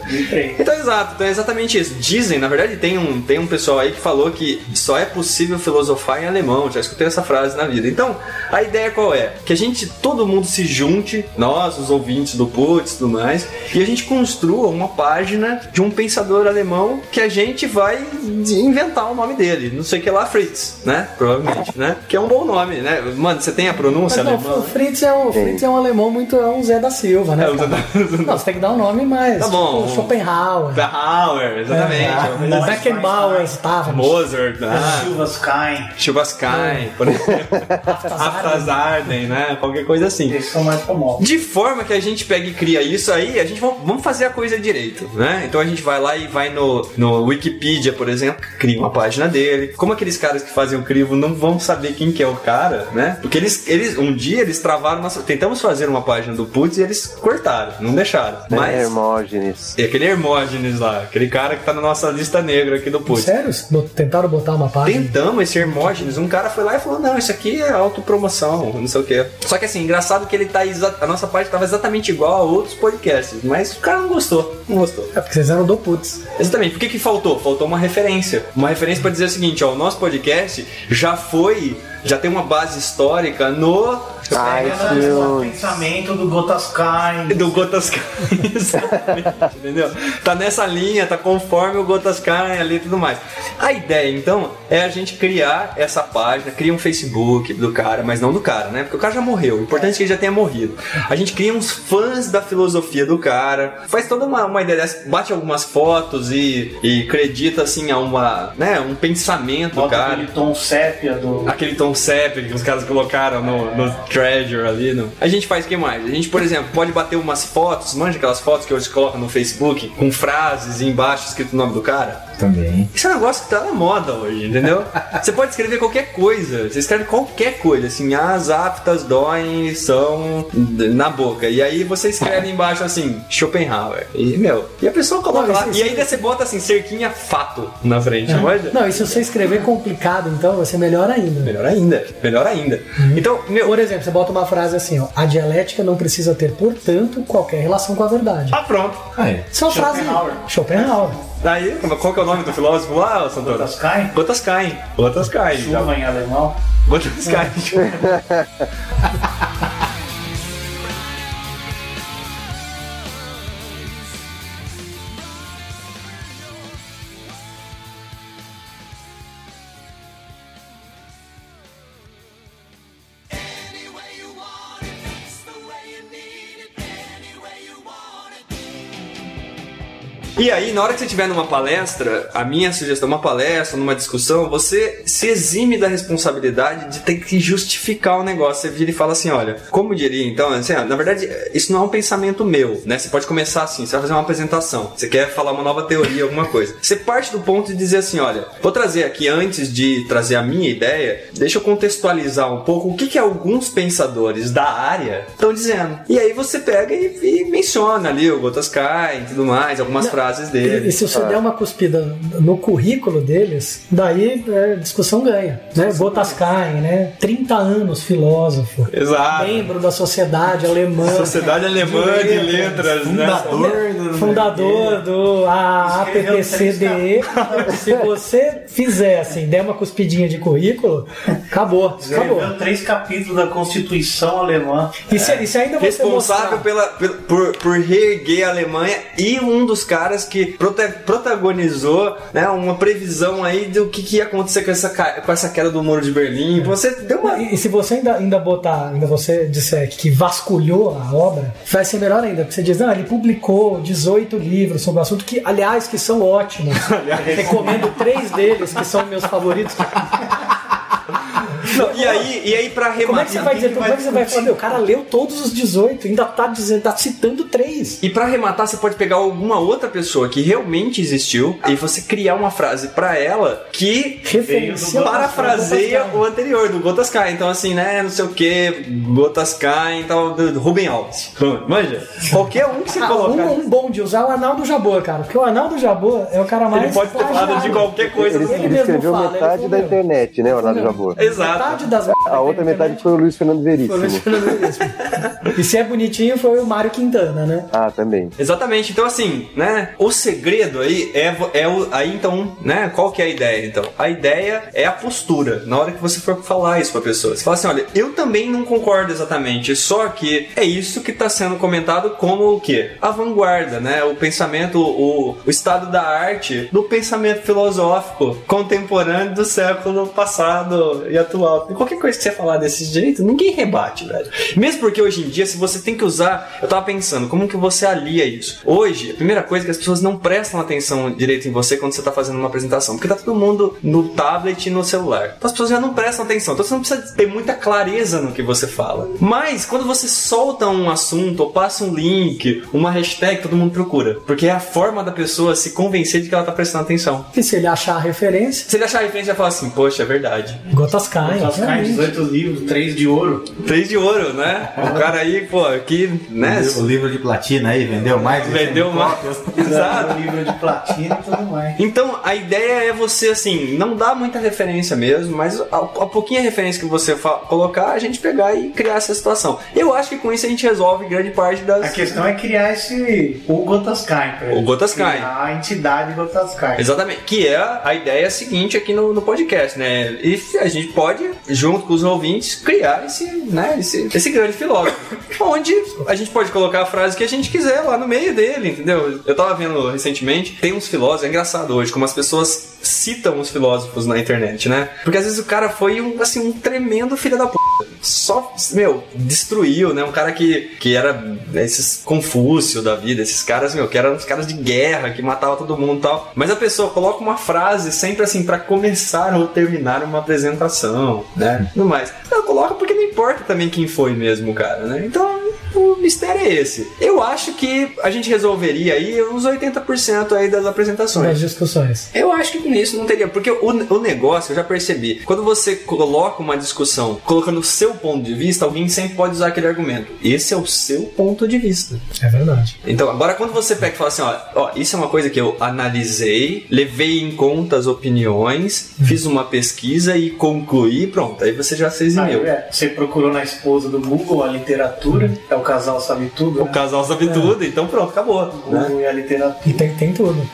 [SPEAKER 1] Então, exato, então é exatamente isso. Dizem, na verdade, tem um, tem um pessoal aí que falou que só é possível filosofar em alemão. Já escutei essa frase na vida. Então, a ideia qual é? Que a gente, todo mundo se junte, nós, os ouvintes do Putz e tudo mais, e a gente construa uma página de um pensador alemão que a gente vai inventar o nome dele. Não sei o que lá, Fritz, né? Provavelmente, né? Que é um bom nome, né? Mano, você tem a
[SPEAKER 3] Mas
[SPEAKER 1] pronúncia
[SPEAKER 3] não,
[SPEAKER 1] alemã?
[SPEAKER 3] o Fritz é um, o Fritz é um alemão muito. É um Zé da Silva, né?
[SPEAKER 1] É, o Zé
[SPEAKER 3] cara? Não, você tem que dar um nome mais.
[SPEAKER 1] Tá bom.
[SPEAKER 3] Tipo, Schopenhauer.
[SPEAKER 1] Bauer, exatamente.
[SPEAKER 3] É, Beckenbauer estava.
[SPEAKER 1] Mozart, né?
[SPEAKER 2] Silvaskain.
[SPEAKER 1] Chubaskai, por exemplo. Aftasarden, né? Qualquer coisa assim.
[SPEAKER 2] Eles são mais famosos.
[SPEAKER 1] De forma que a gente pega e cria isso aí, a gente va- vamos fazer a coisa direito, né? Então a gente vai lá e vai no, no Wikipedia, por exemplo, cria uma página dele. Como aqueles caras que fazem o crivo não vão saber quem que é o cara, né? Porque eles, eles um dia eles travaram, uma, tentamos fazer uma página do Putz e eles cortaram, não deixaram. Mas
[SPEAKER 4] É, Hermógenes.
[SPEAKER 1] é aquele Hermógenes lá, aquele cara que tá na nossa lista negra aqui do Putz.
[SPEAKER 3] Sério? Bo- Tentaram botar uma página?
[SPEAKER 1] Tentamos esse Hermógenes, um cara foi lá e falou: não, isso aqui é autopromoção, não sei o quê. Só que assim, engraçado que ele tá exa- a nossa parte tava exatamente igual a outros podcasts, mas o cara não gostou, não gostou.
[SPEAKER 3] É porque vocês eram do putz.
[SPEAKER 1] Exatamente, por que, que faltou? Faltou uma referência. Uma referência pra dizer o seguinte: ó, o nosso podcast já foi, já tem uma base histórica no.
[SPEAKER 4] Ah,
[SPEAKER 2] Era o um pensamento do Gotaskain.
[SPEAKER 1] Do Gotas exatamente, entendeu? Tá nessa linha, tá conforme o Gotas Caem ali e tudo mais. A ideia, então, é a gente criar essa página, cria um Facebook do cara, mas não do cara, né? Porque o cara já morreu, o importante é que ele já tenha morrido. A gente cria uns fãs da filosofia do cara, faz toda uma, uma ideia dessa, bate algumas fotos e, e acredita, assim, a uma, né, um pensamento do
[SPEAKER 2] Bota
[SPEAKER 1] cara.
[SPEAKER 2] aquele tom sépia do.
[SPEAKER 1] Aquele Tom Sepp que os caras colocaram no, no Treasure ali. No... A gente faz o que mais? A gente, por exemplo, pode bater umas fotos, manja aquelas fotos que hoje coloca no Facebook, com frases e embaixo escrito o nome do cara.
[SPEAKER 5] Também.
[SPEAKER 1] Isso é um negócio que tá na moda hoje, entendeu? Você pode escrever qualquer coisa, você escreve qualquer coisa, assim, as aptas doem, são na boca. E aí você escreve embaixo assim, Schopenhauer. E, meu, e a pessoa coloca
[SPEAKER 3] Não,
[SPEAKER 1] lá.
[SPEAKER 3] isso-
[SPEAKER 1] E ainda você bota assim, cerquinha fato na frente,
[SPEAKER 3] É.
[SPEAKER 1] manja?
[SPEAKER 3] Não, e se você escrever complicado, então, vai ser melhor ainda.
[SPEAKER 1] Melhor ainda, melhor ainda. Então, meu,
[SPEAKER 3] Por exemplo, você bota uma frase assim, ó. A dialética não precisa ter, portanto, qualquer relação com a verdade.
[SPEAKER 1] tá pronto.
[SPEAKER 5] Aí.
[SPEAKER 3] Isso é uma frase...
[SPEAKER 2] Schopenhauer.
[SPEAKER 3] Schopenhauer.
[SPEAKER 1] Daí, como- qual que é o nome do filósofo lá, Santoro?
[SPEAKER 2] Gotaskain?
[SPEAKER 1] Gotas caem. Gotas caem. já.
[SPEAKER 2] Chuva em alemão.
[SPEAKER 1] Gotas caem. E aí, na hora que você estiver numa palestra, a minha sugestão, uma palestra, numa discussão, você se exime da responsabilidade de ter que justificar o negócio. Você vira e fala assim, olha, como diria então, assim, ó, na verdade, isso não é um pensamento meu, né? Você pode começar assim, você vai fazer uma apresentação, você quer falar uma nova teoria, alguma coisa. Você parte do ponto de dizer assim, olha, vou trazer aqui, antes de trazer a minha ideia, deixa eu contextualizar um pouco o que, que alguns pensadores da área estão dizendo. E aí você pega e, e menciona ali o Gotas Caem e tudo mais, algumas frases
[SPEAKER 3] E,
[SPEAKER 1] dele.
[SPEAKER 3] e se você der uma cuspida no currículo deles, daí é, discussão ganha. Né? Botascain, né? 30 anos filósofo.
[SPEAKER 1] Exato.
[SPEAKER 3] Membro da sociedade alemã.
[SPEAKER 1] Sociedade Alemã de Letras, né?
[SPEAKER 3] Fundador do a-
[SPEAKER 2] Escreveu
[SPEAKER 3] APPCDE. Se você fizer assim, der uma cuspidinha de currículo, acabou. Acabou.
[SPEAKER 2] Escreveu três capítulos da Constituição Alemã.
[SPEAKER 3] E se, e se é- ainda você
[SPEAKER 1] Responsável
[SPEAKER 3] mostrar-
[SPEAKER 1] pela, pela- por, por reerguer a Alemanha e um dos caras que prote- protagonizou né, uma previsão aí do que, que ia acontecer com essa, ca- com essa queda do Muro de Berlim. Você deu uma...
[SPEAKER 3] E, e se você ainda, ainda botar, ainda você disser que vasculhou a obra, vai ser melhor ainda, porque você diz, não, ele publicou 18 livros sobre o assunto, que, aliás, que são ótimos. Recomendo três deles, que são meus favoritos.
[SPEAKER 1] Não, e aí, e aí pra
[SPEAKER 3] Como é que você
[SPEAKER 1] rematar...
[SPEAKER 3] vai dizer? Como é que você vai falar? Meu, o cara leu todos os 18, ainda tá dizendo, tá citando três.
[SPEAKER 1] E pra arrematar, você pode pegar alguma outra pessoa que realmente existiu e você criar uma frase pra ela que
[SPEAKER 3] Referencia.
[SPEAKER 1] parafraseia o anterior, do Gotas Caem. Então, assim, né, não sei o que, Gotas Caem, tal, do do Rubem Alves. Manja, qualquer um que você
[SPEAKER 3] Ah, um,
[SPEAKER 1] colocar.
[SPEAKER 3] um bom de usar é o Arnaldo Jabor, cara. Porque o Arnaldo Jabor é o cara mais.
[SPEAKER 1] Ele pode ter falado de
[SPEAKER 3] plagiado.
[SPEAKER 1] qualquer coisa.
[SPEAKER 3] Ele
[SPEAKER 4] Ele,
[SPEAKER 1] assim.
[SPEAKER 4] ele
[SPEAKER 3] mesmo
[SPEAKER 4] escreveu
[SPEAKER 3] fala, ele
[SPEAKER 4] metade da
[SPEAKER 3] escreveu.
[SPEAKER 4] internet, né, Ronaldo Jabor?
[SPEAKER 1] Exato.
[SPEAKER 3] Metade das merdas
[SPEAKER 4] A outra metade foi o Luiz Fernando Veríssimo.
[SPEAKER 3] E se é bonitinho, foi o Mário Quintana, né?
[SPEAKER 4] Ah, também.
[SPEAKER 1] Exatamente, então assim, né? O segredo aí é, vo- é o. Aí então, né? Qual que é a ideia então? A ideia é a postura na hora que você for falar isso pra pessoa. Você fala assim: olha, eu também não concordo exatamente, só que é isso que tá sendo comentado como o quê? A vanguarda, né? O pensamento, o, o estado da arte do pensamento filosófico contemporâneo do século passado e atual. Qualquer coisa que você falar desse jeito, ninguém rebate, velho. Mesmo porque hoje em dia, se você tem que usar, eu tava pensando, como que você alia isso? Hoje, a primeira coisa é que as pessoas não prestam atenção direito em você quando você tá fazendo uma apresentação, porque tá todo mundo no tablet e no celular. Então as pessoas já não prestam atenção, então você não precisa ter muita clareza no que você fala. Mas quando você solta um assunto ou passa um link, uma hashtag, todo mundo procura, porque é a forma da pessoa se convencer de que ela tá prestando atenção.
[SPEAKER 3] E se ele achar a referência,
[SPEAKER 1] Se ele achar a referência, vai falar assim, poxa, é verdade.
[SPEAKER 3] gotas caem. né?
[SPEAKER 2] Elas caem
[SPEAKER 3] realmente.
[SPEAKER 2] 18 livros, 3 de ouro.
[SPEAKER 1] Três de ouro, né? O cara aí, pô, que, né?
[SPEAKER 5] O livro de platina aí vendeu mais? de
[SPEAKER 1] Vendeu
[SPEAKER 5] 100
[SPEAKER 1] mais.
[SPEAKER 5] cópias.
[SPEAKER 1] Exato.
[SPEAKER 2] Um livro de platina e tudo mais.
[SPEAKER 1] Então, a ideia é você, assim, não dar muita referência mesmo, mas a, a pouquinha referência que você fa- colocar, a gente pegar e criar essa situação. Eu acho que com isso a gente resolve grande parte das...
[SPEAKER 2] A questão é criar esse. O Gotas Caem, pra
[SPEAKER 1] O
[SPEAKER 2] ele.
[SPEAKER 1] Gotas Caem.
[SPEAKER 2] Criar A entidade Gotas Caem.
[SPEAKER 1] Exatamente, que é a ideia seguinte aqui no, no podcast, né? E a gente pode, junto com os ouvintes, criar esse, né, esse, esse grande filósofo, onde a gente pode colocar a frase que a gente quiser lá no meio dele, entendeu? Eu tava vendo recentemente, tem uns filósofos, é engraçado hoje, como as pessoas citam os filósofos na internet, né? Porque às vezes o cara foi um, assim, um tremendo filho da puta só, meu, destruiu, né? Um cara que, que era esses Confúcio da vida, esses caras, meu, que eram os caras de guerra, que matava todo mundo e tal. Mas a pessoa coloca uma frase sempre assim pra começar ou terminar uma apresentação, né? Tudo mais. Ela coloca porque não importa também quem foi mesmo o cara, né? Então, o mistério é esse. Eu acho que a gente resolveria aí uns 80% aí das apresentações.
[SPEAKER 3] Nas discussões.
[SPEAKER 1] Eu acho que com isso não teria, porque o, o negócio, eu já percebi, quando você coloca uma discussão colocando o seu ponto de vista, alguém sempre pode usar aquele argumento. Esse é o seu ponto de vista.
[SPEAKER 3] É verdade.
[SPEAKER 1] Então, agora quando você pega e fala assim, ó, ó, isso é uma coisa que eu analisei, levei em conta as opiniões, fiz uma pesquisa e concluí, pronto, aí você já se
[SPEAKER 2] Aí,
[SPEAKER 1] eximiu.
[SPEAKER 2] é, você procurou na esposa do Google a literatura, é o casal sabe tudo.
[SPEAKER 1] O
[SPEAKER 2] né?
[SPEAKER 1] casal sabe tudo, então pronto, acabou. né?
[SPEAKER 2] Google e a literatura.
[SPEAKER 3] E tem, tem tudo.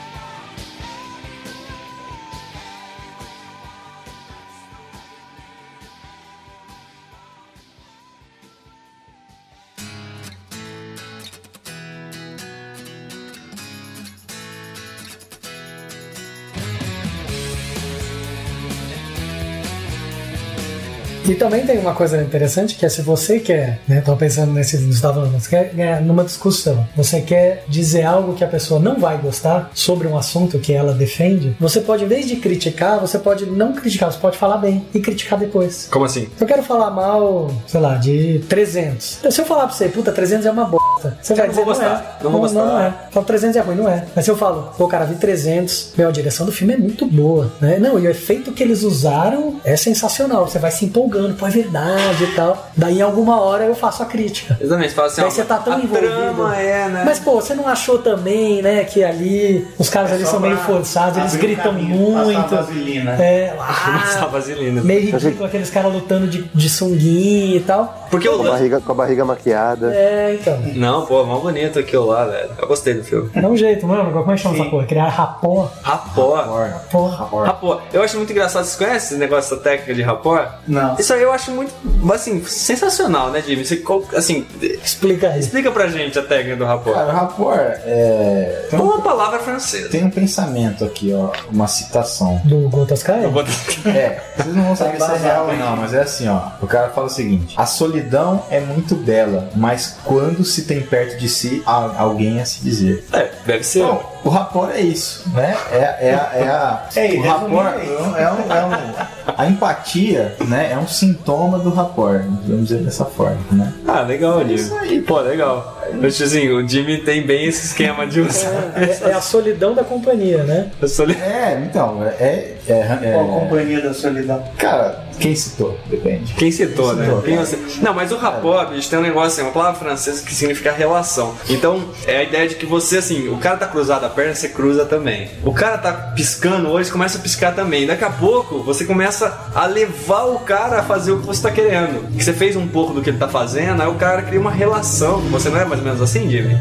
[SPEAKER 3] E também tem uma coisa interessante que é se você quer, né, tava pensando nesse que estava falando, você quer ganhar numa discussão, você quer dizer algo que a pessoa não vai gostar sobre um assunto que ela defende, você pode, em vez de criticar, você pode não criticar, você pode falar bem e criticar depois.
[SPEAKER 1] Como assim?
[SPEAKER 3] Eu quero falar mal, sei lá, de 300. Se eu falar pra você, puta, 300 é uma bosta, você vai
[SPEAKER 1] não
[SPEAKER 3] dizer,
[SPEAKER 1] vou
[SPEAKER 3] não é.
[SPEAKER 1] gostar, não vou
[SPEAKER 3] não, não
[SPEAKER 1] gostar."
[SPEAKER 3] é. Falo 300 é ruim, não é. Mas se eu falo, pô, cara, vi 300, meu, a direção do filme é muito boa, né? Não, e o efeito que eles usaram é sensacional. Você vai se empolgando, pô, é verdade e tal. Daí, em alguma hora, eu faço a crítica.
[SPEAKER 1] Exatamente, você fala assim,
[SPEAKER 3] Daí
[SPEAKER 1] ó,
[SPEAKER 3] você tá tão
[SPEAKER 1] a
[SPEAKER 3] envolvido.
[SPEAKER 1] trama é, né?
[SPEAKER 3] Mas, pô, você não achou também, né, que ali os caras ali
[SPEAKER 2] É Só
[SPEAKER 3] são
[SPEAKER 2] pra
[SPEAKER 3] meio forçados, eles
[SPEAKER 2] abrir o
[SPEAKER 3] gritam
[SPEAKER 2] caminho, passar
[SPEAKER 3] muito.
[SPEAKER 2] a vaselina.
[SPEAKER 3] É, ah,
[SPEAKER 1] Essa vaselina.
[SPEAKER 3] meio ridículo aqueles caras lutando de, de sunguinha e tal.
[SPEAKER 1] Porque
[SPEAKER 4] Com a
[SPEAKER 1] o...
[SPEAKER 4] barriga, com a barriga maquiada.
[SPEAKER 3] É, então.
[SPEAKER 1] Não, pô, mó bonito aquilo lá, velho. Eu gostei do filme.
[SPEAKER 3] É um jeito, mano. Como é que chama essa porra? Criar rapó.
[SPEAKER 1] Rapó.
[SPEAKER 3] Porra.
[SPEAKER 1] Rapó. Eu acho muito engraçado. Vocês conhecem esse negócio da técnica de rapó?
[SPEAKER 2] Não.
[SPEAKER 1] Isso aí eu acho muito, assim, sensacional, né, Jimmy? Você, co- assim, de-
[SPEAKER 3] Explica aí.
[SPEAKER 1] explica pra gente a técnica do rapó.
[SPEAKER 5] Cara, rapport é.
[SPEAKER 1] Então, uma palavra francesa.
[SPEAKER 5] Tem um pensamento aqui, ó. Uma citação.
[SPEAKER 3] Do Gotas Caia?
[SPEAKER 1] Vou botar-
[SPEAKER 5] É, vocês não vão saber se é real ou não, mas é assim, ó. O cara fala o seguinte: a solidão é muito bela, mas quando se tem perto de si há alguém a se dizer.
[SPEAKER 1] É, deve ser.
[SPEAKER 5] Bom, o rapor é isso, né? É, é, a- é a.
[SPEAKER 2] Ei,
[SPEAKER 5] o
[SPEAKER 2] resumindo
[SPEAKER 5] rapport
[SPEAKER 2] aí.
[SPEAKER 5] é um, é um- é um- A empatia, né? É um sintoma do rapor, vamos dizer dessa forma, né?
[SPEAKER 1] ah, legal, Jimmy. Pô, legal. Eu acho assim, o Jimmy tem bem esse esquema de usar.
[SPEAKER 3] É, é a solidão da companhia, né?
[SPEAKER 1] Eu sou li-
[SPEAKER 5] É, então, é. é, é-
[SPEAKER 2] Qual a companhia da solidão?
[SPEAKER 5] cara, quem citou? Depende.
[SPEAKER 1] Quem citou, né?
[SPEAKER 5] citou,
[SPEAKER 1] Quem
[SPEAKER 5] cara.
[SPEAKER 1] você- Não, mas o rapó, bicho, tem um negócio assim, uma palavra francesa que significa relação. Então, é a ideia de que você, assim, o cara tá cruzado a perna, você cruza também. O cara tá piscando o olho, você começa a piscar também. Daqui a pouco, você começa a levar o cara a fazer o que você tá querendo. Que Você fez um pouco do que ele tá fazendo, aí o cara cria uma relação. Você não é mais ou menos assim, Jimmy?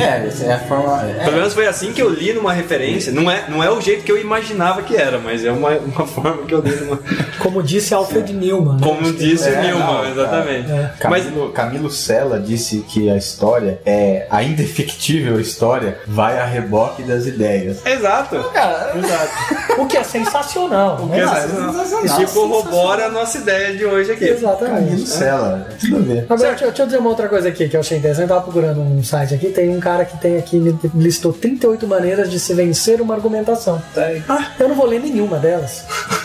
[SPEAKER 11] É, essa é a forma. é.
[SPEAKER 1] Pelo menos foi assim que eu li numa referência. Não é, não é o jeito que eu imaginava que era, mas é uma, uma forma que eu li numa.
[SPEAKER 3] Como disse Alfred Newman. né?
[SPEAKER 1] Como disse
[SPEAKER 3] É,
[SPEAKER 1] Newman,
[SPEAKER 3] não,
[SPEAKER 1] exatamente.
[SPEAKER 5] é.
[SPEAKER 1] Mas
[SPEAKER 5] Camilo, Camilo Sella disse que a história é a indefectível história vai a reboque das ideias.
[SPEAKER 1] Exato.
[SPEAKER 3] é Exato. O que é sensacional.
[SPEAKER 1] O
[SPEAKER 3] né?
[SPEAKER 1] que é sensacional. E corrobora a nossa ideia de hoje aqui.
[SPEAKER 3] Exatamente. Camilo
[SPEAKER 5] Sella, tudo a ver.
[SPEAKER 3] Agora, deixa, deixa eu dizer uma outra coisa aqui que eu achei interessante. Eu tava procurando um site aqui, tem um cara que tem aqui, me listou 38 maneiras de se vencer uma argumentação. Ah, eu não vou ler nenhuma delas.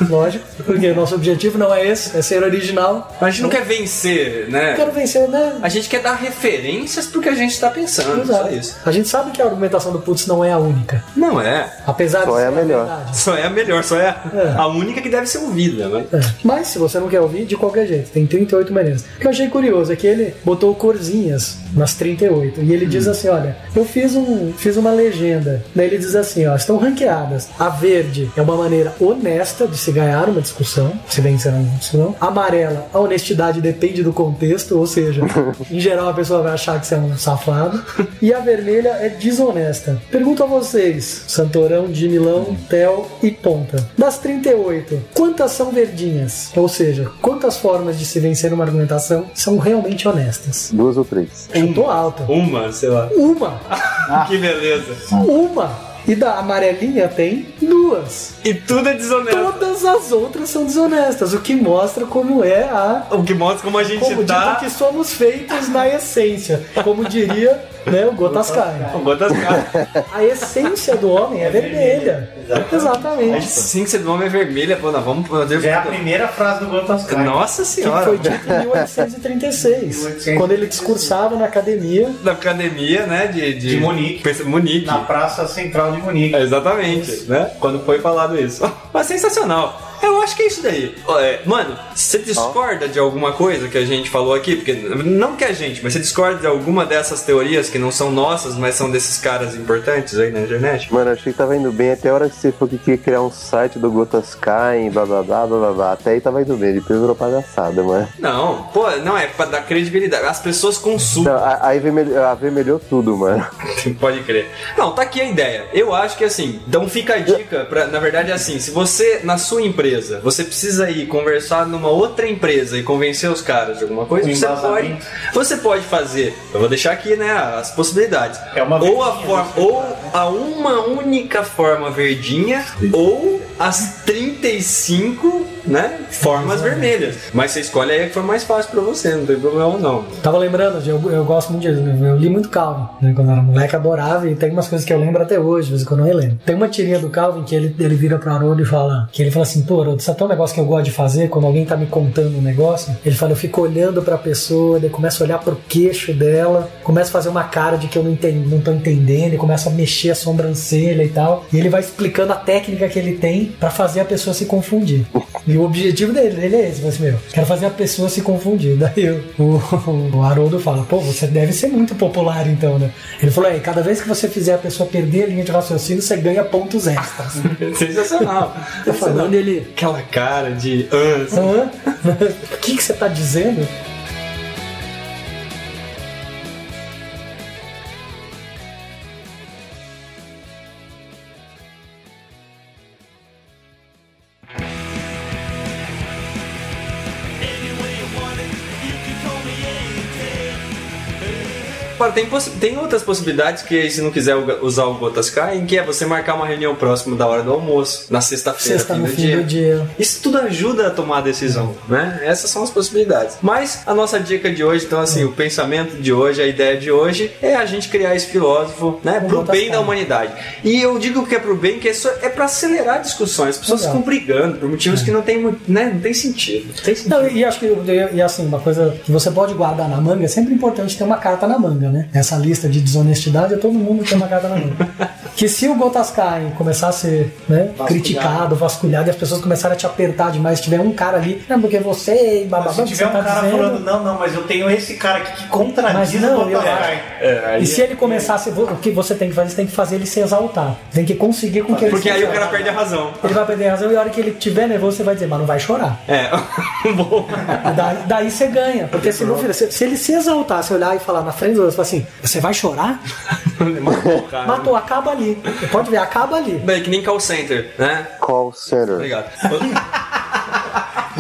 [SPEAKER 3] Lógico, porque nosso objetivo não é esse, é ser original.
[SPEAKER 1] A gente não quer vencer, né?
[SPEAKER 3] Eu quero vencer, né?
[SPEAKER 1] A gente quer dar referências pro que a gente tá pensando, só
[SPEAKER 3] Exato.
[SPEAKER 1] isso.
[SPEAKER 3] A gente sabe que a argumentação do Putz não é a única.
[SPEAKER 1] Não é.
[SPEAKER 3] Apesar de
[SPEAKER 4] Só é
[SPEAKER 3] ser
[SPEAKER 4] a melhor.
[SPEAKER 3] verdade.
[SPEAKER 1] Só é a melhor, só é a,
[SPEAKER 3] É.
[SPEAKER 1] a única que deve ser ouvida, né?
[SPEAKER 3] É. Mas se você não quer ouvir, de qualquer jeito, tem 38 maneiras. O que eu achei curioso é que ele botou corzinhas nas 38 e ele
[SPEAKER 4] Hum.
[SPEAKER 3] diz assim: olha, eu fiz, um, fiz uma legenda. Daí ele diz assim: ó, estão ranqueadas. A verde é uma maneira honesta de se ganhar uma discussão, se vencer uma discussão. Amarela, a honestidade depende do contexto, ou seja, em geral a pessoa vai achar que você é um safado. E a vermelha é desonesta. Pergunto a vocês, Santorão, de Milão, Tel e Ponta. Das 38, quantas são verdinhas? Ou seja, quantas formas de se vencer uma argumentação são realmente honestas?
[SPEAKER 4] Duas ou três.
[SPEAKER 3] Chutou alta. tá?
[SPEAKER 1] Uma, sei lá.
[SPEAKER 3] Uma! Ah.
[SPEAKER 1] Que beleza.
[SPEAKER 3] Uma! E da amarelinha tem duas.
[SPEAKER 1] E tudo é desonesto.
[SPEAKER 3] Todas as outras são desonestas, o que mostra como é a
[SPEAKER 1] O que mostra como a gente
[SPEAKER 3] como
[SPEAKER 1] tá.
[SPEAKER 3] dizem que somos feitos na essência, como diria né, o Gotaskai.
[SPEAKER 1] Bota as caras.
[SPEAKER 3] A essência do homem é vermelha.
[SPEAKER 1] A
[SPEAKER 3] Exatamente.
[SPEAKER 1] essência do homem é vermelha, pô, nós vamos. meu Deus,
[SPEAKER 2] Já é a primeira frase do Gotascar.
[SPEAKER 1] Nossa
[SPEAKER 3] Que
[SPEAKER 1] senhora.
[SPEAKER 3] foi dito em 1836, quando ele discursava na academia.
[SPEAKER 1] Da academia, né? De, de,
[SPEAKER 2] De Munique.
[SPEAKER 1] Pensa- Munique.
[SPEAKER 2] Na Praça Central de Munique.
[SPEAKER 1] É, Exatamente, né? Quando foi falado isso. Mas sensacional. Eu acho que é isso daí. Ó, é, Mano, você discorda de alguma coisa que a gente falou aqui? Porque não que a gente, mas você discorda de alguma dessas teorias que não são nossas, mas são desses caras importantes aí na internet?
[SPEAKER 4] Mano, achei que tava indo bem até a hora que você falou que queria criar um site do Gotas Caem, blá blá blá blá blá blá. Até aí tava indo bem, depois virou palhaçada, mano.
[SPEAKER 1] Não, pô, não é pra dar credibilidade. As pessoas consumem.
[SPEAKER 4] Não, a- aí vermelhou, ah, vermelhou tudo, mano.
[SPEAKER 1] Pode crer. Não, tá aqui a ideia. Eu acho que assim, então fica a dica pra, na verdade é assim, se você na sua empresa, você precisa ir conversar numa outra empresa e convencer os caras de alguma coisa,
[SPEAKER 2] Um
[SPEAKER 1] você pode,
[SPEAKER 2] embasamento.
[SPEAKER 1] você pode fazer. Eu vou deixar aqui, né, as possibilidades.
[SPEAKER 2] É uma
[SPEAKER 1] ou a
[SPEAKER 2] verdinha, né?
[SPEAKER 1] forma, ou a uma única forma verdinha ou as 35, né, formas vermelhas. Mas você escolhe aí a que for mais fácil pra você, não tem problema não.
[SPEAKER 3] Tava lembrando, de, eu, eu gosto muito de. Eu li muito Calvin, né? Quando eu era moleque, adorava, e tem umas coisas que eu lembro até hoje, de vez em quando eu relembro. Tem uma tirinha do Calvin que ele, ele vira pro Haroldo e fala. Que ele fala assim, pô, Haroldo, isso é tão negócio que eu gosto de fazer, quando alguém tá me contando um negócio, ele fala, eu fico olhando pra pessoa, daí começa a olhar pro queixo dela, começa a fazer uma cara de que eu não, entendi, não tô entendendo, e começa a mexer a sobrancelha e tal. E ele vai explicando a técnica que ele tem pra fazer a pessoa se confundir. E o objetivo dele, dele é esse, mas meu, quero fazer a pessoa se confundir. Daí eu- o, o Haroldo fala, pô, você deve ser muito popular então, né? Ele falou, é, cada vez que você fizer a pessoa perder a linha de raciocínio, você ganha pontos extras.
[SPEAKER 1] Sensacional.
[SPEAKER 3] Tá falando ele,
[SPEAKER 1] Aquela cara de "Ah,
[SPEAKER 3] hã? O que, que você tá dizendo?
[SPEAKER 1] Agora, tem, possi- tem outras possibilidades que se não quiser uga- usar o Gotas Caem, que é você marcar uma reunião próxima da hora do almoço, na sexta-feira,
[SPEAKER 3] Sexta
[SPEAKER 1] fim
[SPEAKER 3] no
[SPEAKER 1] do
[SPEAKER 3] fim
[SPEAKER 1] dia.
[SPEAKER 3] do dia.
[SPEAKER 1] Isso tudo ajuda a tomar a decisão, né? Essas são as possibilidades. Mas a nossa dica de hoje, então assim, o pensamento de hoje, a ideia de hoje é a gente criar esse filósofo, né,
[SPEAKER 3] Um
[SPEAKER 1] pro
[SPEAKER 3] Gotas
[SPEAKER 1] bem da
[SPEAKER 3] Caem.
[SPEAKER 1] humanidade. E eu digo que é pro bem, que isso é pra acelerar discussões. As pessoas
[SPEAKER 3] Legal. É.
[SPEAKER 1] ficam brigando por motivos que não tem, mu- né, não tem sentido. Não tem sentido.
[SPEAKER 3] Não, e acho que e, e assim, uma coisa que você pode guardar na manga, é sempre importante ter uma carta na manga, ainda, né? Essa lista de desonestidade é todo mundo que tem uma carta na mão. que se o Gotas Caem começar a ser né,
[SPEAKER 2] Vasculhado.
[SPEAKER 3] criticado, vasculhado, e as pessoas começarem a te apertar demais, tiver um cara ali, não, porque você e bababá,
[SPEAKER 2] Se
[SPEAKER 3] você
[SPEAKER 2] tiver um
[SPEAKER 3] tá
[SPEAKER 2] cara
[SPEAKER 3] dizendo...
[SPEAKER 2] falando, não, não, mas eu tenho esse cara aqui que
[SPEAKER 3] Mas
[SPEAKER 2] contradiz
[SPEAKER 3] não,
[SPEAKER 2] o
[SPEAKER 3] eu
[SPEAKER 2] Botafogo.
[SPEAKER 3] acho. e se ele começasse, o que você tem que fazer? Você tem que fazer ele se exaltar. Tem que conseguir com que ele
[SPEAKER 1] Porque
[SPEAKER 3] se
[SPEAKER 1] aí o
[SPEAKER 3] exalte.
[SPEAKER 1] cara perde a razão.
[SPEAKER 3] Ele vai perder a razão e a hora que ele tiver nervoso, você vai dizer, mas não vai chorar.
[SPEAKER 1] É, bom.
[SPEAKER 3] Da- Ah, daí você ganha. Porque se, não, se, se ele se exaltar, se olhar e falar na frente do outro, falar assim, você vai chorar? Matou, acaba ali. Pode ver, acaba ali.
[SPEAKER 1] Bem, que nem call center, né?
[SPEAKER 4] Call center.
[SPEAKER 1] Obrigado.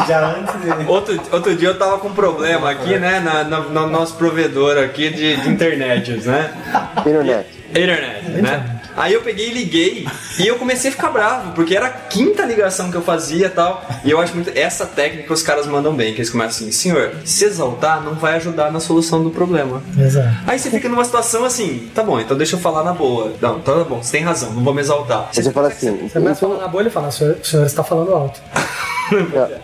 [SPEAKER 2] Já antes dele.
[SPEAKER 1] Outro, outro dia eu tava com um problema aqui, né? Na, na- no nosso provedor aqui de, de internet, né?
[SPEAKER 4] Internet.
[SPEAKER 1] Internet, né? Aí eu peguei e liguei e eu comecei a ficar bravo, porque era a quinta ligação que eu fazia e tal. E eu acho muito. Essa técnica os caras mandam bem, que eles começam assim, senhor, se exaltar não vai ajudar na solução do problema.
[SPEAKER 3] Exato.
[SPEAKER 1] Aí você fica numa situação assim, tá bom, então deixa eu falar na boa. Não, tá bom, você tem razão, não vou me exaltar.
[SPEAKER 4] Você fala assim,
[SPEAKER 3] Você começa a falar na bolha e fala, o senhor, o senhor está falando alto.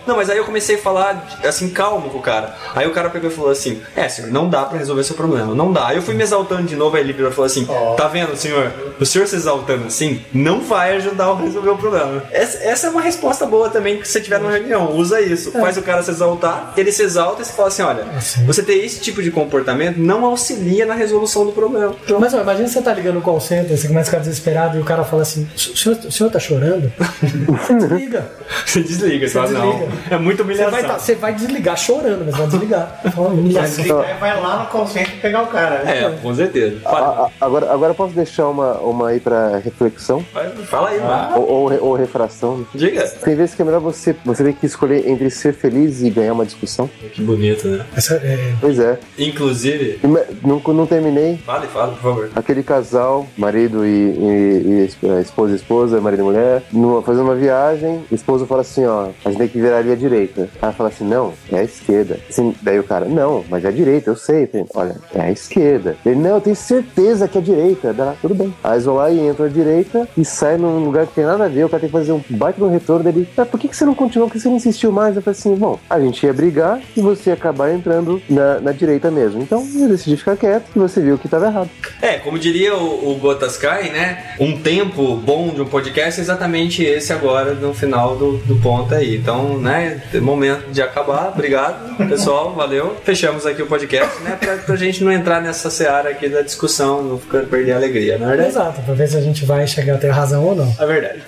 [SPEAKER 1] Não, mas aí eu comecei a falar assim, calmo com o cara. Aí o cara pegou e falou assim: É, senhor, não dá pra resolver seu problema, não dá. Aí eu fui me exaltando de novo, aí ele virou e falou assim: Tá vendo, senhor? O senhor se exaltando assim não vai ajudar a resolver o problema. Essa, essa é uma resposta boa também que você tiver numa reunião, usa isso. Faz o cara se exaltar, ele se exalta e você fala É. assim: Olha, você ter esse tipo de comportamento não auxilia na resolução do problema.
[SPEAKER 3] Mas ó, imagina você tá ligando no call center, você começa a ficar desesperado e o cara fala assim, o senhor, o senhor tá chorando? Você desliga.
[SPEAKER 1] Você desliga, você,
[SPEAKER 3] Você
[SPEAKER 1] fala, não.
[SPEAKER 3] desliga.
[SPEAKER 1] É muito
[SPEAKER 3] Você
[SPEAKER 1] humilhação.
[SPEAKER 3] vai, tá- você vai desligar chorando, mas vai desligar. É uma
[SPEAKER 2] Vai
[SPEAKER 3] humilhação.
[SPEAKER 2] desligar e vai lá no call center pegar o cara.
[SPEAKER 3] É,
[SPEAKER 2] né?
[SPEAKER 1] É, com certeza.
[SPEAKER 4] A- a- agora, agora eu posso deixar uma, uma aí pra reflexão?
[SPEAKER 1] Fala aí, mano.
[SPEAKER 4] Ou, ou, re- ou refração? né?
[SPEAKER 1] Diga.
[SPEAKER 4] Tem vezes que é melhor você, você tem que escolher entre ser feliz e ganhar uma discussão.
[SPEAKER 1] Que bonito, né?
[SPEAKER 3] Essa é-
[SPEAKER 4] Pois é.
[SPEAKER 1] Inclusive,
[SPEAKER 4] E me- Não, não terminei.
[SPEAKER 1] fale, fala, por favor.
[SPEAKER 4] Aquele casal, marido e, e- e a esposa e esposa, marido e mulher, numa- fazendo uma viagem, o esposo fala assim, ó, a gente tem que virar ali à direita. Ela fala assim, não, é à esquerda. Assim, daí o cara, não, mas é à direita, eu sei. Eu falei, Olha, é à esquerda. Ele, não, eu tenho certeza que é à direita. Daí ela, tudo bem. Aí eles vão lá e entram à direita e saem num lugar que tem nada a ver, o cara tem que fazer um baita no retorno dele. Ah, por que, que você não continuou? Por que você não insistiu mais? Eu falei assim, bom, a gente ia brigar e você ia acabar entrando na, na direita mesmo. Então, eu decidi ficar quieto e você viu que estava errado.
[SPEAKER 1] É, como diria o, o Gotas Kai, né? Um tempo bom de um podcast é exatamente esse agora, no final do, do ponto aí. Então, né? é Momento de acabar. Obrigado, pessoal. Valeu. Fechamos aqui o podcast, né? Pra, pra gente não entrar nessa seara aqui da discussão, não ficar perder a alegria, não é verdade?
[SPEAKER 3] Exato, pra ver se a gente vai chegar a ter razão ou não.
[SPEAKER 1] É verdade.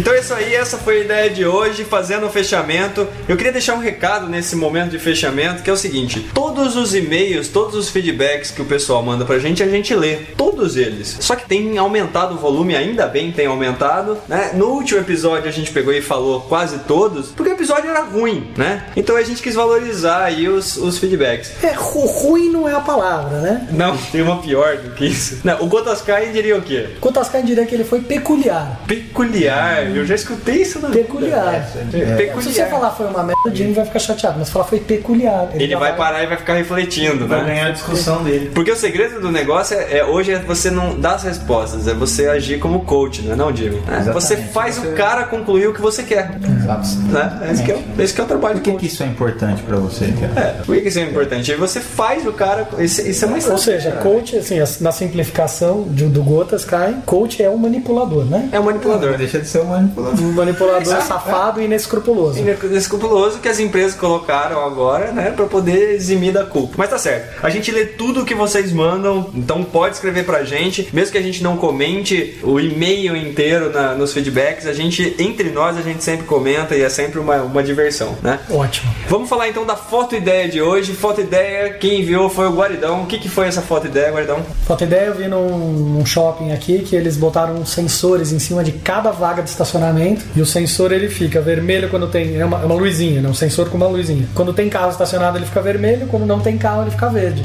[SPEAKER 1] Então é isso aí, essa foi a ideia de hoje, fazendo o fechamento. Eu queria deixar um recado nesse momento de fechamento, que é o seguinte: todos os e-mails, todos os feedbacks que o pessoal manda pra gente, a gente lê. Todos eles. Só que tem aumentado o volume, ainda bem tem aumentado, né? No último episódio a gente pegou e falou quase todos, porque o episódio era ruim, né? Então a gente quis valorizar aí os, os feedbacks.
[SPEAKER 3] É, ru- ruim não é a palavra, né?
[SPEAKER 1] Não, tem uma pior do que isso. Não, o Gotaskai diria o quê?
[SPEAKER 3] Kutaskan diria que ele foi peculiar.
[SPEAKER 1] Peculiar. Eu já escutei isso na vida.
[SPEAKER 3] Peculiar.
[SPEAKER 1] É, Peculiar.
[SPEAKER 3] Se você falar foi uma merda, o Jimmy vai ficar chateado, mas se falar foi peculiar.
[SPEAKER 1] Ele vai parar e vai ficar refletindo,
[SPEAKER 2] Vai
[SPEAKER 1] né?
[SPEAKER 2] ganhar a discussão dele.
[SPEAKER 1] Porque o segredo do negócio é, é- hoje é você não dar as respostas, é você agir como coach, não é não, Diego? É,
[SPEAKER 5] Exatamente.
[SPEAKER 1] você faz o cara concluir o que você quer.
[SPEAKER 5] Exato.
[SPEAKER 1] Né? Esse, que é, o- esse que é o trabalho
[SPEAKER 5] Por
[SPEAKER 1] do
[SPEAKER 5] que, que
[SPEAKER 1] coach.
[SPEAKER 5] isso é importante pra você, cara?
[SPEAKER 1] É, por que que isso é importante? Aí você faz o cara. Isso, isso é uma
[SPEAKER 3] Ou
[SPEAKER 1] estratégia.
[SPEAKER 3] seja, coach, assim, as- na simplificação do, do Gotas Kai, coach é um manipulador, né?
[SPEAKER 1] É um manipulador.
[SPEAKER 5] Deixa de ser um manipulador.
[SPEAKER 3] Um manipulador safado e inescrupuloso.
[SPEAKER 1] é inescrupuloso que as empresas colocaram agora, né, Pra poder eximir da culpa. Mas tá certo. A gente lê tudo que vocês mandam, então pode escrever pra gente, mesmo que a gente não comente o e-mail inteiro na- nos feedbacks, a gente entre nós a gente sempre comenta e é sempre uma, uma diversão, né?
[SPEAKER 3] Ótimo.
[SPEAKER 1] Vamos falar então da foto ideia de hoje. Foto ideia, quem enviou foi o Guaridão. O que, que foi essa foto ideia, Guaridão?
[SPEAKER 3] Falta ideia, eu vi num, num shopping aqui que eles botaram uns sensores em cima de cada vaga de estacionamento e o sensor ele fica vermelho quando tem. É uma, é uma luzinha, né? Um sensor com uma luzinha. Quando tem carro estacionado ele fica vermelho, quando não tem carro ele fica verde.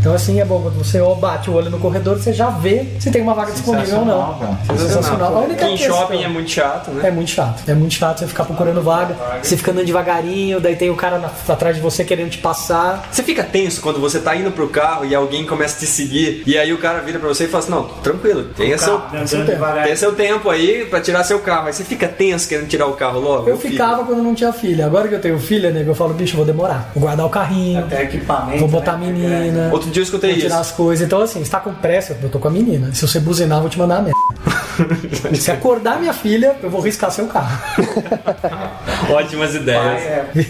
[SPEAKER 3] Então, assim, é bom. Quando você ó, bate o olho no corredor, você já vê se tem uma vaga disponível ou não. Sensacional. A única
[SPEAKER 1] em
[SPEAKER 3] questão-
[SPEAKER 1] shopping é muito chato, né?
[SPEAKER 3] É muito chato. É muito chato você ficar procurando vaga. Você fica andando devagarinho, daí tem o cara na- atrás de você querendo te passar.
[SPEAKER 1] Você fica tenso quando você tá indo pro carro e alguém começa a te seguir e aí o cara vira pra você e fala assim, não, tranquilo, tem seu,
[SPEAKER 2] Tá
[SPEAKER 3] carro, né,
[SPEAKER 1] tem
[SPEAKER 3] andando
[SPEAKER 1] seu tempo.
[SPEAKER 3] devagar.
[SPEAKER 1] tem seu tempo aí pra tirar seu carro. Aí você fica tenso querendo tirar o carro logo.
[SPEAKER 3] Eu ficava quando eu não tinha filha. Agora que eu tenho filha, nego, eu falo, bicho, eu vou demorar. Vou guardar o carrinho.
[SPEAKER 2] Até equipamento. né?
[SPEAKER 3] Vou botar a menina.
[SPEAKER 1] né? Outro dia eu escutei
[SPEAKER 3] vou tirar
[SPEAKER 1] isso.
[SPEAKER 3] as coisas. Então, assim, você tá com pressa, eu tô com a menina. Se você buzinar, eu vou te mandar a merda. Se acordar minha filha, eu vou riscar seu carro.
[SPEAKER 1] Ótimas
[SPEAKER 2] é,
[SPEAKER 3] É,
[SPEAKER 1] ideias.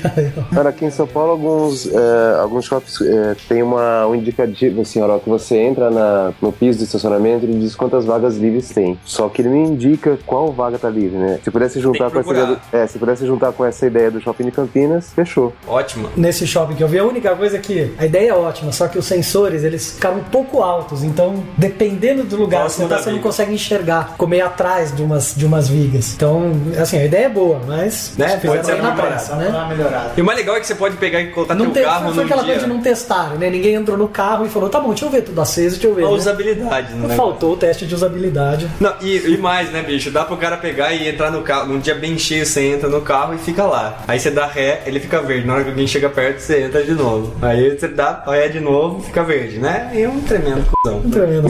[SPEAKER 4] Cara, aqui em São Paulo, alguns, é, alguns shops é, tem uma, um indicativo, assim, ó, que você entra na, no piso de estacionamento e ele diz quantas vagas livres tem. Só que ele não indica qual vaga tá livre, né? Se pudesse juntar com essa
[SPEAKER 1] procurar.
[SPEAKER 4] ideia do- é, se pudesse juntar com essa ideia do shopping de Campinas, fechou.
[SPEAKER 1] Ótima.
[SPEAKER 3] Nesse shopping que eu vi, a única coisa é que a ideia é ótima, só que os sensores eles ficaram um pouco altos, então dependendo do lugar que
[SPEAKER 1] Próximo
[SPEAKER 3] você tá,
[SPEAKER 1] da
[SPEAKER 3] você não
[SPEAKER 1] viga.
[SPEAKER 3] consegue enxergar, ficou meio atrás de umas, de umas vigas. Então, assim, a ideia é boa, mas
[SPEAKER 1] Né?
[SPEAKER 3] fizeram
[SPEAKER 1] Pode ser
[SPEAKER 3] aí na
[SPEAKER 1] namorado.
[SPEAKER 3] pressa, né?
[SPEAKER 1] E o mais legal é que você pode pegar e colocar
[SPEAKER 3] Não
[SPEAKER 1] teu
[SPEAKER 3] teve,
[SPEAKER 1] um carro
[SPEAKER 3] foi, foi
[SPEAKER 1] num
[SPEAKER 3] aquela
[SPEAKER 1] dia.
[SPEAKER 3] coisa de não testarem, né? Ninguém entrou no carro e falou, tá bom, deixa eu ver tudo aceso, deixa eu ver.
[SPEAKER 1] A
[SPEAKER 3] né?
[SPEAKER 1] usabilidade, né?
[SPEAKER 3] Faltou o teste de usabilidade.
[SPEAKER 1] Não, e, e mais, né, bicho? Dá pro cara pegar e entrar no carro. Num dia bem cheio, você entra no carro e fica lá. Aí você dá ré, ele fica verde. Na hora que alguém chega perto, você entra de novo. Aí você dá ré de novo, fica verde, né? E é um tremendo cuzão.
[SPEAKER 3] Um tremendo.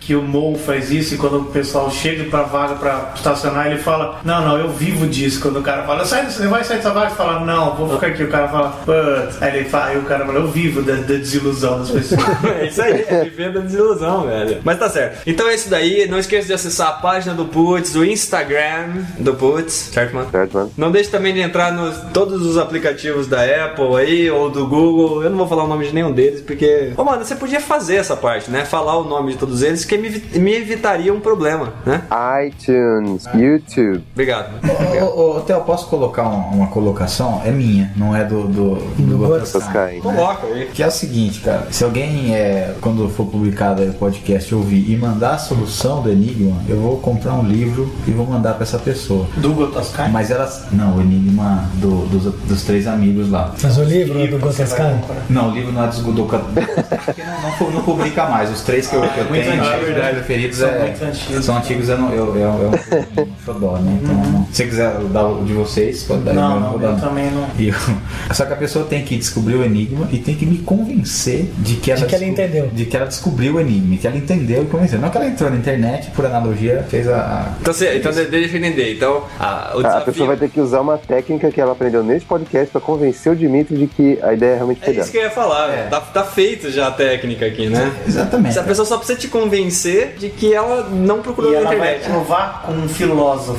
[SPEAKER 2] que o Mo faz isso e quando o pessoal chega pra vaga pra estacionar, ele fala: Não, não, eu vivo disso. Quando o cara fala, Sai, você vai sair dessa vaga? Você fala, não, vou ficar aqui. O cara fala, putz. Aí ele fala, aí o cara fala, eu vivo da, da desilusão das pessoas.
[SPEAKER 1] É isso aí, é viver da desilusão, velho. Mas tá certo. Então é isso daí. Não esqueça de acessar a página do Putz, o Instagram do Putz, certo, mano?
[SPEAKER 4] Certo, mano?
[SPEAKER 1] Não deixe também de entrar nos todos os aplicativos da Apple aí, ou do Google. Eu não vou falar o nome de nenhum deles, porque. Ô, mano, você podia fazer essa parte, né? Falar o nome de todos eles, que me, evi- me evitaria um problema, né?
[SPEAKER 4] iTunes, YouTube.
[SPEAKER 1] Obrigado.
[SPEAKER 5] Ô, ô, ô, Theo, posso colocar um- uma colocação? É minha, não é do, do, do Botaskai.
[SPEAKER 4] Ah,
[SPEAKER 1] Coloca aí.
[SPEAKER 5] Que é o seguinte, cara, se alguém é, quando for publicado aí o podcast ouvir e mandar a solução do Enigma, eu vou comprar um livro e vou mandar pra essa pessoa.
[SPEAKER 2] Do Gotoskai?
[SPEAKER 5] Mas elas. Não, o Enigma do- dos, dos três amigos lá.
[SPEAKER 3] Mas o livro do Gotescan,
[SPEAKER 5] Não, o livro não é dos do, porque não, não, pu- não publica mais. Os três que eu, que eu
[SPEAKER 2] muito
[SPEAKER 5] tenho,
[SPEAKER 2] antigo,
[SPEAKER 5] os
[SPEAKER 2] né?
[SPEAKER 5] meus preferidos,
[SPEAKER 2] São
[SPEAKER 5] é-
[SPEAKER 2] muito antigos. Uhum.
[SPEAKER 5] são antigos. Eu não, eu, eu, eu, eu xodó, né? Então, se você quiser dar o de vocês, pode dar.
[SPEAKER 2] Não,
[SPEAKER 5] eu
[SPEAKER 2] não,
[SPEAKER 5] vou
[SPEAKER 2] eu
[SPEAKER 5] dar.
[SPEAKER 2] também não.
[SPEAKER 5] E eu- Só que a pessoa tem que descobrir o enigma e tem que me convencer de que ela,
[SPEAKER 3] De que ela
[SPEAKER 5] desco-
[SPEAKER 3] entendeu.
[SPEAKER 5] De que ela descobriu o enigma, que ela entendeu e convenceu. Não que ela entrou na internet, por analogia, fez a. a-
[SPEAKER 1] Então, você, então de- deixa eu entender. Então, a- o
[SPEAKER 4] Ah, A
[SPEAKER 1] desafio.
[SPEAKER 4] pessoa vai ter que usar uma técnica que ela aprendeu nesse podcast pra convencer o Dimitri de que a ideia realmente
[SPEAKER 1] É
[SPEAKER 4] foi dela.
[SPEAKER 1] isso que eu ia falar, velho. tá, tá feito já a técnica aqui, né?
[SPEAKER 5] É. Exatamente.
[SPEAKER 1] Se a pessoa só precisa te convencer de que ela não procurou
[SPEAKER 2] E
[SPEAKER 1] na
[SPEAKER 2] ela vai
[SPEAKER 1] internet.
[SPEAKER 2] provar com um filósofo.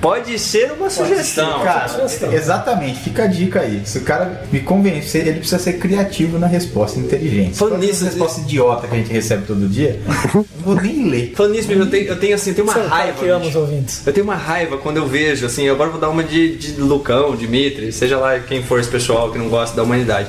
[SPEAKER 1] Pode ser uma sugestão.
[SPEAKER 5] Cara, exatamente, fica a dica aí. Se o cara me convencer, ele precisa ser criativo na resposta inteligente.
[SPEAKER 1] Falando
[SPEAKER 5] Todas as
[SPEAKER 1] nisso,
[SPEAKER 5] respostas idiota que a gente recebe todo dia, eu não vou nem ler.
[SPEAKER 1] Falando nisso, bicho, eu tenho, eu tenho assim, eu tenho uma
[SPEAKER 3] Você é um cara
[SPEAKER 1] raiva.
[SPEAKER 3] que ama os
[SPEAKER 1] bicho.
[SPEAKER 3] ouvintes.
[SPEAKER 1] Eu tenho uma raiva quando eu vejo, assim, agora eu vou dar uma de, de Lucão, Dimitri, seja lá quem for esse pessoal que não gosta da humanidade.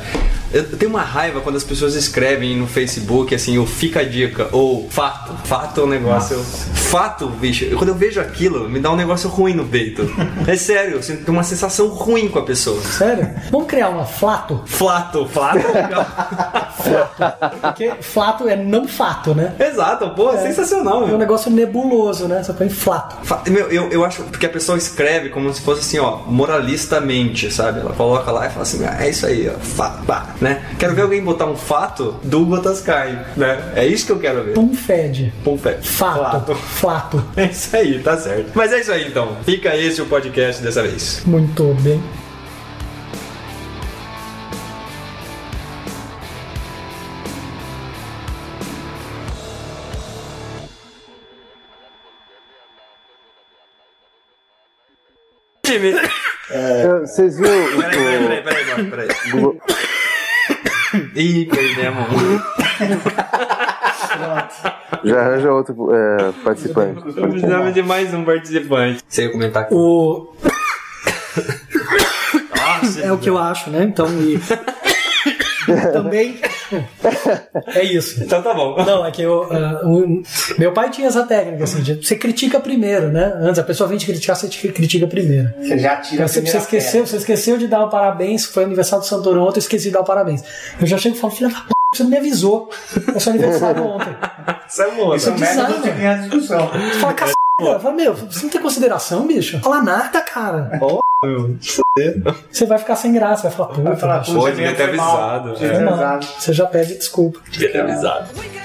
[SPEAKER 1] Eu eu tenho uma raiva quando as pessoas escrevem no Facebook, assim, ou fica a dica, ou fato. Fato é um negócio. Fato, bicho, quando eu vejo aquilo, me dá um negócio ruim no peito. É sério, eu sinto uma sensação ruim com a pessoa.
[SPEAKER 3] Sério? Vamos criar uma flato?
[SPEAKER 1] Flato, flato é legal.
[SPEAKER 3] Porque flato é não fato, né?
[SPEAKER 1] Exato, pô, é sensacional,
[SPEAKER 3] É um
[SPEAKER 1] meu.
[SPEAKER 3] negócio nebuloso, né? Só põe flato.
[SPEAKER 1] Fa- Meu, eu, eu acho porque a pessoa escreve como se fosse assim, ó, moralistamente, sabe? Ela coloca lá e fala assim, ah, é isso aí, ó, fa- pá, né? Quero ver alguém botar um fato do Botaskai, né? É isso que eu quero ver.
[SPEAKER 3] Pum fede.
[SPEAKER 1] Pum, pé.
[SPEAKER 3] Fato. Flato.
[SPEAKER 1] É isso aí, tá certo. Mas é isso aí então. Fica esse o podcast dessa vez.
[SPEAKER 3] Muito bem.
[SPEAKER 1] Time.
[SPEAKER 4] É, Vocês viram o-
[SPEAKER 1] Peraí, peraí, peraí, peraí, peraí.
[SPEAKER 4] o Glo-
[SPEAKER 1] Ih, perdemos.
[SPEAKER 4] Já arranja outro é, participante.
[SPEAKER 1] Precisamos de mais um participante. Você ia comentar aqui.
[SPEAKER 3] O
[SPEAKER 1] Nossa,
[SPEAKER 3] é o que eu acho, né? Então, e. Também. É isso.
[SPEAKER 1] Então tá bom.
[SPEAKER 3] Não, é que eu. ah, o- meu pai tinha essa técnica, assim, de você critica primeiro, né? Antes, a pessoa vem te criticar, você te critica primeiro.
[SPEAKER 2] Você já tira a
[SPEAKER 3] Você, você
[SPEAKER 2] primeira
[SPEAKER 3] um esqueceu, você esqueceu de dar o parabéns, foi aniversário do Santoro ontem, eu esqueci de dar o parabéns. Eu um já chego e falo, filha da p, Você não me avisou. É seu aniversário ontem.
[SPEAKER 1] Isso é moda.
[SPEAKER 3] Isso é bizarro.
[SPEAKER 2] um de ganhar discussão.
[SPEAKER 3] Você fala, cacete, cara. Fala, meu, você não tem consideração, bicho? Fala nada, cara. Você vai ficar sem graça, vai falar, puta.
[SPEAKER 2] Vai falar,
[SPEAKER 3] bicho.
[SPEAKER 2] pô, devia ter avisado. é.
[SPEAKER 3] Foi mal. Você já pede desculpa.
[SPEAKER 1] é tá? Devia ter avisado.
[SPEAKER 8] We got